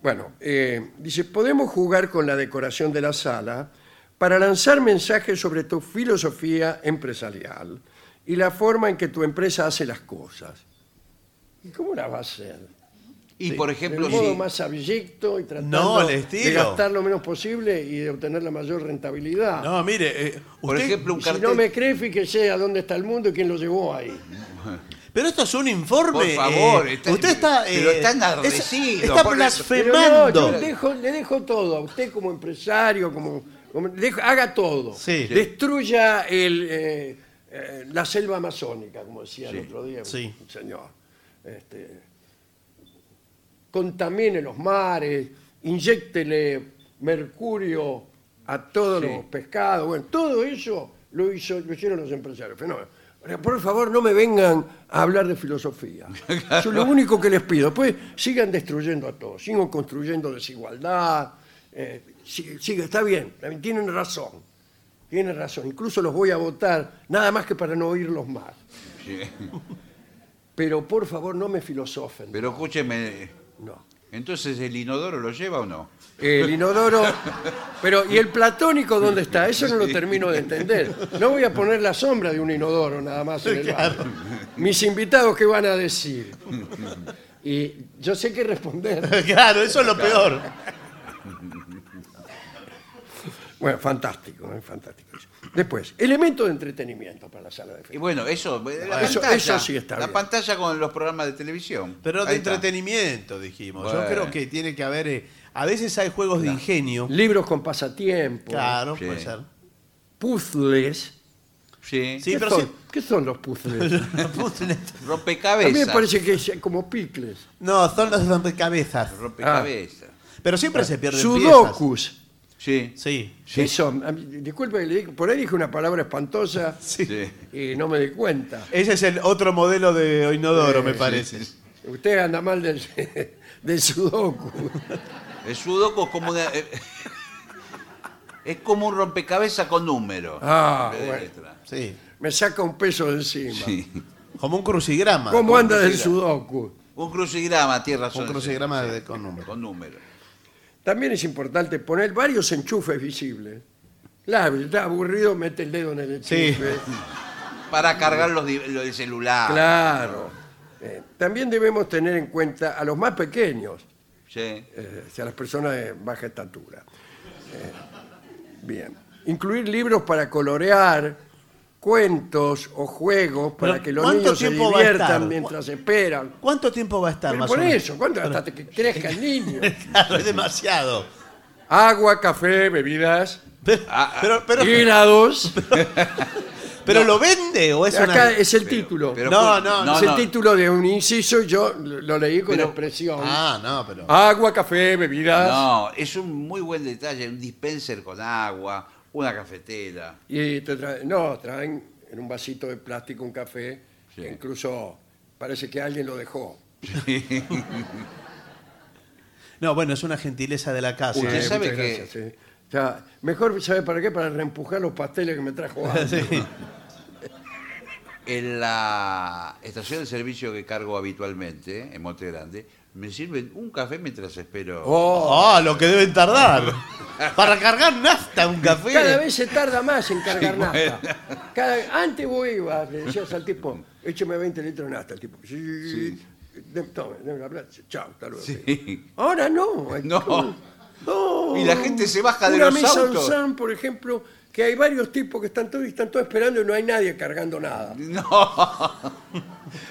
[SPEAKER 1] Bueno, eh, dice, podemos jugar con la decoración de la sala para lanzar mensajes sobre tu filosofía empresarial y la forma en que tu empresa hace las cosas. ¿Y cómo la va a hacer?
[SPEAKER 3] Y por ejemplo,
[SPEAKER 1] Del modo
[SPEAKER 3] sí.
[SPEAKER 1] más abyecto y tratando
[SPEAKER 2] No, el
[SPEAKER 1] de
[SPEAKER 2] estilo.
[SPEAKER 1] gastar lo menos posible y de obtener la mayor rentabilidad.
[SPEAKER 2] No, mire, eh,
[SPEAKER 3] por
[SPEAKER 2] usted-
[SPEAKER 3] ejemplo, un
[SPEAKER 1] Y si
[SPEAKER 3] cartel.
[SPEAKER 1] no me cree, fíjese a dónde está el mundo y quién lo llevó ahí.
[SPEAKER 2] pero esto es un informe.
[SPEAKER 3] Por favor,
[SPEAKER 2] eh,
[SPEAKER 3] está-
[SPEAKER 2] usted está.
[SPEAKER 3] pero
[SPEAKER 2] eh,
[SPEAKER 3] está
[SPEAKER 2] es-
[SPEAKER 3] enardecido,
[SPEAKER 2] Está
[SPEAKER 3] por eso.
[SPEAKER 1] Pero no,
[SPEAKER 2] blasfemando.
[SPEAKER 1] yo dejo- le dejo todo a usted como empresario, como, como- dejo- haga todo.
[SPEAKER 2] Sí.
[SPEAKER 1] Destruya el, eh, eh, la selva amazónica, como decía el otro día
[SPEAKER 2] Sí.
[SPEAKER 1] un señor. Este, contamine los mares, inyéctele mercurio a todos los pescados. Bueno, todo eso lo, hizo, lo hicieron los empresarios. Fenómeno. Ahora, Por favor, no me vengan a hablar de filosofía. Eso es lo único que les pido. Pues sigan destruyendo a todos, sigan construyendo desigualdad. eh, si- siga- está bien, está bien, tienen razón. Tienen razón. Incluso los voy a votar, nada más que para no oírlos más. Pero por favor, no me filosofen.
[SPEAKER 3] Pero escúcheme,
[SPEAKER 1] no.
[SPEAKER 3] entonces el inodoro lo lleva o no?
[SPEAKER 1] El inodoro. Pero, ¿y el platónico dónde está? Eso no lo termino de entender. No voy a poner la sombra de un inodoro nada más en el bar. Mis invitados, ¿qué van a decir? Y yo sé qué responder.
[SPEAKER 2] claro, eso es lo peor.
[SPEAKER 1] Bueno, fantástico, ¿eh? fantástico. Después, elemento de entretenimiento para la sala de
[SPEAKER 3] Y
[SPEAKER 1] fiesta.
[SPEAKER 3] bueno, eso, eh, la
[SPEAKER 1] Eso-
[SPEAKER 3] pantalla,
[SPEAKER 1] eso sí está
[SPEAKER 3] La
[SPEAKER 1] bien.
[SPEAKER 3] pantalla con los programas de televisión.
[SPEAKER 2] Pero de
[SPEAKER 3] Ahí está.
[SPEAKER 2] entretenimiento, dijimos. Yo
[SPEAKER 3] Bueno.
[SPEAKER 2] creo que tiene que haber. eh, a veces hay juegos de ingenio.
[SPEAKER 1] Libros con pasatiempo,
[SPEAKER 2] Claro,
[SPEAKER 3] Sí.
[SPEAKER 2] puede ser.
[SPEAKER 1] puzzles.
[SPEAKER 3] Sí.
[SPEAKER 2] Sí.
[SPEAKER 1] ¿Qué,
[SPEAKER 2] pero
[SPEAKER 1] son? ¿Qué son los puzzles? A mí
[SPEAKER 3] Rompecabezas.
[SPEAKER 1] me parece que es como picles.
[SPEAKER 2] No, son los rompecabezas.
[SPEAKER 3] Rompecabezas.
[SPEAKER 2] Pero siempre se pierden piezas.
[SPEAKER 1] Sudokus.
[SPEAKER 3] Sí.
[SPEAKER 2] Sí.
[SPEAKER 1] Ah. Sí. son- a mí- disculpe, que le diga- por ahí dije una palabra espantosa
[SPEAKER 2] Sí.
[SPEAKER 3] Sí.
[SPEAKER 1] y no me di cuenta.
[SPEAKER 2] Ese es el otro modelo de inodoro, me parece.
[SPEAKER 1] Usted anda mal del, del sudoku.
[SPEAKER 3] El sudoku es como una- eh, es como un rompecabezas con números.
[SPEAKER 1] Ah,
[SPEAKER 3] En vez de
[SPEAKER 1] bueno.
[SPEAKER 3] letras.
[SPEAKER 2] Sí.
[SPEAKER 1] Me saca un peso de encima.
[SPEAKER 3] Sí.
[SPEAKER 2] Como un crucigrama.
[SPEAKER 1] ¿Cómo anda del
[SPEAKER 3] Mira.
[SPEAKER 1] sudoku?
[SPEAKER 3] Un crucigrama, tierra razón.
[SPEAKER 2] Un crucigrama de- con números.
[SPEAKER 3] Con números.
[SPEAKER 1] También es importante poner varios enchufes visibles. Claro, está aburrido, mete el dedo en el
[SPEAKER 2] Sí.
[SPEAKER 1] enchufe.
[SPEAKER 3] Para cargar los, di- lo del celular.
[SPEAKER 2] Ah.
[SPEAKER 1] Claro. Eh, también debemos tener en cuenta a los más pequeños.
[SPEAKER 3] Sí.
[SPEAKER 1] eh, hacia las personas de baja estatura. Eh, bien. Incluir libros para colorear, cuentos o juegos para
[SPEAKER 2] Pero
[SPEAKER 1] que los
[SPEAKER 2] ¿cuánto
[SPEAKER 1] niños se
[SPEAKER 2] tiempo va a estar?
[SPEAKER 1] diviertan mientras esperan.
[SPEAKER 2] ¿Cuánto tiempo va a estar
[SPEAKER 1] Pero
[SPEAKER 2] más
[SPEAKER 1] por
[SPEAKER 2] o menos?
[SPEAKER 1] eso, ¿cuándo hasta que crezca el niño?
[SPEAKER 2] Claro, es demasiado.
[SPEAKER 1] Agua, café, bebidas,
[SPEAKER 2] Pero,
[SPEAKER 3] Ah, ah.
[SPEAKER 2] pero, pero-
[SPEAKER 1] helados.
[SPEAKER 2] pero lo vende o es
[SPEAKER 1] Acá
[SPEAKER 2] una...
[SPEAKER 1] es el título.
[SPEAKER 3] pero-
[SPEAKER 2] no,
[SPEAKER 3] escu-
[SPEAKER 2] no,
[SPEAKER 3] no,
[SPEAKER 1] es el título de un inciso y yo lo lo leí con
[SPEAKER 3] Pero-
[SPEAKER 1] expresión.
[SPEAKER 2] Ah, no, pero...
[SPEAKER 1] Agua, café, bebidas.
[SPEAKER 3] No, es un muy buen detalle. Un dispenser con agua, una cafetera.
[SPEAKER 1] Y te traen, no, traen en un vasito de plástico un café,
[SPEAKER 3] Sí.
[SPEAKER 1] que incluso parece que alguien lo dejó.
[SPEAKER 2] No, bueno, es una gentileza de la casa.
[SPEAKER 3] Usted
[SPEAKER 2] ¿eh?
[SPEAKER 5] Sí,
[SPEAKER 3] sabe
[SPEAKER 5] muchas
[SPEAKER 3] que-
[SPEAKER 5] gracias, sí. O sea, mejor, ¿sabe para qué? Para reempujar los pasteles que me trajo antes.
[SPEAKER 2] Sí.
[SPEAKER 3] En la estación de servicio que cargo habitualmente, en Monte Grande, me sirven un café mientras espero.
[SPEAKER 2] Ah, lo que deben tardar. Para cargar nafta un café.
[SPEAKER 1] Cada vez se tarda más en cargar
[SPEAKER 3] Sí,
[SPEAKER 1] nafta. Cada- antes vos ibas, le decías al tipo, écheme 20 litros de nafta. El tipo, sí, de- tome, deme la plata, chao, hasta luego.
[SPEAKER 3] Sí.
[SPEAKER 1] Ahora no.
[SPEAKER 3] No.
[SPEAKER 1] No.
[SPEAKER 3] Y la gente se baja de
[SPEAKER 1] Una
[SPEAKER 3] los
[SPEAKER 1] mise en
[SPEAKER 3] autos.
[SPEAKER 1] scène, por ejemplo, que hay varios tipos que están todos, y están todos esperando y no hay nadie cargando nada.
[SPEAKER 3] No.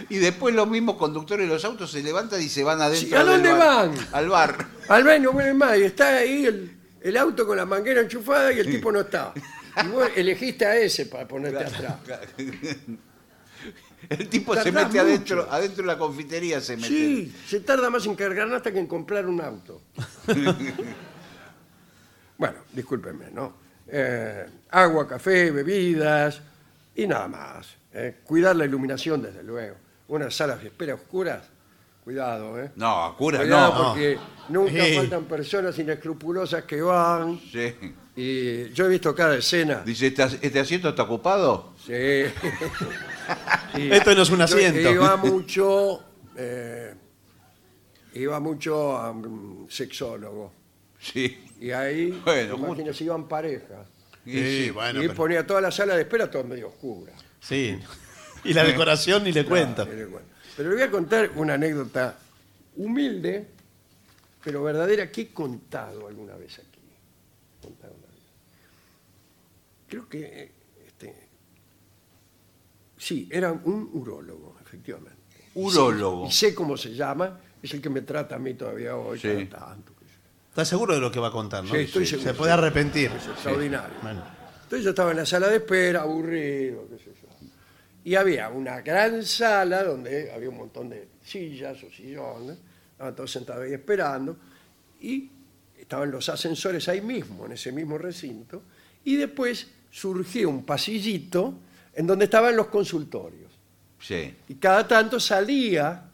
[SPEAKER 3] Y después los mismos conductores de los autos se levantan y se van adentro.
[SPEAKER 1] Sí, ¿a dónde
[SPEAKER 3] del bar.
[SPEAKER 1] van?
[SPEAKER 3] Al bar.
[SPEAKER 1] Al menos no vuelven más y está ahí el, el auto con la manguera enchufada y el tipo no está. Y vos elegiste a ese para ponerte atrás.
[SPEAKER 3] El tipo se
[SPEAKER 1] Tardás
[SPEAKER 3] mete adentro,
[SPEAKER 1] mucho.
[SPEAKER 3] adentro de la confitería se mete.
[SPEAKER 1] Sí, se tarda más en cargar nafta que en comprar un auto. bueno, discúlpenme, ¿no? Eh, agua, café, bebidas y nada más. ¿eh? Cuidar la iluminación, desde luego. Unas salas de espera oscuras, cuidado, ¿eh?
[SPEAKER 3] No, a cura,
[SPEAKER 1] Cuidado
[SPEAKER 3] no.
[SPEAKER 1] porque nunca
[SPEAKER 2] Sí.
[SPEAKER 1] faltan personas inescrupulosas que van.
[SPEAKER 3] Sí.
[SPEAKER 1] Y yo he visto cada escena.
[SPEAKER 3] Dice, "¿Este as- ¿este asiento está ocupado?
[SPEAKER 1] Sí. Sí.
[SPEAKER 2] Esto no es un
[SPEAKER 1] Yo
[SPEAKER 2] asiento.
[SPEAKER 1] Iba mucho, eh, iba mucho a un sexólogo.
[SPEAKER 3] Sí.
[SPEAKER 1] Y ahí,
[SPEAKER 3] Bueno,
[SPEAKER 1] imagínense, iban parejas.
[SPEAKER 2] Sí, bueno.
[SPEAKER 1] y
[SPEAKER 2] pero-
[SPEAKER 1] ponía toda la sala de espera toda medio oscura.
[SPEAKER 2] sí. Y la decoración ni le cuento.
[SPEAKER 1] Pero Ah, bueno. Pero le voy a contar una anécdota humilde, pero verdadera, que he contado alguna vez aquí. Contado una vez. Creo que, eh, este, sí, era un urólogo, efectivamente.
[SPEAKER 3] Urólogo.
[SPEAKER 1] Y sé cómo se llama, es el que me trata a mí todavía hoy,
[SPEAKER 3] Sí.
[SPEAKER 1] cada tanto. qué sé yo.
[SPEAKER 2] ¿Está seguro de lo que va a contar, no?
[SPEAKER 1] Sí, estoy seguro.
[SPEAKER 2] Se puede arrepentir.
[SPEAKER 1] Es extraordinario.
[SPEAKER 2] Bueno.
[SPEAKER 1] Entonces yo estaba en la sala de espera, aburrido, qué sé yo. Y había una gran sala donde había un montón de sillas o sillones, estaban todos sentados ahí esperando, y estaban los ascensores ahí mismo, en ese mismo recinto, y después surgió un pasillito en donde estaban los consultorios.
[SPEAKER 3] Sí.
[SPEAKER 1] Y cada tanto salía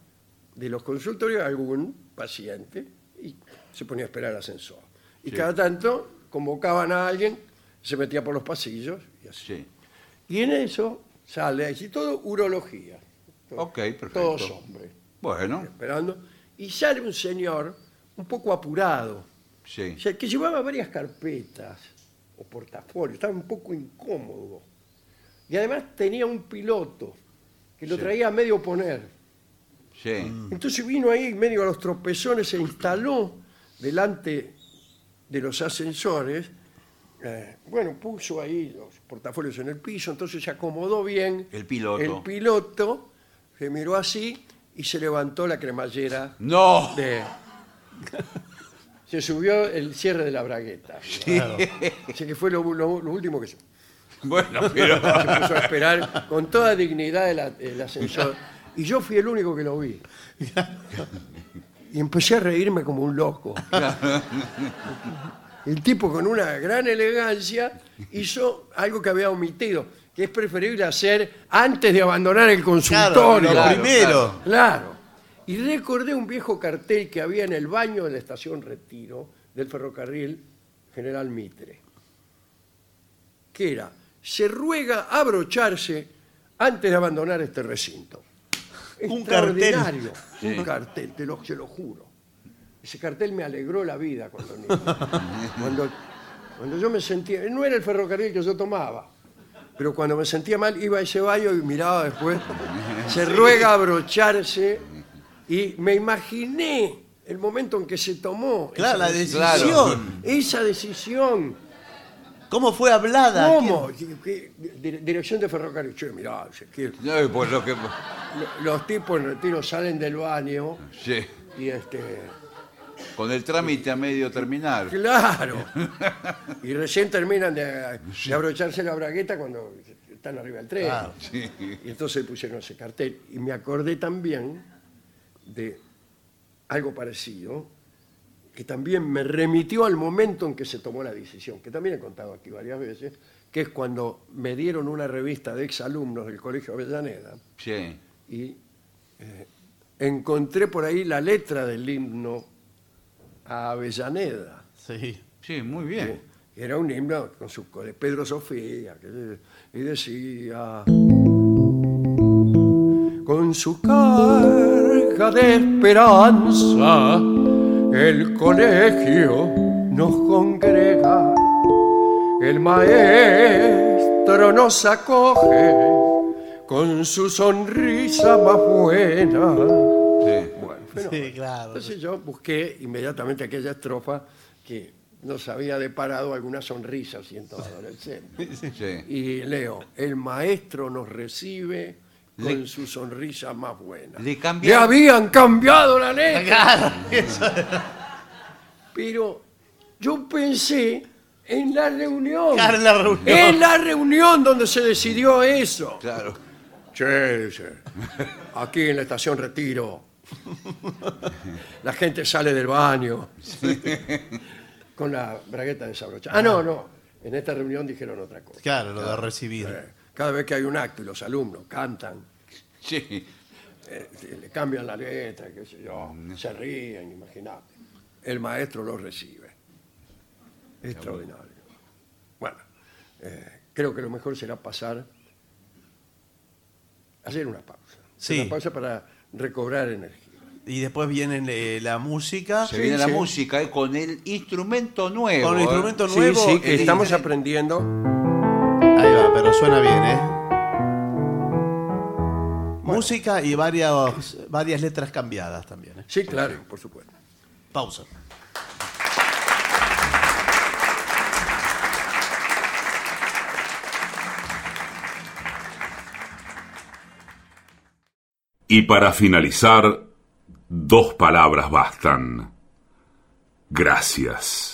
[SPEAKER 1] de los consultorios algún paciente y se ponía a esperar el ascensor. Y cada tanto convocaban a alguien, se metía por los pasillos y así.
[SPEAKER 3] Sí.
[SPEAKER 1] Y en eso sale así todo urología. Todo-
[SPEAKER 3] Ok, perfecto.
[SPEAKER 1] Todos hombres
[SPEAKER 3] Bueno,
[SPEAKER 1] esperando. Y sale un señor un poco apurado,
[SPEAKER 3] sí.
[SPEAKER 1] o sea, que llevaba varias carpetas o portafolios, estaba un poco incómodo. Y además tenía un piloto que lo
[SPEAKER 3] Sí.
[SPEAKER 1] traía a medio poner.
[SPEAKER 3] Sí.
[SPEAKER 1] Entonces vino ahí medio a los tropezones, se instaló delante de los ascensores. eh, bueno, puso ahí los portafolios en el piso, entonces se acomodó bien.
[SPEAKER 3] El piloto.
[SPEAKER 1] El piloto se miró así y se levantó la cremallera
[SPEAKER 3] No.
[SPEAKER 1] de. Se subió el cierre de la bragueta. Así que fue lo, lo- lo último que se.
[SPEAKER 3] Bueno, pero.
[SPEAKER 1] se puso a esperar con toda dignidad el, a- el ascensor. Y yo fui el único que lo vi. Y empecé a reírme como un loco. El tipo con una gran elegancia hizo algo que había omitido, que es preferible hacer antes de abandonar el
[SPEAKER 2] Claro,
[SPEAKER 1] consultorio.
[SPEAKER 2] lo
[SPEAKER 3] Claro,
[SPEAKER 2] primero.
[SPEAKER 1] Claro. Y recordé un viejo cartel que había en el baño de la estación Retiro del ferrocarril General Mitre, que era, se ruega abrocharse antes de abandonar este recinto.
[SPEAKER 2] Un cartel.
[SPEAKER 1] Extraordinario,
[SPEAKER 3] Sí.
[SPEAKER 1] Un cartel, te lo, se lo juro. Ese cartel me alegró la vida cuando niño. cuando, cuando yo me sentía, no era el ferrocarril que yo tomaba, pero cuando me sentía mal iba a ese baño y miraba después. Se ruega abrocharse y me imaginé el momento en que se tomó
[SPEAKER 2] Claro, la
[SPEAKER 1] esa, deci-
[SPEAKER 3] Claro.
[SPEAKER 2] decisión.
[SPEAKER 1] esa decisión.
[SPEAKER 2] ¿Cómo fue hablada?
[SPEAKER 1] ¿Cómo? ¿Qué- qué- dire- Dirección de ferrocarril. Che, mirá, Ezequiel,
[SPEAKER 3] No, por lo que.
[SPEAKER 1] lo- los tipos en retiro salen del baño
[SPEAKER 3] Sí.
[SPEAKER 1] y este.
[SPEAKER 3] Con el trámite a medio terminar.
[SPEAKER 1] Claro. Y recién terminan de, de abrocharse la bragueta cuando están arriba del tren.
[SPEAKER 2] Claro.
[SPEAKER 3] Sí.
[SPEAKER 1] Y entonces pusieron ese cartel. Y me acordé también de algo parecido, que también me remitió al momento en que se tomó la decisión, que también he contado aquí varias veces, que es cuando me dieron una revista de exalumnos del Colegio Avellaneda
[SPEAKER 3] Sí.
[SPEAKER 1] y eh, encontré por ahí la letra del himno a Avellaneda.
[SPEAKER 2] Sí.
[SPEAKER 3] Sí, muy bien.
[SPEAKER 1] Era un himno con su, de Pedro Sofía, que- y decía... Con su carga de esperanza, el colegio nos congrega, el maestro nos acoge con su sonrisa más buena. Bueno, fenómeno.
[SPEAKER 2] Sí, claro.
[SPEAKER 1] Entonces yo busqué inmediatamente aquella estrofa que nos había deparado alguna sonrisa siendo adolescente.
[SPEAKER 3] Sí. Sí.
[SPEAKER 1] Y leo, el maestro nos recibe con su sonrisa más buena.
[SPEAKER 3] Le
[SPEAKER 1] Le
[SPEAKER 3] cambiaron.
[SPEAKER 1] habían cambiado la letra.
[SPEAKER 2] Eso-
[SPEAKER 1] Pero yo pensé en la reunión.
[SPEAKER 2] Claro, en la reunión.
[SPEAKER 1] En la reunión donde se decidió eso.
[SPEAKER 3] Claro.
[SPEAKER 1] Che, dice, aquí en la estación Retiro. La gente sale del baño. Con la bragueta desabrochada. Ah, no, no. En esta reunión dijeron otra cosa.
[SPEAKER 2] Claro, lo de recibir.
[SPEAKER 1] Eh, Cada vez que hay un acto y los alumnos cantan,
[SPEAKER 3] Sí.
[SPEAKER 1] eh, le cambian la letra, qué sé yo, se ríen, imagínate. El maestro lo recibe. Extraordinario. Bueno, eh, creo que lo mejor será pasar, hacer una pausa.
[SPEAKER 2] Sí.
[SPEAKER 1] Una pausa para recobrar energía.
[SPEAKER 2] Y después viene eh, la música.
[SPEAKER 3] Se
[SPEAKER 1] Sí,
[SPEAKER 3] viene la
[SPEAKER 1] sí.
[SPEAKER 3] música eh, con el instrumento nuevo.
[SPEAKER 2] Con el
[SPEAKER 3] eh.
[SPEAKER 2] instrumento
[SPEAKER 1] Sí,
[SPEAKER 2] nuevo.
[SPEAKER 1] sí, que
[SPEAKER 2] el-
[SPEAKER 1] estamos aprendiendo.
[SPEAKER 2] Ahí va, pero suena bien, ¿eh? Música y varias, varias letras cambiadas también. ¿eh?
[SPEAKER 1] Sí, claro, por supuesto.
[SPEAKER 2] Pausa.
[SPEAKER 6] Y para finalizar, dos palabras bastan. Gracias.